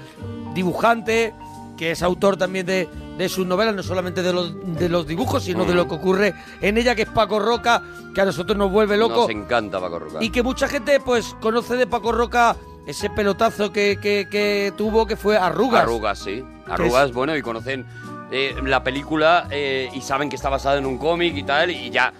dibujante, que es autor también de, de sus novelas, no solamente de los, de los dibujos, sino de lo que ocurre en ella, que es Paco Roca, que a nosotros nos vuelve locos.
Nos encanta Paco Roca.
Y que mucha gente pues conoce de Paco Roca ese pelotazo que, que- que tuvo que fue Arrugas.
Arrugas, sí. Arrugas, bueno, y conocen eh, la película eh, y saben que está basada en un cómic y tal, y ya,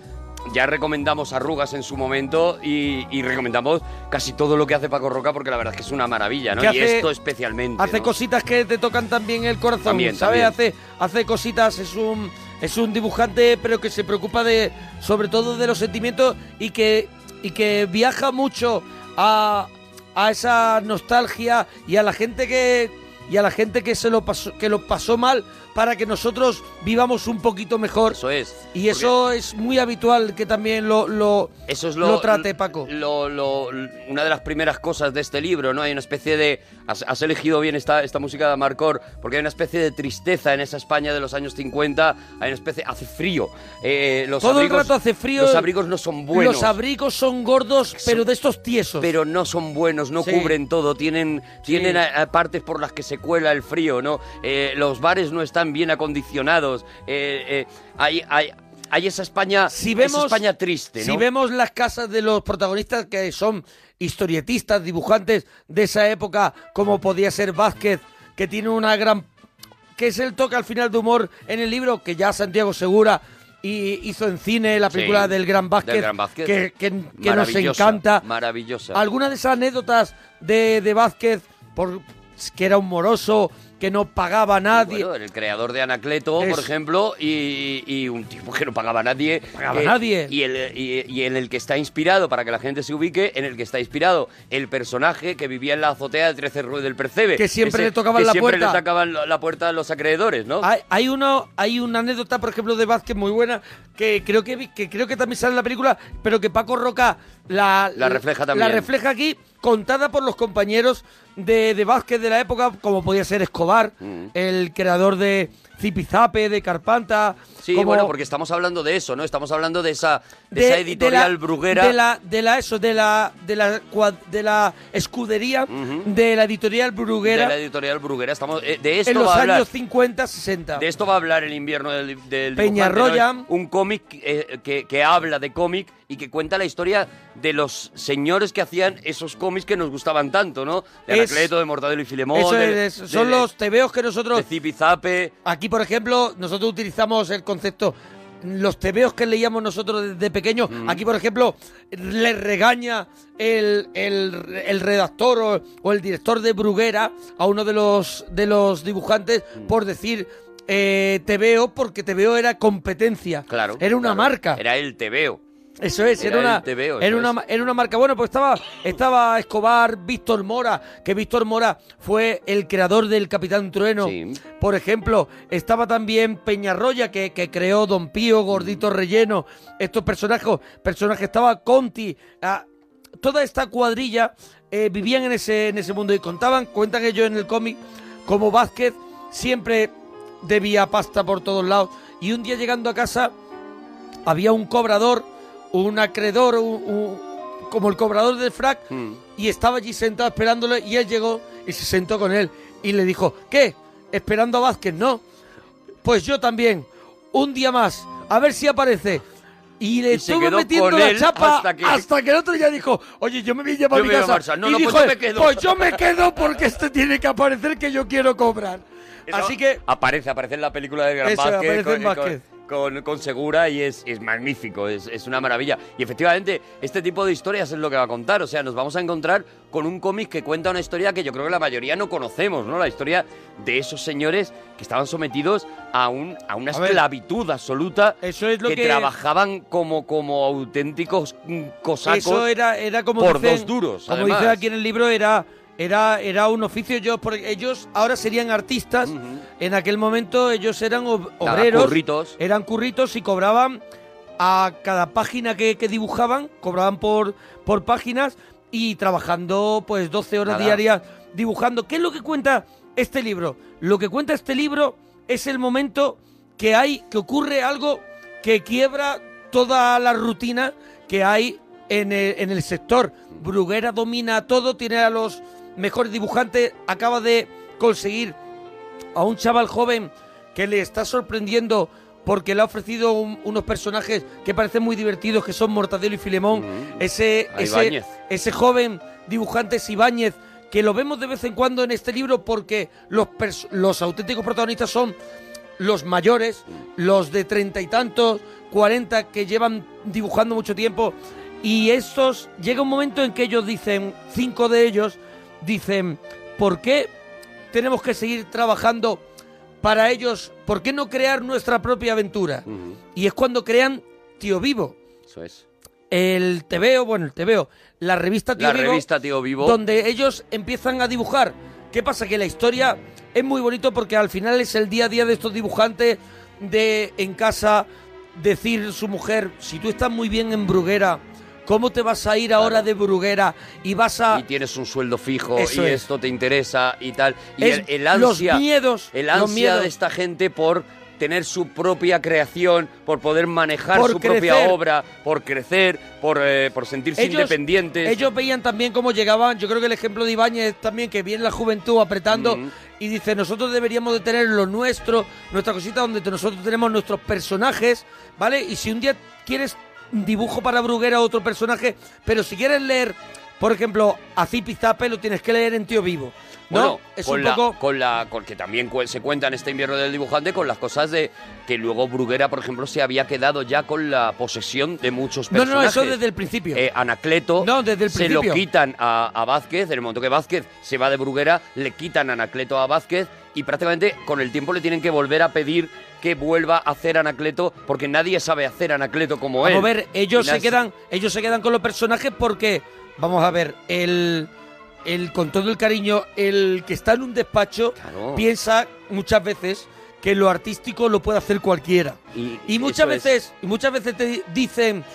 ya recomendamos Arrugas en su momento y, y recomendamos casi todo lo que hace Paco Roca porque la verdad es que es una maravilla, ¿no?
Que
Y
hace-
esto especialmente.
Hace
¿no?
cositas que te tocan también el corazón,
También,
¿sabes?
también.
Hace, hace cositas, es un, es un dibujante, pero que se preocupa de, sobre todo de los sentimientos y que, y que viaja mucho a, a esa nostalgia y a la gente que y a la gente que se lo pasó, que lo pasó mal para que nosotros vivamos un poquito mejor. Eso
es.
Y eso es muy habitual que también lo, lo,
Eso es
lo
lo,
trate Paco.
lo- lo- una de las primeras cosas de este libro, ¿no? Hay una especie de. Has, has elegido bien esta, esta música de Marcor, porque hay una especie de tristeza en esa España de los años 50. Hay una especie. Hace frío. eh, los
Todo
abrigos-
el rato hace frío.
Los abrigos no son buenos.
Los abrigos son gordos, pero de estos tiesos.
Pero no son buenos, no
Sí.
cubren todo, tienen, tienen a- a partes por las que se cuela el frío, ¿no? Eh, los bares no están bien acondicionados, eh, eh, hay, hay, hay esa España,
si vemos
esa España triste, ¿no?
Si vemos las casas de los protagonistas que son historietistas, dibujantes de esa época, como podía ser Vázquez, que tiene una gran que es el toque al final de humor en el libro que ya Santiago Segura y hizo en cine la
Sí,
película del Gran Vázquez,
del Gran Vázquez.
que, que- que nos
Maravillosa,
encanta.
Maravillosa.
Algunas de esas anécdotas de, de Vázquez, por, que era un moroso, que no pagaba a nadie.
Bueno, era el creador de Anacleto,
Es-
por ejemplo, y, y un tipo que no pagaba a nadie.
Pagaba a
eh,
nadie.
Y, el- y- y en el que está inspirado, para que la gente se ubique, en el que está inspirado el personaje que vivía en la azotea de 13 Rue del Percebe.
Que siempre le tocaban
que
la
siempre
puerta.
le tocaban lo- la puerta a los acreedores, ¿no?
Hay, hay una, hay una anécdota, por ejemplo, de Vázquez muy buena, que creo que, vi- que creo que también sale en la película, pero que Paco Roca la,
La refleja también.
la refleja aquí, contada por los compañeros de, de Vázquez de la época, como podía ser Escobar,
Mm.
el creador de Zipizape, de Carpanta.
Sí,
como-
bueno, porque estamos hablando de eso, ¿no? Estamos hablando de esa, de,
de-
esa
de
editorial
la-
bruguera.
de la de la eso de la de la cua- de la escudería de la editorial bruguera
de la editorial bruguera. Estamos, eh, de esto
en los
va a hablar.
años 50 60
De esto va a hablar el invierno del, del
Peñarroya.
dibujante, ¿no? Es Un cómic eh, que, que habla de cómic y que cuenta la historia de los señores que hacían esos cómics que nos gustaban tanto, ¿no? De
Es-
Anacleto, de Mortadelo y Filemón.
Eso
de-
es,
de-
son
de-
los tebeos que nosotros.
Zipizape.
Aquí, por ejemplo, nosotros utilizamos el concepto. Los tebeos que leíamos nosotros desde pequeños. Aquí, por ejemplo, le regaña el, el- el redactor o, o el director de Bruguera a uno de los, de los dibujantes por decir. Eh, te veo porque te veo era competencia.
Claro.
Era una
claro.
marca.
Era el Tebeo.
Eso es, era,
Era
una,
el TVO,
era,
eso
una, era una marca. Bueno, pues estaba, estaba Escobar, Víctor Mora, que Víctor Mora fue el creador del Capitán Trueno, por ejemplo. Estaba también Peñarroya, que, que creó Don Pío, Gordito Relleno, estos personajes. personajes estaba Conti, ah, toda esta cuadrilla eh, vivían en ese, en ese mundo y contaban, cuentan ellos en el cómic, como Vázquez siempre debía pasta por todos lados. Y un día llegando a casa había un cobrador, un acreedor, un- un- como el cobrador del frac,
Hmm.
y estaba allí sentado esperándole y él llegó y se sentó con él y le dijo, ¿qué? ¿Esperando a Vázquez? No. Pues yo también. Un día más. A ver si aparece. Y le
Y se
estuvo
quedó
metiendo
con
la
él
chapa
hasta que-
hasta que el otro ya dijo, oye, yo me voy a llevar
Yo
a mi
me voy a
casa.
marchar. No,
y
no, pues
dijo
yo
él,
me quedo.
pues yo me quedo porque este tiene que aparecer que yo quiero cobrar. Así que...
Aparece, aparece en la película de Gran
Eso,
Vázquez.
aparece
Con,
en
con-
Vázquez.
con- con Segura y es, es magnífico, es, es una maravilla. Y efectivamente, este tipo de historias es lo que va a contar. O sea, nos vamos a encontrar con un cómic que cuenta una historia que yo creo que la mayoría no conocemos, ¿no? La historia de esos señores que estaban sometidos a, un, a una
ver.
esclavitud absoluta.
Eso es lo que-
trabajaban como, como auténticos mm, cosacos.
Eso era, era como
Por
dicen-
dos duros.
Como
además.
dice aquí en el libro, era, era, era un oficio. Ellos, por- ellos ahora serían artistas. En aquel momento ellos eran ob-
Nada,
obreros.
curritos.
Eran curritos y cobraban a cada página que, que dibujaban, cobraban por, por páginas y trabajando pues 12 horas
Nada.
diarias dibujando. ¿Qué es lo que cuenta este libro? Lo que cuenta este libro es el momento que hay, que ocurre algo que quiebra toda la rutina que hay en el, en el sector. Bruguera domina todo, tiene a los mejor dibujante, acaba de conseguir a un chaval joven que le está sorprendiendo porque le ha ofrecido un- unos personajes que parecen muy divertidos, que son Mortadelo y Filemón. Ese,
Mm. A
ese,
Ibáñez.
ese joven dibujante es Ibáñez, que lo vemos de vez en cuando en este libro porque los, pers- los auténticos protagonistas son los mayores,
Mm.
los de treinta y tantos, cuarenta, que llevan dibujando mucho tiempo. Y estos, llega un momento en que ellos dicen, cinco de ellos, dicen, ¿por qué tenemos que seguir trabajando para ellos? ¿Por qué no crear nuestra propia aventura? Y es cuando crean Tío Vivo.
Eso es.
El TVO, bueno, el TVO, la revista Tío
La
Vivo.
revista Tío Vivo.
Donde ellos empiezan a dibujar. ¿Qué pasa? Que la historia es muy bonito porque al final es el día a día de estos dibujantes de en casa decir su mujer, si tú estás muy bien en Bruguera, ¿cómo te vas a ir ahora de Bruguera y vas a
Y tienes un sueldo fijo
Eso
y
es.
esto te interesa y tal. Y
Es
el, el
los
ansia.
miedos,
El
los
ansia
miedos.
de esta gente por tener su propia creación, por poder manejar
Por
su propia
crecer.
obra, por crecer, por, eh, por sentirse independientes.
Ellos veían también cómo llegaban. Yo creo que el ejemplo de Ibáñez también, que viene la juventud apretando y dice, nosotros deberíamos de tener lo nuestro, nuestra cosita donde te- nosotros tenemos nuestros personajes, ¿vale? Y si un día quieres un dibujo para Bruguera o otro personaje, pero si quieres leer, por ejemplo, a Zipi Zape, lo tienes que leer en Tío Vivo. ¿No?
Bueno,
es
con
un
la-
poco...
con la con que también cu- se cuenta en este invierno del dibujante con las cosas de que luego Bruguera, por ejemplo, se había quedado ya con la posesión de muchos
No,
personajes.
no, eso desde el principio.
Eh, Anacleto se lo
principio.
quitan a, a Vázquez, en el momento que Vázquez se va de Bruguera, le quitan a Anacleto a Vázquez y prácticamente con el tiempo le tienen que volver a pedir que vuelva a hacer Anacleto porque nadie sabe hacer Anacleto como él.
Vamos a ver, ellos
Y nadie-
se quedan, ellos se quedan con los personajes porque, vamos a ver, el, el con todo el cariño, el que está en un despacho piensa muchas veces que lo artístico lo puede hacer cualquiera.
Y,
muchas
eso es.
veces, y muchas veces te di- dicen,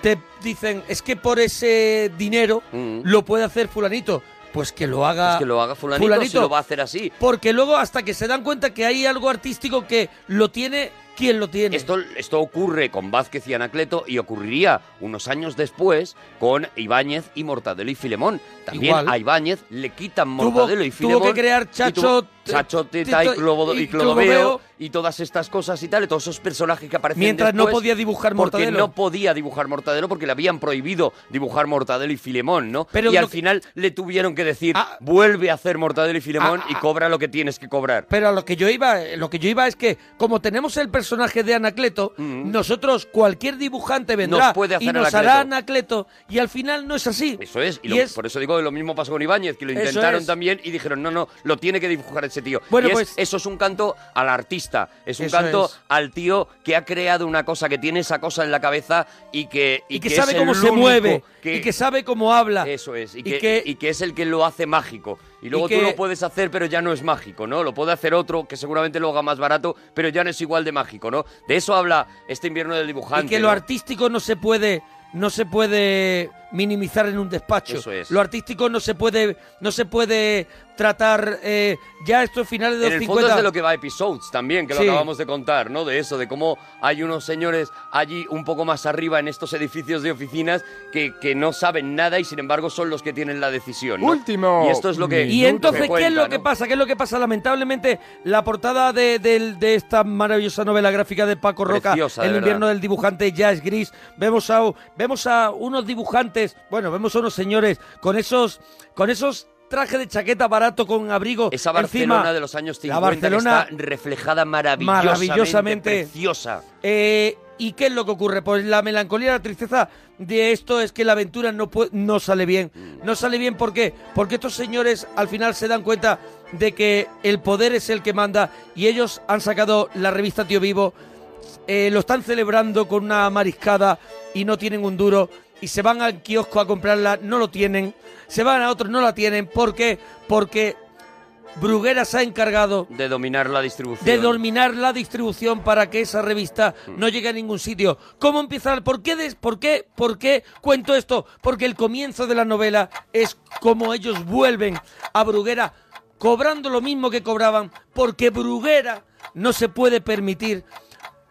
te dicen, es que por ese dinero lo puede hacer fulanito. Pues que lo haga.
Pues Mm. que lo haga fulanito, si lo va a hacer así.
Porque luego hasta que se dan cuenta que hay algo artístico que lo tiene quien lo tiene.
Esto, esto ocurre con Vázquez y Anacleto y ocurriría unos años después con Ibáñez y Mortadelo y Filemón. También
Igual.
a Ibáñez le quitan
Tuvo-
Mortadelo y
tuvo
Filemón.
que crear
y tuvo-
Chacho-
Chacho Teta y,
Tito-
Clodo- y
y
Clodoveo
Clodoveo.
y todas estas cosas y tal, y todos esos personajes que aparecen
Mientras no
después,
podía dibujar
Porque
Mortadelo.
no podía dibujar Mortadelo porque le habían prohibido dibujar Mortadelo y Filemón, ¿no?
Pero
y
lo
al
que-
final le tuvieron que decir, vuelve a hacer Mortadelo y Filemón
Ah,
y cobra lo que tienes que cobrar.
Pero a lo que yo iba, lo que yo iba es que como tenemos el personaje de Anacleto, nosotros cualquier dibujante vendrá
Nos puede hacer
y nos
Anacleto.
hará Anacleto y al final no es así.
Eso es, y,
Y
lo-
es-
por eso digo que lo mismo pasó con Ibáñez, que lo
Eso
intentaron
es.
también y dijeron, no, no, lo tiene que dibujar ese tío.
Bueno,
Y es-
pues-
eso es un canto al artista, es un
Eso
canto
es.
al tío que ha creado una cosa, que tiene esa cosa en la cabeza y que...
Y que
es
sabe
el
cómo se
único
mueve,
que-
y que sabe cómo habla.
Eso es, y
y
que, y que,
que-
es el que lo hace mágico. Y luego
y que-
tú lo puedes hacer, pero ya no es mágico, ¿no? Lo puede hacer otro que seguramente lo haga más barato, pero ya no es igual de mágico, ¿no? De eso habla este invierno del dibujante.
y que lo
¿no?
artístico no se puede no se puede minimizar en un despacho.
Eso es.
Lo artístico no se puede no se puede tratar eh, ya estos finales de
En
los
el
50.
fondo es de lo que va a Episodes también, que
Sí.
lo acabamos de contar, ¿no? De eso, de cómo hay unos señores allí un poco más arriba en estos edificios de oficinas que, que no saben nada y sin embargo son los que tienen la decisión. ¿no?
Último
Y esto es lo que.
Y entonces,
que
¿qué es
cuenta,
lo
¿no?
que pasa? ¿Qué es lo que pasa? Lamentablemente, la portada de, del- de esta maravillosa novela gráfica de Paco Roca,
Preciosa, de
El
verdad.
invierno del dibujante ya es gris, vemos a, vemos a unos dibujantes, bueno, vemos a unos señores con esos, con esos trajes de chaqueta barato con abrigo.
Esa Barcelona
encima.
de los años 50
La Barcelona
que está reflejada maravillosamente,
maravillosamente.
preciosa.
Eh, ¿Y qué es lo que ocurre? Pues la melancolía, la tristeza de esto es que la aventura no, pue- no sale bien. No sale bien, ¿por qué? Porque estos señores al final se dan cuenta de que el poder es el que manda y ellos han sacado la revista Tío Vivo, eh, lo están celebrando con una mariscada y no tienen un duro y se van al kiosco a comprarla, no lo tienen, se van a otros, no la tienen, ¿por qué? Porque Bruguera se ha encargado
De dominar la distribución. Mm.
de dominar la distribución para que esa revista no llegue a ningún sitio. ¿Cómo empezar? ¿Por qué, des- por qué, por qué cuento esto? Porque el comienzo de la novela es como ellos vuelven a Bruguera cobrando lo mismo que cobraban, porque Bruguera no se puede permitir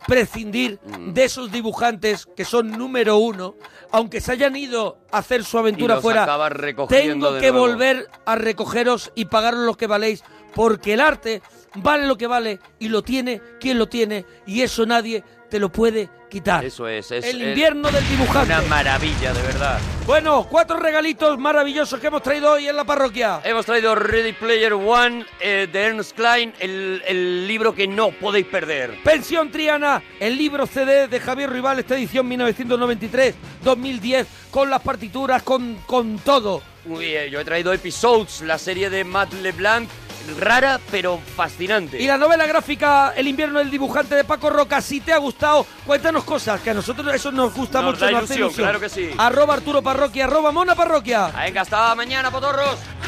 prescindir
Mm.
de esos dibujantes que son número uno, aunque se hayan ido a hacer su aventura
los
fuera.
acabas recogiendo
Tengo
de
que
nuevo.
volver a recogeros y pagaros lo que valéis, porque el arte vale lo que vale y lo tiene quien lo tiene, y eso nadie te lo puede quitar.
Eso es, es
el
es
invierno del dibujante.
Una maravilla, de verdad.
Bueno, cuatro regalitos maravillosos que hemos traído hoy en la parroquia.
Hemos traído Ready Player One eh, de Ernst Klein, el, el libro que no podéis perder.
Pensión Triana, el libro CD de Javier Rival, esta edición 1993-2010, con las partituras, con, con todo.
Muy bien, eh, yo he traído Episodes, la serie de Matt LeBlanc, rara pero fascinante.
Y la novela gráfica El invierno del dibujante de Paco Roca, si te ha gustado, cuéntanos cosas, que a nosotros eso nos gusta
Nos
mucho.
da
nos hace
ilusión, claro que sí.
Arroba Arturo Parroquia, arroba Mona Parroquia.
Venga, hasta mañana, potorros.